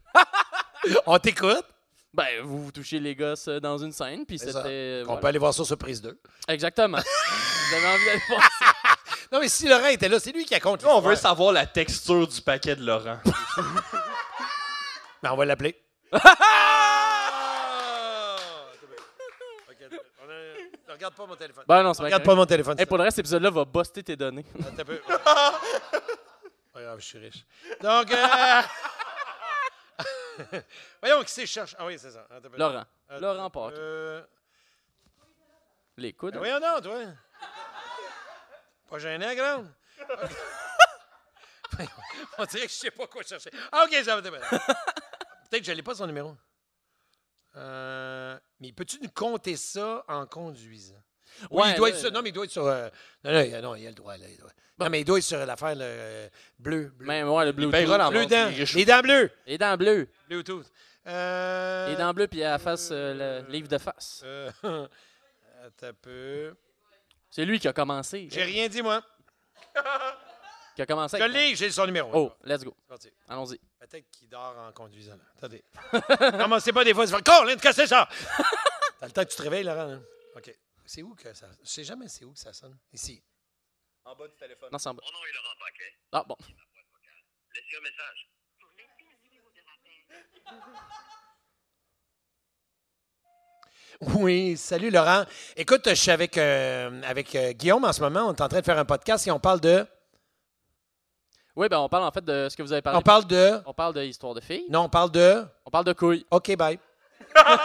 C: on t'écoute.
B: Ben, vous vous touchez les gosses euh, dans une scène, puis
C: C'est ça.
B: c'était. euh,
C: On
B: voilà.
C: peut aller voir ça sur prise 2.
B: Exactement. vous avez envie d'aller voir ça.
C: Non, mais si Laurent était là, c'est lui qui raconte
D: Nous, on
C: l'histoire.
D: veut savoir la texture du paquet de Laurent.
C: Mais Ben, on va l'appeler. Ne regarde pas mon téléphone.
B: Ben, non, c'est
C: regarde
B: correct.
C: pas mon téléphone.
B: Hey, pour le reste, cet épisode-là va buster tes données.
C: Attends un peu. Pas grave, je suis riche. Donc, euh... voyons qui c'est que je cherche. Ah oui, c'est ça. Attends un peu.
B: Laurent.
C: Attends,
B: Laurent Park.
C: euh,
B: Les coudes.
C: Ben voyons donc, toi. Pas gênant, grande. On dirait que je sais pas quoi chercher. Ah, OK, ça va. ça va. Peut-être que je n'allais pas son numéro. Euh, mais peux-tu nous compter ça en conduisant? Oui, il doit être sur. Non, mais il doit être sur. euh, non, non, il a- non, il a le droit. Là, il doit. Non, mais il doit être sur l'affaire le, euh, bleu. bleu.
B: Mais ouais, le Bluetooth.
D: paiera la-
C: Bleu
D: non,
C: dents.
D: c'est riche.
C: Les dents bleues.
B: Les dents bleues.
C: Bluetooth. Euh,
B: Les dents bleues, puis elle face euh, le livre de face.
C: euh, attends un peu.
B: C'est lui qui a commencé.
C: J'ai rien dit, moi.
B: Qui a commencé.
C: Je
B: avec-
C: l'ai, j'ai son numéro.
B: Oh, let's go.
C: C'est parti.
B: Allons-y.
C: Peut-être qu'il dort en conduisant. Là. Attendez. Comment c'est pas des fois, tu fais Colin, qu'est-ce que c'est ça? T'as le temps que tu te réveilles, Laurent. hein? OK. C'est où que ça. Je sais jamais c'est où que ça sonne. Ici.
D: En bas du téléphone.
B: Non, c'est en bas.
I: Mon nom est Laurent Paquet.
B: Ah, bon.
I: Laissez un message.
C: Oui, salut Laurent. Écoute, je suis avec, euh, avec euh, Guillaume en ce moment. On est en train de faire un podcast et on parle de.
B: Oui, ben on parle en fait de ce que vous avez parlé.
C: On parle de.
B: On parle de histoire de filles.
C: Non, on parle de.
B: On parle de couilles.
C: OK, bye.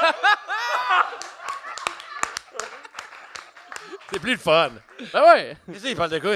C: c'est plus le fun.
B: Ben ouais.
C: Qu'est-ce qu'il parle de quoi?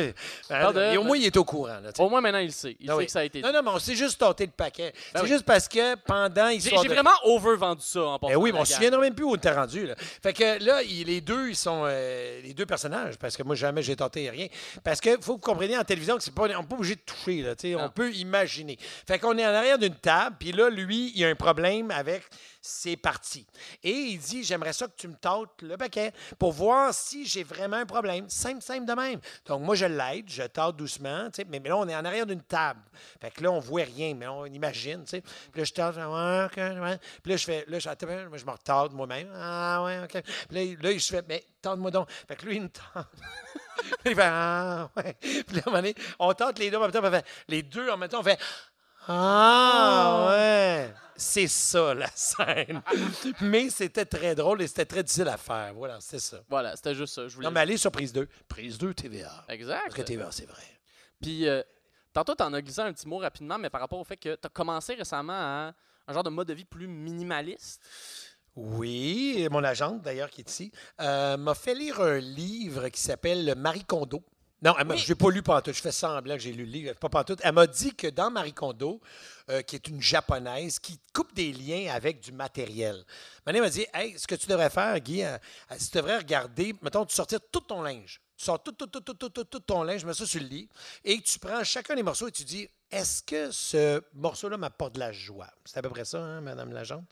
B: parle de-
C: Et au moins, il est au courant. Là, tu sais.
B: Au moins maintenant, il le sait. Il
C: Ah
B: sait
C: oui.
B: que ça a été dit.
C: Non, non, mais on s'est juste tâté le paquet.
B: Ben
C: c'est
B: oui.
C: juste parce que pendant.
B: J'ai
C: Histoire
B: j'ai
C: de-
B: vraiment overvendu ça en
C: Ben
B: passant
C: oui,
B: la
C: mais on se
B: gamme.
C: souviendra même plus où on était rendu. Là. Fait que là, il- les deux, ils sont euh, les deux personnages, parce que moi, jamais j'ai tenté rien. Parce que faut que vous compreniez en télévision que c'est pas, on n'est pas obligé de toucher, là, tu sais, on
B: Non.
C: peut imaginer. Fait qu'on est en arrière d'une table, puis là, lui, il a un problème avec ses parties. Et il dit J'aimerais ça que tu me tâtes le paquet pour voir si j'ai vraiment un problème. Simple, simple de même. Donc, moi, je l'aide, je tâte doucement, tu sais, mais, mais là, on est en arrière d'une table. Fait que là, on voit rien, mais on imagine, tu sais. Puis là, je tâte, Ah, ok, ouais. puis là, je fais, là, je, attends, moi, je me retarde moi-même. Ah, ouais, OK. Puis là, il- là, je fais, mais tente-moi donc. Fait que lui, il me tente. il fait, ah, ouais. Puis là, à un moment donné, on tente les deux en même temps, puis on fait- les deux en même temps, on fait, ah, ouais. C'est ça, la scène. mais c'était très drôle et c'était très difficile à faire. Voilà, c'est ça.
B: Voilà, c'était juste ça. Je voulais.
C: Non, mais allez sur prise 2. Prise 2 TVA. Parce que
B: Exact.
C: TVA, c'est vrai.
B: Puis, euh, tantôt, t'en as glissé un petit mot rapidement, mais par rapport au fait que t'as commencé récemment à un genre de mode de vie plus minimaliste.
C: Oui, et mon agente, d'ailleurs, qui est ici, euh, m'a fait lire un livre qui s'appelle Le Marie Kondo. Non, elle m'a- je n'ai pas lu Pantoute. Je fais semblant que j'ai lu le livre. Pas Pantoute. Elle m'a dit que dans Marie Kondo, euh, qui est une japonaise, qui coupe des liens avec du matériel. Maintenant, elle m'a dit Hey, ce que tu devrais faire, Guy, euh, euh, tu devrais regarder, mettons, tu sortir tout ton linge. Tu sors tout, tout, tout, tout, tout, tout, tout ton linge, mets ça sur le lit, et tu prends chacun des morceaux et tu dis Est-ce que ce morceau-là m'apporte de la joie C'est à peu près ça, hein, Madame l'agente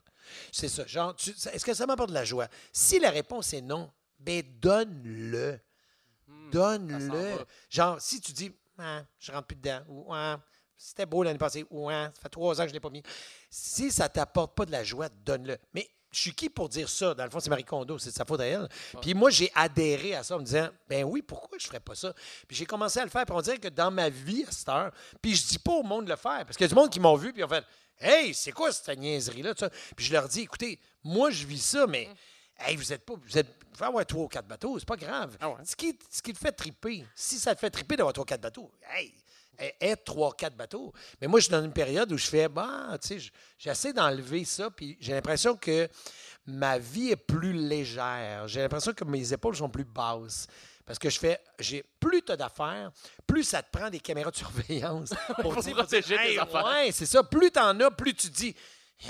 C: C'est ça. Genre, tu- ça- est-ce que ça m'apporte de la joie? Si la réponse est non, ben donne-le.
B: ça s'en
C: Donne-le.
B: va.
C: Genre, si tu dis, Ah, je rentre plus dedans, ou Ah, c'était beau l'année passée, ou Ah, ça fait trois ans que je ne l'ai pas mis. Si ça t'apporte pas de la joie, donne-le. Mais je suis qui pour dire ça? Dans le fond, c'est Marie Kondo, c'est de sa faute à elle. Puis moi, j'ai adhéré à ça en me disant, ben oui, pourquoi je ferais pas ça? Puis j'ai commencé à le faire. Puis on dirait que dans ma vie, à cette heure, puis je dis pas au monde de le faire. Parce qu'il y a du monde qui m'ont vu, puis ils ont fait, hey, c'est quoi cette niaiserie-là? tout ça? Puis je leur dis, écoutez, moi, je vis ça, mais. Hey, vous êtes pas. Vous êtes. Vous pouvez avoir trois ou quatre bateaux, c'est pas grave. ce, qui, ce qui te fait triper, si ça te fait triper d'avoir trois ou quatre bateaux, hey, hey, hey, Eh, trois ou quatre bateaux. Mais moi, je suis dans une période où je fais, bah, tu sais, je- j'essaie d'enlever ça, puis j'ai l'impression que ma vie est plus légère. J'ai l'impression que mes épaules sont plus basses. Parce que je fais, j'ai plus t'as d'affaires, plus ça te prend des caméras de surveillance pour, dire-
B: protéger tes
C: Hey,
B: affaires.
C: Ouais, c'est ça. Plus t'en as, plus tu dis,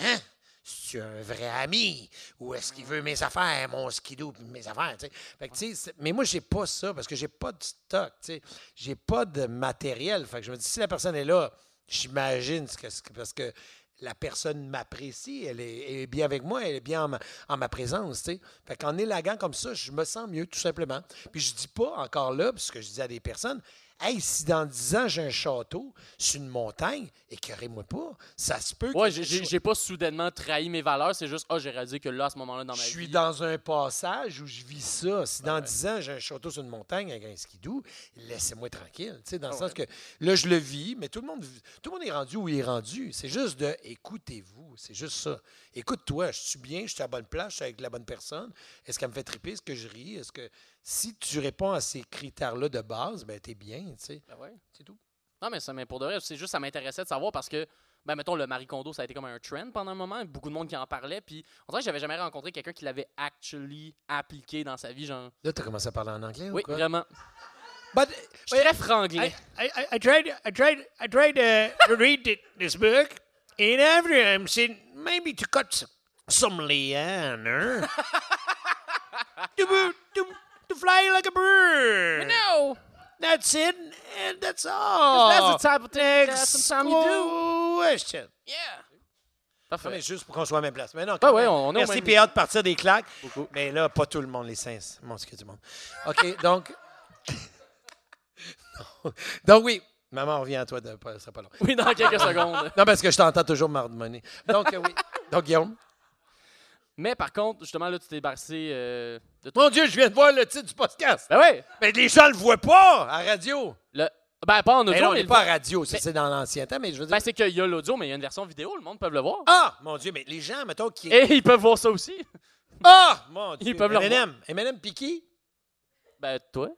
C: hein, c'est un vrai ami ou est-ce qu'il veut mes affaires, mon skidoo, puis mes affaires, tu sais. Fait que, tu sais, c'est- mais moi, j'ai pas ça parce que j'ai pas de stock, tu sais. J'ai pas de matériel. Fait que je me dis, si la personne est là, j'imagine ce que, ce que- parce que la personne m'apprécie, elle est, elle est bien avec moi, elle est bien en ma, en ma présence, tu sais. Fait qu'en élaguant comme ça, je me sens mieux, tout simplement. Puis je dis pas encore là, parce que je dis à des personnes, hey, si dans 10 ans j'ai un château sur une montagne, écœurez-moi pas, ça se peut que
B: Ouais,
C: je
B: j'ai-
C: sois-
B: j'ai j'ai pas soudainement trahi mes valeurs, c'est juste, ah, j'ai réalisé que là, à ce moment-là, dans ma
C: je suis
B: vie,
C: dans un passage où je vis ça. Si dans 10 ans, j'ai un château sur une montagne avec un skidou, laissez-moi tranquille. Tu sais,
B: Ah
C: dans le sens que là, je le vis, mais tout le monde, vit- tout le monde est rendu où il est rendu. C'est juste de écoutez-vous. C'est juste ça. Écoute-toi. Je suis bien, je suis à la bonne place, je suis avec la bonne personne. Est-ce qu'elle me fait triper? Est-ce que je ris? Est-ce que si tu réponds à ces critères-là de base, ben t'es bien, tu sais.
B: Ben ouais.
C: C'est tout.
B: Non, mais ça mais pour de vrai, c'est juste ça m'intéressait de savoir parce que ben mettons le Marie Kondo, ça a été comme un trend pendant un moment, beaucoup de monde qui en parlait puis on dirait que j'avais jamais rencontré quelqu'un qui l'avait actually appliqué dans sa vie genre.
C: Là, t'as commencé à parler en anglais
B: Oui,
C: ou Oh, quoi?
B: vraiment.
C: But-
B: Je suis très franglais.
J: I, I, I tried I tried I tried uh, to read it, this book, and after I'm saying maybe to cut some, some liana to, bo- to to fly like a bird.
E: No!
J: That's it, and that's all.
B: That's the type of thing that
J: Next
B: sometimes you do.
J: question.
E: Yeah!
C: Non,
B: Parfait.
C: mais juste pour qu'on soit à la même place. Mais non,
B: Ben
C: quand
B: ouais,
C: même.
B: on est au
C: Merci,
B: même-
C: Pierre, de partir des claques. Mais là, pas tout le monde, les Saints. Mon Dieu, du monde. OK, donc. Non. Donc, oui. Maman, on revient à toi, de... pas- ce sera pas long.
B: Oui, dans quelques secondes.
C: Non, parce que je t'entends toujours m'ardonner. Donc, euh, oui. Donc, Guillaume.
B: Mais par contre, justement là tu t'es débarrassé euh, de tout.
C: Mon Dieu, je viens de voir le titre du podcast.
B: Ben ouais.
C: Mais les gens le voient pas à radio.
B: Le ben pas en audio,
C: Mais non, on
B: mais
C: n'est
B: le-
C: pas à radio. Ça,
B: Mais-
C: c'est dans l'ancien temps, mais je veux dire.
B: ben c'est qu'il y a l'audio mais il y a une version vidéo, le monde peut le voir.
C: Ah, mon Dieu, mais les gens, mettons, qui.
B: Et ils peuvent voir ça aussi.
C: Ah, mon Dieu.
B: Ils peuvent le
C: M&M. M&M, Piqué.
B: Ben toi.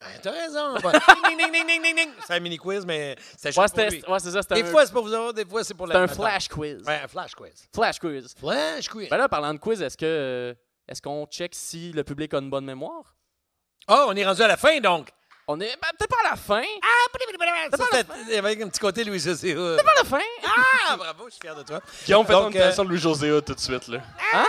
C: Ben, t'as raison. Bon. Ding, ding, ding, ding, ding, ding. C'est un mini-quiz, mais c'est
B: Ouais,
C: juste pour lui.
B: c'était ouais, c'est ça, c'était
C: Des
B: un,
C: fois, c'est pour vous avoir, des fois, c'est pour
B: c'était
C: la.
B: un flash quiz.
C: Ouais, un flash quiz.
B: Flash quiz.
C: Flash quiz.
B: Ben là, parlant de quiz, est-ce que euh, est-ce qu'on check si le public a une bonne mémoire?
C: Oh, on est rendu à la fin, donc.
B: On est ben, peut-être pas à la fin.
C: Ça, c'était avec un petit côté Louis-José.
B: Pas à la fin.
C: Ah, bravo, je suis fier de toi.
D: Guillaume fait
B: euh,
C: Donc,
D: une imitation de Louis-José Hood tout de suite. Là.
B: Hein?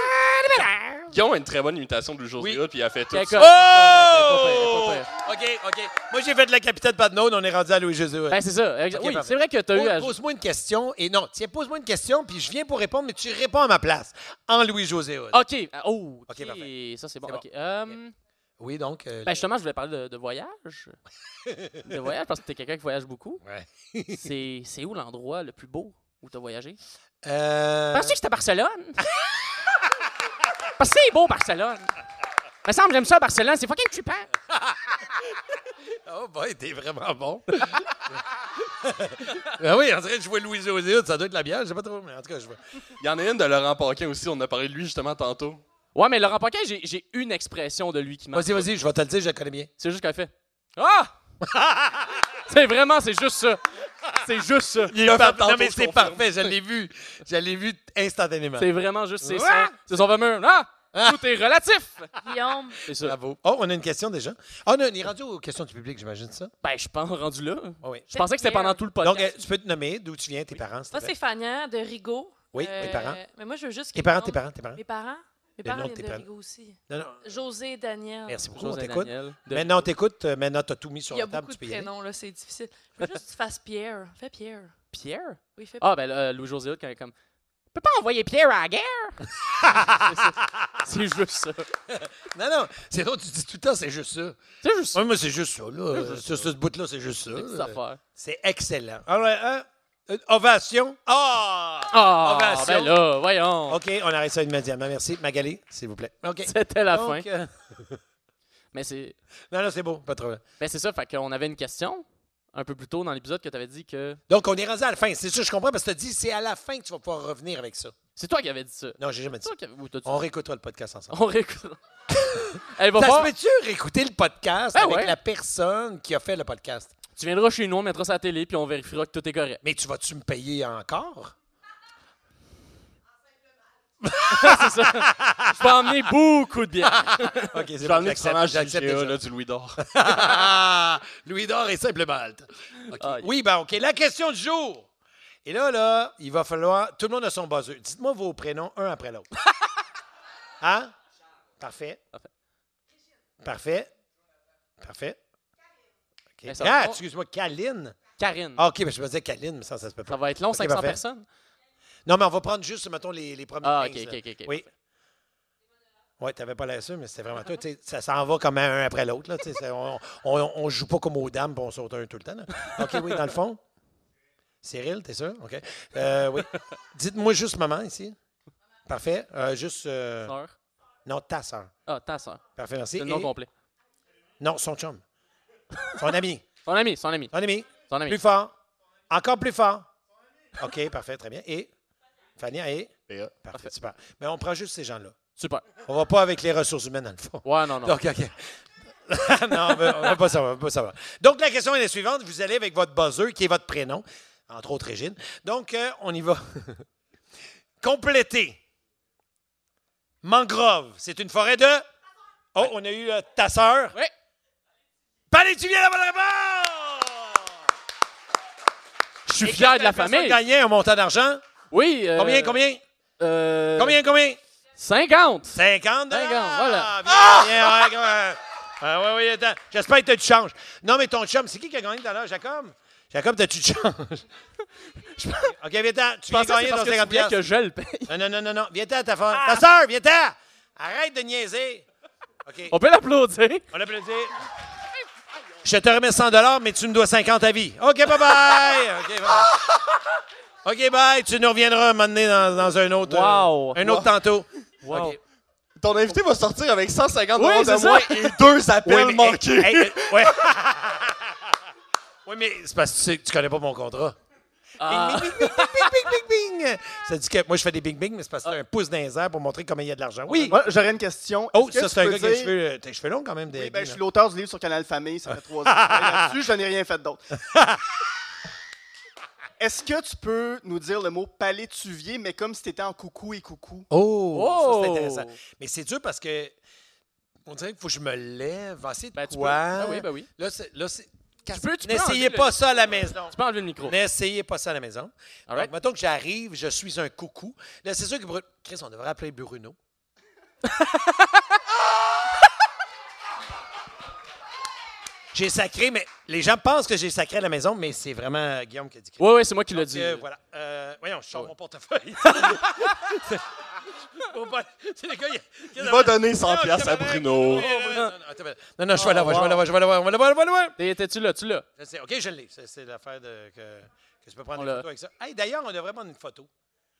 D: Guillaume a une très bonne imitation de Louis-José Hood, puis il a fait tout
B: Quelqu'un-
D: ça.
C: Ah!
B: pas pire, pas pire, pas pire.
C: Oh! OK, OK. Moi, j'ai fait de la capitaine Padnaud, on est rendu à Louis-José.
B: Ben c'est ça. exa-
C: Ok,
B: oui,
C: parfait.
B: c'est vrai que t'as eu
C: Pose-
B: à...
C: Pose-moi une question. Et non, tiens, pose-moi une question, puis je viens pour répondre, mais tu réponds à ma place. En Louis-José. Hood.
B: OK. ah, Oh, OK.
C: Ok, parfait.
B: Ça, c'est bon.
C: C'est bon.
B: OK. hum,
C: Oui, donc. euh,
B: ben justement, je voulais parler de, de voyage. de voyage, parce que t'es quelqu'un qui voyage beaucoup.
C: Ouais.
B: c'est c'est où l'endroit le plus beau où t'as voyagé?
C: euh,
B: Pensais que j'étais à Barcelone? parce que c'est beau, Barcelone. Me semble, j'aime ça, Barcelone. C'est fucking trippant.
C: Oh boy, t'es vraiment bon. ben oui, on dirait que je vois Louis José, Hood, ça doit être la bière, je sais pas trop, mais en tout cas, je vois.
D: Il y en a une de Laurent Paquin aussi, on en a parlé de lui justement tantôt.
B: Ouais, mais Laurent Paquin, j'ai j'ai une expression de lui qui m'a.
C: Vas-y, vas-y, je vais te le dire, je le connais bien.
B: C'est juste qu'elle fait. Ah! c'est vraiment, c'est juste ça. C'est juste ça.
C: Il est
D: parfait.
C: Non,
D: Tantôt,
C: mais
D: je
C: c'est
D: confirme.
C: parfait, je l'ai vu. Je l'ai vu instantanément.
B: C'est vraiment juste, c'est
C: Ouais.
B: ça. C'est son fameux. Ah! Tout est relatif!
E: Guillaume,
B: C'est ça.
C: Bravo. Oh, on a une question déjà. Ah, non, on est rendu aux questions du public, j'imagine ça.
B: Ben, je pense rendu là.
C: Ah oui.
B: Je pensais que c'était pendant tout le podcast.
C: Donc, euh, tu peux te nommer d'où tu viens, tes parents, s'il te
K: Moi,
C: plaît.
K: Ah, c'est Fania de Rigaud. Euh,
C: Oui, mes parents.
K: Mais moi, je veux juste. que
C: Tes parents,
K: tout
C: tes
K: le monde-
C: parents, tes parents.
K: Mes parents. Mes
C: Le nom
K: parents
C: de tes
K: viennent de
C: parents.
K: Rigaud aussi.
C: Non, non.
K: José et Daniel.
C: Merci beaucoup, on
B: José
C: t'écoute.
B: Daniel Ben, de-
C: Maintenant, t'écoutes. euh, Maintenant, t'as tout mis sur
K: Il y a
C: la table,
K: beaucoup
C: tu
K: de
C: peux y aller.
K: prénoms, là, c'est difficile. Je veux juste que tu fasses Pierre. Fais Pierre.
B: Pierre?
K: Oui, fais Pierre.
B: Ah, ben là, euh, Louis-José Hood, quand il est comme. peut pas envoyer Pierre à la guerre. c'est juste ça.
C: non, non, c'est l'autre, tu dis tout le temps, c'est juste ça.
B: C'est juste
C: ça. moi, c'est juste ça, là.
B: C'est juste
C: Sur ce bout-là, c'est juste ça.
B: petites
C: là.
B: affaires.
C: C'est excellent. All right, hein? Une ovation. Ah!
B: Ah, ben là, voyons.
C: OK, on arrête ça immédiatement. Merci. Magali, s'il vous plaît. OK.
B: C'était la
C: Donc,
B: fin.
C: euh,
B: Mais c'est.
C: Non, non, c'est beau, pas trop.
B: Ben c'est ça, fait qu'on avait une question un peu plus tôt dans l'épisode que tu avais dit que.
C: Donc, on est rendu à la fin. C'est ça, je comprends, parce que tu as dit, c'est à la fin que tu vas pouvoir revenir avec ça.
B: C'est toi qui avais dit ça.
C: Non, j'ai jamais dit ça.
B: Toi qui avais- ou t'as dit
C: On
B: ça?
C: réécoutera le podcast ensemble.
B: On réécoute. Elle va
C: Oh. Ça
B: voir.
C: se peut-tu réécouter le podcast
B: Ben
C: avec
B: ouais.
C: la personne qui a fait le podcast?
B: Tu viendras chez nous, on mettra ça à la télé, puis on vérifiera que tout est correct.
C: Mais tu vas-tu me payer encore?
B: c'est ça.
C: Ah.
B: Je vais emmener beaucoup de bière. Ben,
C: OK, c'est
D: J'ai
C: bon,
D: emmené du
C: j'accepte,
D: fromage
C: j'accepte
B: E,
D: IGA,
C: déjà.
D: là, du Louis d'Or.
C: Ah! Louis d'or et simple malte. OK. Oui, ben OK. La question du jour. Et là, là, il va falloir. Tout le monde a son buzzer. Dites-moi vos prénoms un après l'autre. Hein? Parfait. Parfait. Parfait. OK.
B: Ben, ça va Mm.
C: Ah,
B: pas.
C: excuse-moi, Kaline.
B: Karine,
C: Ah, OK, ben, je me disais Kaline, mais ça, ça se peut pas.
B: ça va être long,
C: OK,
B: 500
C: parfait.
B: personnes.
C: Non, mais on va prendre juste, mettons, les, les premiers.
B: Ah, ok,
C: 15,
B: ok,
C: là.
B: ok, ok,
C: Oui. Oui, t'avais pas l'air sûr, mais c'était vraiment toi. Tu sais, Ça s'en va comme un après l'autre. là, tu sais, c'est- On, on, on joue pas comme aux dames, puis on saute un tout le temps. là. OK, oui, dans le fond. Cyril, t'es sûr? OK. Euh, oui. Dites-moi juste maman ici. Parfait. Euh, juste. euh,
B: Sœur.
C: Non, ta soeur.
B: Ah, ta soeur.
C: Parfait, merci.
B: C'est le nom
C: Et-
B: complet.
C: Non, son chum. Son ami.
B: Son ami, son ami.
C: Son ami.
B: Son ami.
C: Plus fort. Encore plus fort. OK, parfait, très bien. Et Fania et. Parfait, super. Mais on prend juste ces gens-là.
B: Super.
C: On va pas avec les ressources humaines, dans le fond.
B: Ouais, non, non.
C: Donc, OK. non, on veut- on veut pas savoir, on veut pas savoir. Donc, la question est la suivante. Vous allez avec votre buzzer, qui est votre prénom, entre autres Régine. Donc, euh, on y va. Compléter. Mangrove, c'est une forêt de... Oh, on a eu euh, ta sœur.
B: Oui.
C: Palais, tu viens la bonne réponse!
B: Je suis fier de la
C: Personne
B: famille.
C: gagnait un montant d'argent.
B: Oui. euh,
C: Combien, combien?
B: euh,
C: Combien, combien?
B: 50.
C: 50
B: 50, voilà.
C: Ah! Viens, viens, ouais, ouais. Ah, ouais, ouais, attends. J'espère que tu as du change. Non, mais ton chum, c'est qui qui a gagné tout à l'heure, Jacob? Jacob, t'as-tu du change? OK, viens-t'en. Tu
B: Je
C: viens
B: pensais que
C: gagner
B: c'est
C: ton
B: parce que tu
C: 50
B: voulais Ah! que
C: piastres.
B: je le paye.
C: Non, non, non, non, non. Viens-t'en, ta femme. Ta soeur, viens-t'en. Arrête de niaiser. OK,
B: On peut l'applaudir.
C: on l'applaudit. Je te remets 100 mais tu me dois 50 à vie. OK, bye-bye. OK, bye. OK, bye. Tu nous reviendras un moment donné dans, dans un autre... euh,
B: Wow.
C: Un autre tantôt.
B: Wow.
C: OK.
D: Ton invité va sortir avec 150
B: Oui,
D: dollars
B: c'est
D: de
B: ça.
D: moins et deux appels
C: Oui, mais-
D: manqués.
C: hey, hey, euh, ouais. Oui, mais c'est parce que tu, sais que tu connais pas mon contrat.
B: Ah.
C: Bing, bing, bing, bing, bing, bing, bing. Ça dit que moi, je fais des bing-bing, mais c'est parce que t'as un pouce dans les airs pour montrer comment il y a de l'argent. Oui.
F: Moi, j'aurais une question.
C: Oh,
F: Est-ce
C: ça,
F: que
C: c'est un
F: tu
C: gars
F: peux
C: qui a les
F: dire-
C: cheveux, euh, t'as les cheveux longs quand même. Des
F: Oui, ben, je
C: là.
F: suis l'auteur du livre sur Canal Famille, ça fait trois ans. que je travaille Là-dessus, je n'ai rien fait d'autre. Est-ce que tu peux nous dire le mot palétuvier, mais comme si tu étais en coucou et coucou?
C: Oh, ça, c'est
B: Oh.
C: intéressant. Mais c'est dur parce que on dirait qu'il faut que je me lève. va essayer de
B: Ben, tu peux.
C: quoi?
B: Ben oui, ben oui.
C: Là, c'est. là, c'est-
B: Tu peux, tu peux
C: N'essayez
B: enlever
C: pas
B: le-
C: ça à la maison.
B: Tu peux enlever le micro.
C: N'essayez pas ça à la maison.
B: All right.
C: Donc, mettons que j'arrive, je suis un coucou. Là, c'est sûr que Bru- Chris, on devrait appeler Bruno. j'ai sacré, mais les gens pensent que j'ai sacré à la maison, mais c'est vraiment euh, Guillaume qui a dit. Chris.
B: Oui, oui, c'est moi qui l'ai
C: Donc,
B: dit.
C: euh, voilà. Euh, voyons, je sors mon portefeuille. Faut pas- c'est le gars, il-
D: Il va donner 100
C: Non,
D: piastres à
C: camarade, Non,
D: Bruno.
C: non, non, attends, non, non, je vais là, je vais là, je vais là, je vais là, je vais là.
B: T'es- T'es-tu là, tu l'as?
C: Je sais. OK, je l'ai. C'est, c'est l'affaire de, que, que tu peux prendre
B: On
C: une
B: l'a.
C: photo avec ça. Hey, d'ailleurs, on devrait prendre une photo.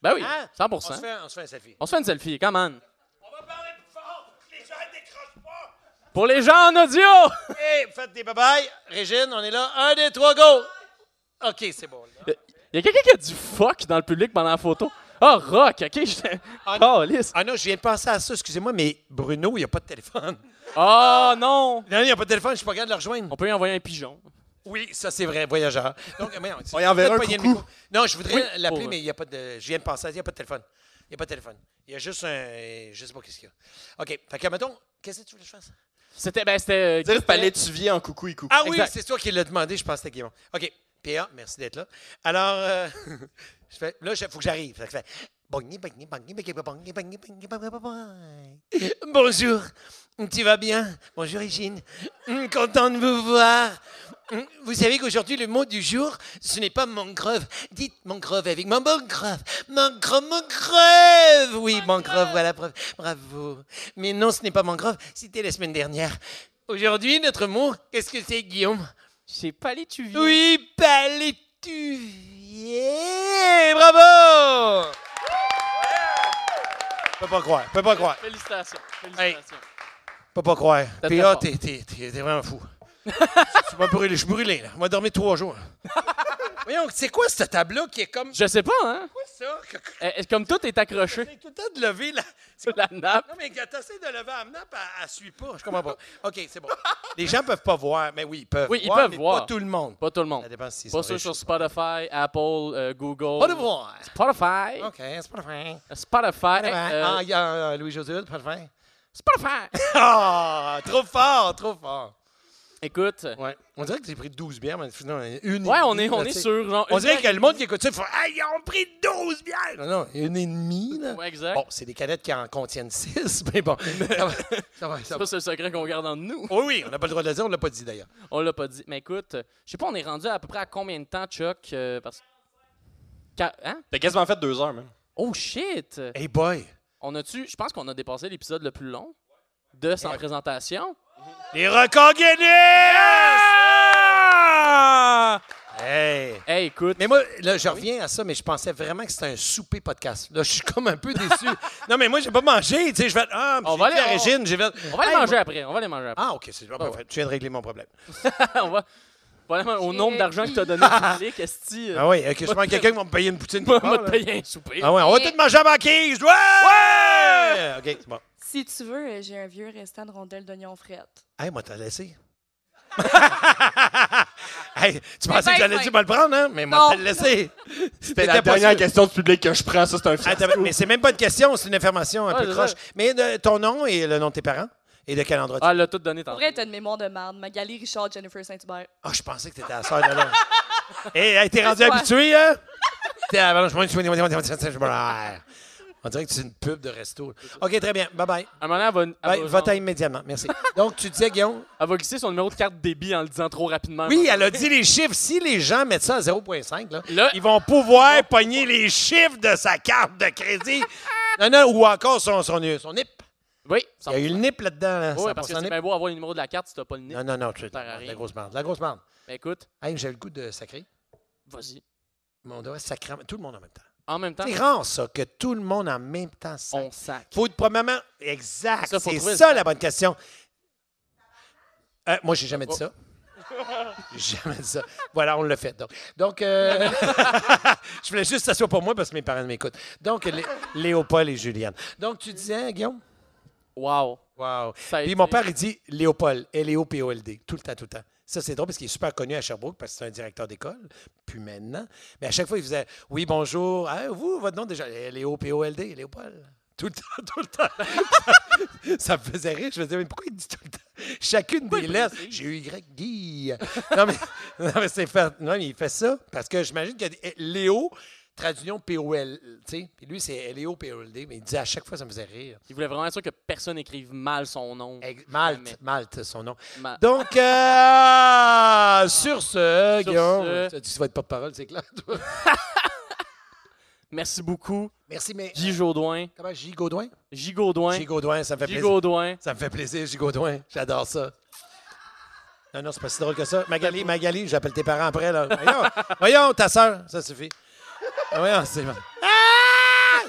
B: Ben oui,
C: Hein? On se
B: 100%.
C: fait, on se fait un selfie.
B: On se fait une selfie, come on.
C: On va parler plus fort. Les gens ne décrochent pas.
B: Pour les gens en audio!
C: Hey, faites des bye-bye. Régine, on est là. Un, deux, trois, go. OK, c'est bon. là.
B: Il y a quelqu'un qui a du fuck dans le public pendant la photo. Ah, rock, ok? j'étais- Oh, lisse.
C: Ah non, je viens de penser à ça. Excusez-moi, mais Bruno, il n'y a pas de téléphone.
B: Ah, non!
C: Non, il n'y a pas de téléphone. Je suis pas capable de le rejoindre.
B: On peut lui envoyer un pigeon.
C: Oui, ça, c'est vrai. Voyageur. Donc, voyons, tu-
D: On y enverra
C: peut-être
D: un
C: pas, il
D: coucou.
C: y a le micro. Non, je voudrais
B: Oui,
C: l'appeler,
B: pour-
C: mais il n'y a pas de... Je viens de penser à ça. Il n'y a pas de téléphone. Il n'y a pas de téléphone. Il y a juste un... Je sais pas qu'est-ce qu'il y a. OK. Fait que, mettons, qu'est-ce que tu veux que je fasse?
B: C'était, ben, c'était.
D: Dire palétuvier en coucou et coucou.
C: Ah oui,
B: Exact.
C: c'est toi qui l'as demandé, je pense que c'était Guillaume. OK. PA, merci d'être là. Alors, euh, je fais- là, il faut que j'arrive. Fait que je fais
J: Bonjour, tu vas bien Bonjour, Régine. Hum, Content de vous voir. Hum, Vous savez qu'aujourd'hui, le mot du jour, ce n'est pas mangrove. Dites mangrove avec moi. Mangrove, mangrove, mangrove. Oui, mangrove, voilà, bravo. bravo. Mais non, ce n'est pas mangrove, c'était la semaine dernière. Aujourd'hui, notre mot, qu'est-ce que c'est, Guillaume C'est palétuvier. Oui, palétuvier. Bravo
C: Je peux pas croire. Je peux pas croire.
B: Félicitations. Félicitations.
C: Je peux pas croire.
B: T'as
C: Puis
B: très
C: là,
B: fort.
C: t'es t'es- t'es- t'es vraiment fou. Je suis brûlé. Je suis brûlé. Là. On va dormir trois jours. Voyons, c'est quoi cette table-là qui est comme.
B: Je sais pas, hein?
C: Quoi ça? Que-
B: Eh, Comme tout est accroché.
C: Tout le temps de lever la.
B: C'est la nappe.
C: Non, mais quand t'essaies de lever la nappe, elle, ne suit pas. Je comprends pas. OK, c'est bon. Les gens peuvent pas voir, mais oui, ils peuvent
B: Oui, ils
C: voir.
B: peuvent
C: mais
B: voir.
C: Pas tout le monde.
B: Pas tout le monde.
C: Ça dépend s'ils
B: Pas
C: sont
B: sûr
C: riches
B: sur Spotify, Apple, euh, Google.
C: Pas de voir. Ah.
B: Spotify.
C: OK, c'est pas fin.
B: Spotify. euh,
C: Ah, il y a Eh, euh, Louis-José, pas fin.
B: C'est pas fin.
C: Ah, trop fort, trop fort.
B: Écoute.
C: Ouais. On dirait que j'ai pris 12 bières, mais finalement, une. et
B: Ouais, on
C: demie,
B: est- on est
C: là, tu sais.
B: sur, genre,
C: on
B: une
C: dirait
B: bière
C: que le monde qui écoute ça, il faut. Hey, ils ont pris 12 bières! Non, non, une et demie, là.
B: Ouais, exact.
C: Bon, c'est des canettes qui en contiennent 6, mais bon. ça va, ça va, ça
B: Ça,
C: va.
B: c'est le secret qu'on garde en nous.
C: Oui, oui, on n'a pas le droit de le dire, on l'a pas dit d'ailleurs.
B: On l'a pas dit. Mais écoute, euh, je sais pas, on est rendu à, peu près à combien de temps, Chuck? euh, parce... Ca- Hein?
D: T'as quasiment fait deux heures, même.
B: Oh shit!
C: Hey boy!
B: On a-tu. Je pense qu'on a dépassé l'épisode le plus long de sans présentation.
J: Les records Guinness!
C: Hey!
B: Hey, écoute.
C: Mais moi, là, je reviens à ça, mais je pensais vraiment que c'était un souper podcast. Là, je suis comme un peu déçu. non, mais moi, j'ai pas mangé. Tu sais, je vais. Ah,
B: On
C: j'ai
B: va
C: dit
B: aller-
C: à
B: on-
C: Régine, j'ai fait.
B: On va les
C: Hey,
B: manger
C: moi-
B: après. On va les manger après.
C: Ah, OK, c'est bon, parfait. Tu viens de régler mon problème.
B: on va. Probablement au nombre d'argent que t'as donné au public, Esti.
C: Ah oui, que je prends quelqu'un qui va me payer une poutine.
B: Moi,
C: quelque
B: moi,
C: part,
B: te
C: là.
B: payer un souper.
C: Ah ouais, on va tout manger à banquise. Ouais! Ouais! OK, c'est bon.
K: Si tu veux, euh, j'ai un vieux restant de rondelles d'oignon frette.
G: Ah,
C: Hey, moi, t'as laissé. hey, tu
K: Mais
C: pensais
K: ben,
C: que j'allais
K: ben.
C: dire me le prendre, hein? Mais
K: Non.
C: moi, t'as laissé.
D: C'était la dernière question du public que je prends, ça, c'est un fiasco.
C: mais c'est même pas une question, c'est une information un
B: Ouais,
C: peu
B: c'est
C: croche.
B: ça.
C: Mais de- ton nom et le nom de tes parents et de quel endroit tu
B: Ah, elle a tout donné
K: Pour
B: tantôt.
K: vrai, t'as une mémoire de marde. Magali, Richard, Jennifer Saint-Hubert.
C: Ah, je pensais que t'étais la sœur de l'homme. Hé, hey, t'es rendu
K: Ouais.
C: habitué, hein? T'es à Valence, je suis- On dirait que c'est une pub de resto. OK, très bien. Bye-bye.
B: À un moment donné, elle va,
C: Bye.
B: elle va,
C: Va-t'en
B: genre-
C: immédiatement. Merci. Donc, tu disais, Guillaume?
B: elle va glisser son numéro de carte débit en le disant trop rapidement.
C: Oui, elle a dit les chiffres. Si les gens mettent ça à 0,5, là,
B: Là-
C: ils vont pouvoir pogner les chiffres de sa carte de crédit. Non, non, ou encore son, son, son NIP.
B: Oui,
C: Il y a eu le NIP là-dedans. Là,
B: Oui, parce que
C: 100%
B: c'est
C: NIP.
B: bien beau avoir le numéro de la carte si t'as pas le nez.
C: Non, non, non. tu-
B: Ça sert à
C: de la
B: rien.
C: grosse merde. de La grosse merde.
B: Ben, écoute,
C: Hey, j'avais le goût de sacrer.
B: vas-y.
C: Mon doigt sacré. Tout le monde en même temps.
B: En même temps,
C: C'est rare, ça, que tout le monde en même temps sacre.
B: on sac.
C: Faut, premièrement, exact.
B: Ça, faut
C: c'est
B: trouver le
C: ça
B: sac.
C: la bonne question. Euh, moi, j'ai
B: Oh.
C: jamais dit ça. J'ai jamais dit ça. Voilà, on l'a fait. Donc, donc euh, je voulais juste que ça soit pour moi parce que mes parents m'écoutent. Donc, Lé- Léopold et Juliane. Donc, tu disais, Guillaume?
B: Wow.
C: Wow.
B: Ça a
C: Puis
B: été-
C: mon père, il dit Léopold, E L-E-O-P-O-L-D, tout le temps, tout le temps. Ça, c'est drôle parce qu'il est super connu à Sherbrooke parce que c'est un directeur d'école, puis maintenant. Mais à chaque fois, il faisait Oui, bonjour. Ah, vous, votre nom déjà E L-E-O-P-O-L-D, Léopold. Tout le temps, tout le temps. ça me faisait rire. Je me disais Mais pourquoi il dit tout le temps Chacune des lettres. J'ai eu Y, Guy. non, mais, non, mais c'est fait. Non, mais il fait ça parce que j'imagine que eh, Léo. Traduction P-O-L, tu sais. Puis lui, c'est E L-E-O-P-O-L-D, mais il disait à chaque fois, ça me faisait rire.
B: Il voulait vraiment être sûr que personne n'écrive mal son nom.
C: Ex- Malte,
B: Jamais.
C: Malte, son nom.
B: Ma-
C: Donc, euh, sur ce,
B: Sur
C: Guillaume,
B: ce-
C: tu- tu vas être porte-parole, c'est clair. toi.
B: Merci beaucoup,
C: Merci, mais
B: Guy Jodoin.
C: comment, J. Gaudouin?
B: J. Gaudouin.
C: J. Gaudouin, ça me fait
B: J.
C: plaisir.
B: Gaudouin.
C: Ça me fait plaisir, J. Gaudouin. J'adore ça. Non, non, c'est pas si drôle que ça. Magali, Magali, j'appelle tes parents après. Là. Voyons, voyons, ta soeur, ça suffit. Ah, Voyons, c'est... Ah!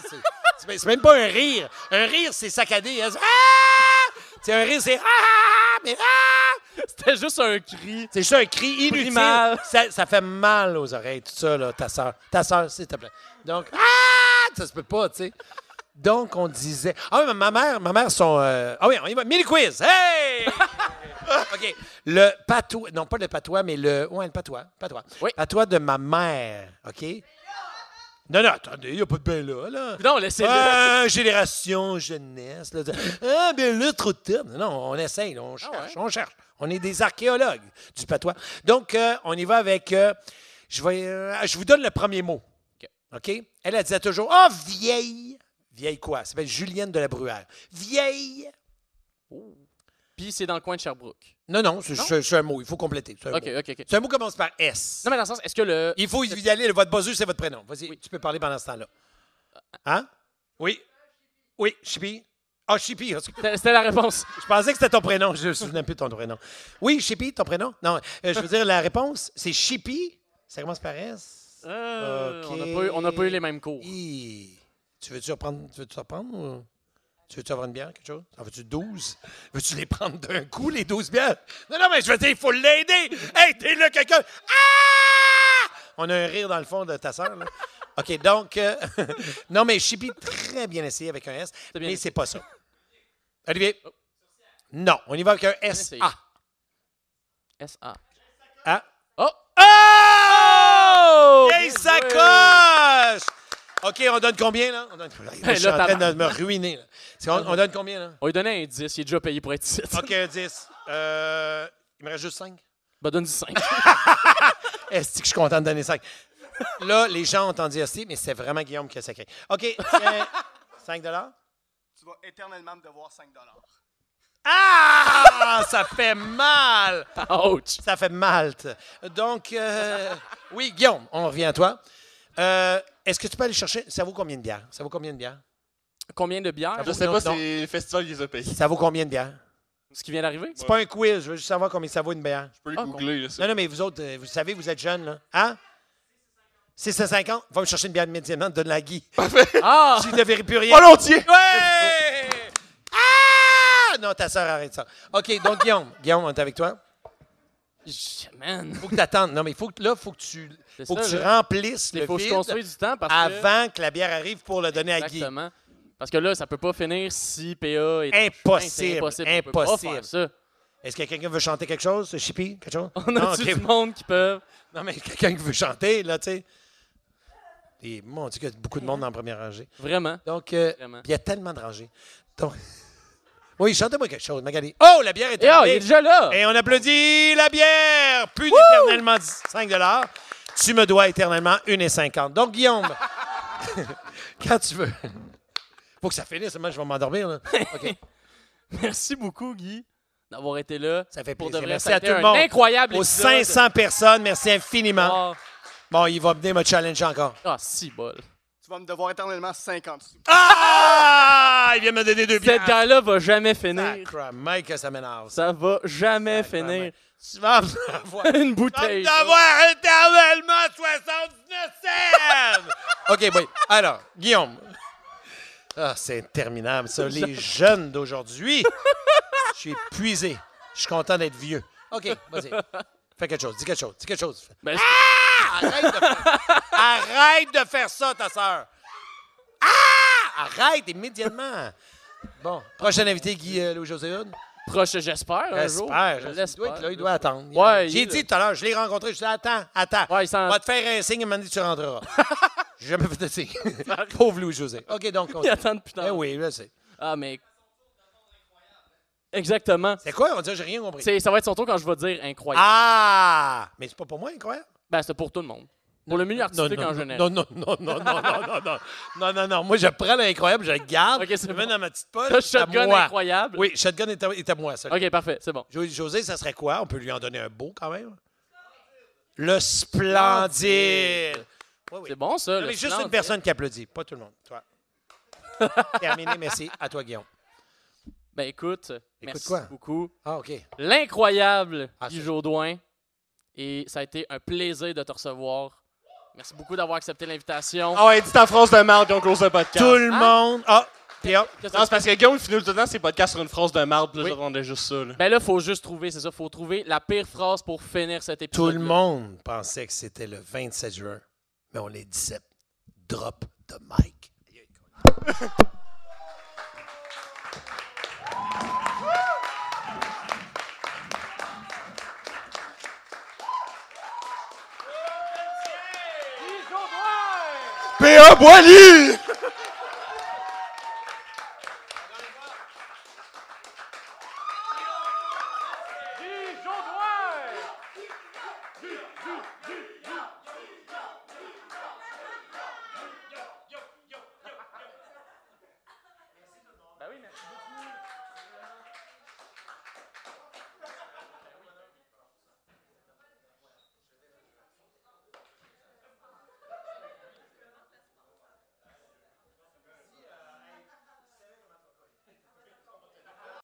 C: C'est- c'est- C'est même pas un rire. Un rire, c'est saccadé. hein. C'est- Ah! C'est un rire, c'est... Ah! Mais... Ah!
B: C'était juste un cri.
C: C'est juste un cri inutile.
B: Primal.
C: Ça, ça fait mal aux oreilles, tout ça, là, ta soeur. Ta soeur, s'il te plaît. Donc, ah! Ça se peut pas, tu sais. Donc, on disait. Ah oui, mais ma mère, ma mère, son. euh, Ah oui, on y va. Mille quiz! Hey! OK. Le patois. Non, pas le patois, mais le. Ouais, le patois. Patois.
B: Oui.
C: Patois de ma mère. OK? Non, non, attendez, il n'y a pas de bain là, là.
B: Non, laissez-le.
C: Ah, génération jeunesse. là. Ah, ben là, trop tard. Non, on essaye, là, on cherche,
B: Ah
C: on cherche. On est des archéologues du patois. Donc, euh, on y va avec. euh, je, vais, euh, je vous donne le premier mot. OK? Elle, elle disait toujours Ah, vieille! Vieille quoi? Ça s'appelle Julienne de la Bruère. Vieille!
B: Puis c'est dans le coin de Sherbrooke.
C: Non, non, c'est c'est- c'est un mot. Il faut compléter. C'est un
B: OK,
C: mot.
B: OK, OK.
C: C'est un mot qui commence par S.
B: Non, mais dans le sens, est-ce que le.
C: Il faut y aller. Votre buzzer, c'est votre prénom. Vas-y, tu peux parler pendant ce temps-là.
B: Euh,
C: Hein? Oui. Oui, Chippy. Ah, Chippy.
B: C'était la réponse.
C: Je pensais que c'était ton prénom. Je me souvenais plus de ton prénom. Oui, Chippy, ton prénom? Non, euh, je veux dire, la réponse, c'est Chippy. Ça commence par S.
B: Euh,
C: Ah, OK.
B: on n'a pas eu- on n'a pas eu les mêmes
C: Oh.
B: cours.
C: Hi. Tu veux-tu reprendre, tu veux-tu reprendre ou... Tu veux-tu avoir une bière, quelque chose? En veux-tu 12? Veux-tu les prendre d'un coup, les 12 bières? Non, non, mais je veux dire, il faut l'aider! Hey, t'es là, quelqu'un! Ah! On a un rire dans le fond de ta sœur, là. OK, donc... euh, non, mais Chippy, très bien essayé avec un S, mais c'est pas ça. Olivier? Non, on y va avec un S.
B: essayé.
C: Ah!
B: S.A.
C: Ah!
B: Oh!
C: Oh!
B: Bien
C: Vieille sacoche! OK, on donne combien, là? On donne...
B: Ben
C: je suis en
B: là,
C: train de
B: tabarnak.
C: me ruiner, là. C'est- On, on donne combien, là?
B: On lui donnait un 10, il est déjà payé pour être ici.
C: OK, un 10. Euh, il me reste juste 5.
B: Bah, donne du 5.
C: Est-ce que je suis content de donner 5? Là, les gens ont entendu esti, mais c'est vraiment Guillaume qui a sacré. OK, tiens, 5
F: Tu vas éternellement me devoir 5
C: Ah! Ça fait mal! Ouch! Ça fait mal. t- Donc, euh, oui, Guillaume, on revient à toi. Euh, Est-ce que tu peux aller chercher... Ça vaut combien de bières? Ça vaut combien de bières?
B: Combien de
C: Ah,
B: bières?
D: Je sais pas, c'est le festival qui les a payés.
C: Ça vaut combien de bières?
B: Ce qui vient d'arriver?
C: C'est pas un quiz, je veux juste savoir combien ça vaut une bière. Je
D: peux le Ah, googler, là, ça.
C: Non, non, mais vous autres, euh, vous savez, vous êtes jeunes, là. Hein? 650, va me chercher une bière immédiatement, donne-la à Guy. Parfait.
B: Ah!
C: Je ne verrai plus rien.
D: Volontiers.
C: Ouais! Ah! Non, ta soeur, arrête ça. OK, donc Guillaume, Guillaume, on est avec toi.
B: Man!
C: Faut que t'attendes. Non, mais faut que, là, faut que tu,
B: C'est
C: faut
B: ça,
C: que tu
B: là.
C: remplisses
B: Il
C: le
B: faut que je
C: vide
B: construise du temps parce que-
C: avant que... la bière arrive pour le donner à Guy.
B: Exactement. Parce que là, ça peut pas finir si PA est.
C: Impossible,
B: C'est on peut
C: impossible.
B: pas faire ça.
C: Est-ce que quelqu'un veut chanter quelque chose, Chippy? Quelque chose?
B: On a
C: ok.
B: du monde qui peut.
C: Non, mais quelqu'un qui veut chanter, là, tu sais. Et mon Dieu, qu'il y a beaucoup de monde dans la première rangée.
B: Vraiment.
C: Donc, euh,
B: Vraiment.
C: puis il y a tellement de rangées. Donc, oui, chantez-moi quelque chose, Magali. Oh, la bière est
B: Eh, oh,
C: terminée.
B: il est déjà là!
C: Et on applaudit la bière. Plus d'éternellement 5 Tu me dois éternellement 1,50 Donc, Guillaume, quand tu veux. Faut que ça finisse, moi, je vais m'endormir. là. OK.
B: Merci beaucoup, Guy, d'avoir été là.
C: Ça fait
B: Pour de
C: plaisir.
B: vrai,
C: Merci
B: ça a
C: à
B: été
C: tout le
B: un
C: monde.
B: Incroyable
C: Aux
B: épisode.
C: 500 personnes, merci infiniment.
B: Ah,
C: Bon, il va venir me challenger encore.
B: ah, si bol.
F: Tu vas me devoir éternellement 50 sous.
C: Ah! Il vient me donner deux bières.
B: Cette gars-là va jamais finir.
C: Sacrament que ça m'énerve.
B: Ça va jamais finir.
C: Tu vas en avoir-
B: Une
C: Tu vas
B: bouteille.
C: en avoir éternellement 79 cents! OK, oui. Alors, Guillaumme. Ah, c'est interminable, ça. Les jeunes d'aujourd'hui. Je suis épuisé. Je suis content d'être vieux. OK, vas-y. Fais quelque chose. Dis quelque chose. Dis quelque chose.
B: Ben,
C: Ah! Arrête de faire, Arrête de faire ça, ta sœur. Ah! Arrête immédiatement. Bon, prochain invité, Guy euh, Louis-José Hood.
B: Proche, j'espère, un jour.
C: J'espère.
B: Je
C: j'espère. Il
B: l'espère.
C: doit être là, il doit attendre.
B: Ouais, il
C: J'ai
B: est
C: dit
B: là.
C: tout à l'heure, je l'ai rencontré, je lui ai dit attends, attends.
B: Ouais, il s'en-
C: On va te faire un signe et dit tu rentreras. J'ai jamais fait de signe. Pauvre Louis-José. OK, donc. on-
B: Il attend depuis
C: Eh
B: tard.
C: oui, là, c'est.
B: Ah, mais. Exactement.
C: C'est quoi? On dirait j'ai rien compris.
B: C'est- Ça va être son tour quand je vais dire incroyable.
C: Ah! Mais c'est pas pour moi, incroyable.
B: Ben, c'est pour tout le monde. Pour le milieu
C: Non,
B: artistique
C: non,
B: en
C: non,
B: général.
C: non, non, non, non, non, non, non, non, non, non, non. Moi, je prends l'incroyable, je le garde,
B: Ok,
C: je
B: c'est
C: le mets
B: bon.
C: dans ma petite poche.
B: Le
C: c'est à
B: shotgun
C: moi.
B: incroyable.
C: Oui, shotgun est à, est à moi, ça.
B: Ok, parfait, c'est bon.
C: Jo- José, ça serait quoi? On peut lui en donner un beau quand même. Le splendide. Oui, oui.
B: C'est bon, ça.
C: Non,
B: le
C: mais juste
B: silence,
C: une personne qui applaudit, pas tout le monde. Toi. Terminé, merci. À toi, Guillaume.
B: hein. Ben, écoute, merci
C: quoi?
B: beaucoup.
C: Ah, OK.
B: L'incroyable
C: Ah,
B: Guy
C: c'est-
B: Jodoin. Et ça a été un plaisir de te recevoir. Merci beaucoup d'avoir accepté l'invitation.
C: Oh,
D: Ah ouais, dit en France de marde, puis on close le podcast.
C: Tout le monde. Ah, puis hop.
B: Qu'est-ce que
D: Non,
B: tu
D: c'est parce que Guillaume il finit tout le temps ses podcasts sur une phrase de marde, puis là, j'attendais juste ça. là.
B: Ben là, faut juste trouver, c'est ça, faut trouver la pire phrase pour finir cet épisode.
C: Tout le monde pensait que c'était le 27 juin, mais on les 17. Drop de mic.
D: P.A. Boily!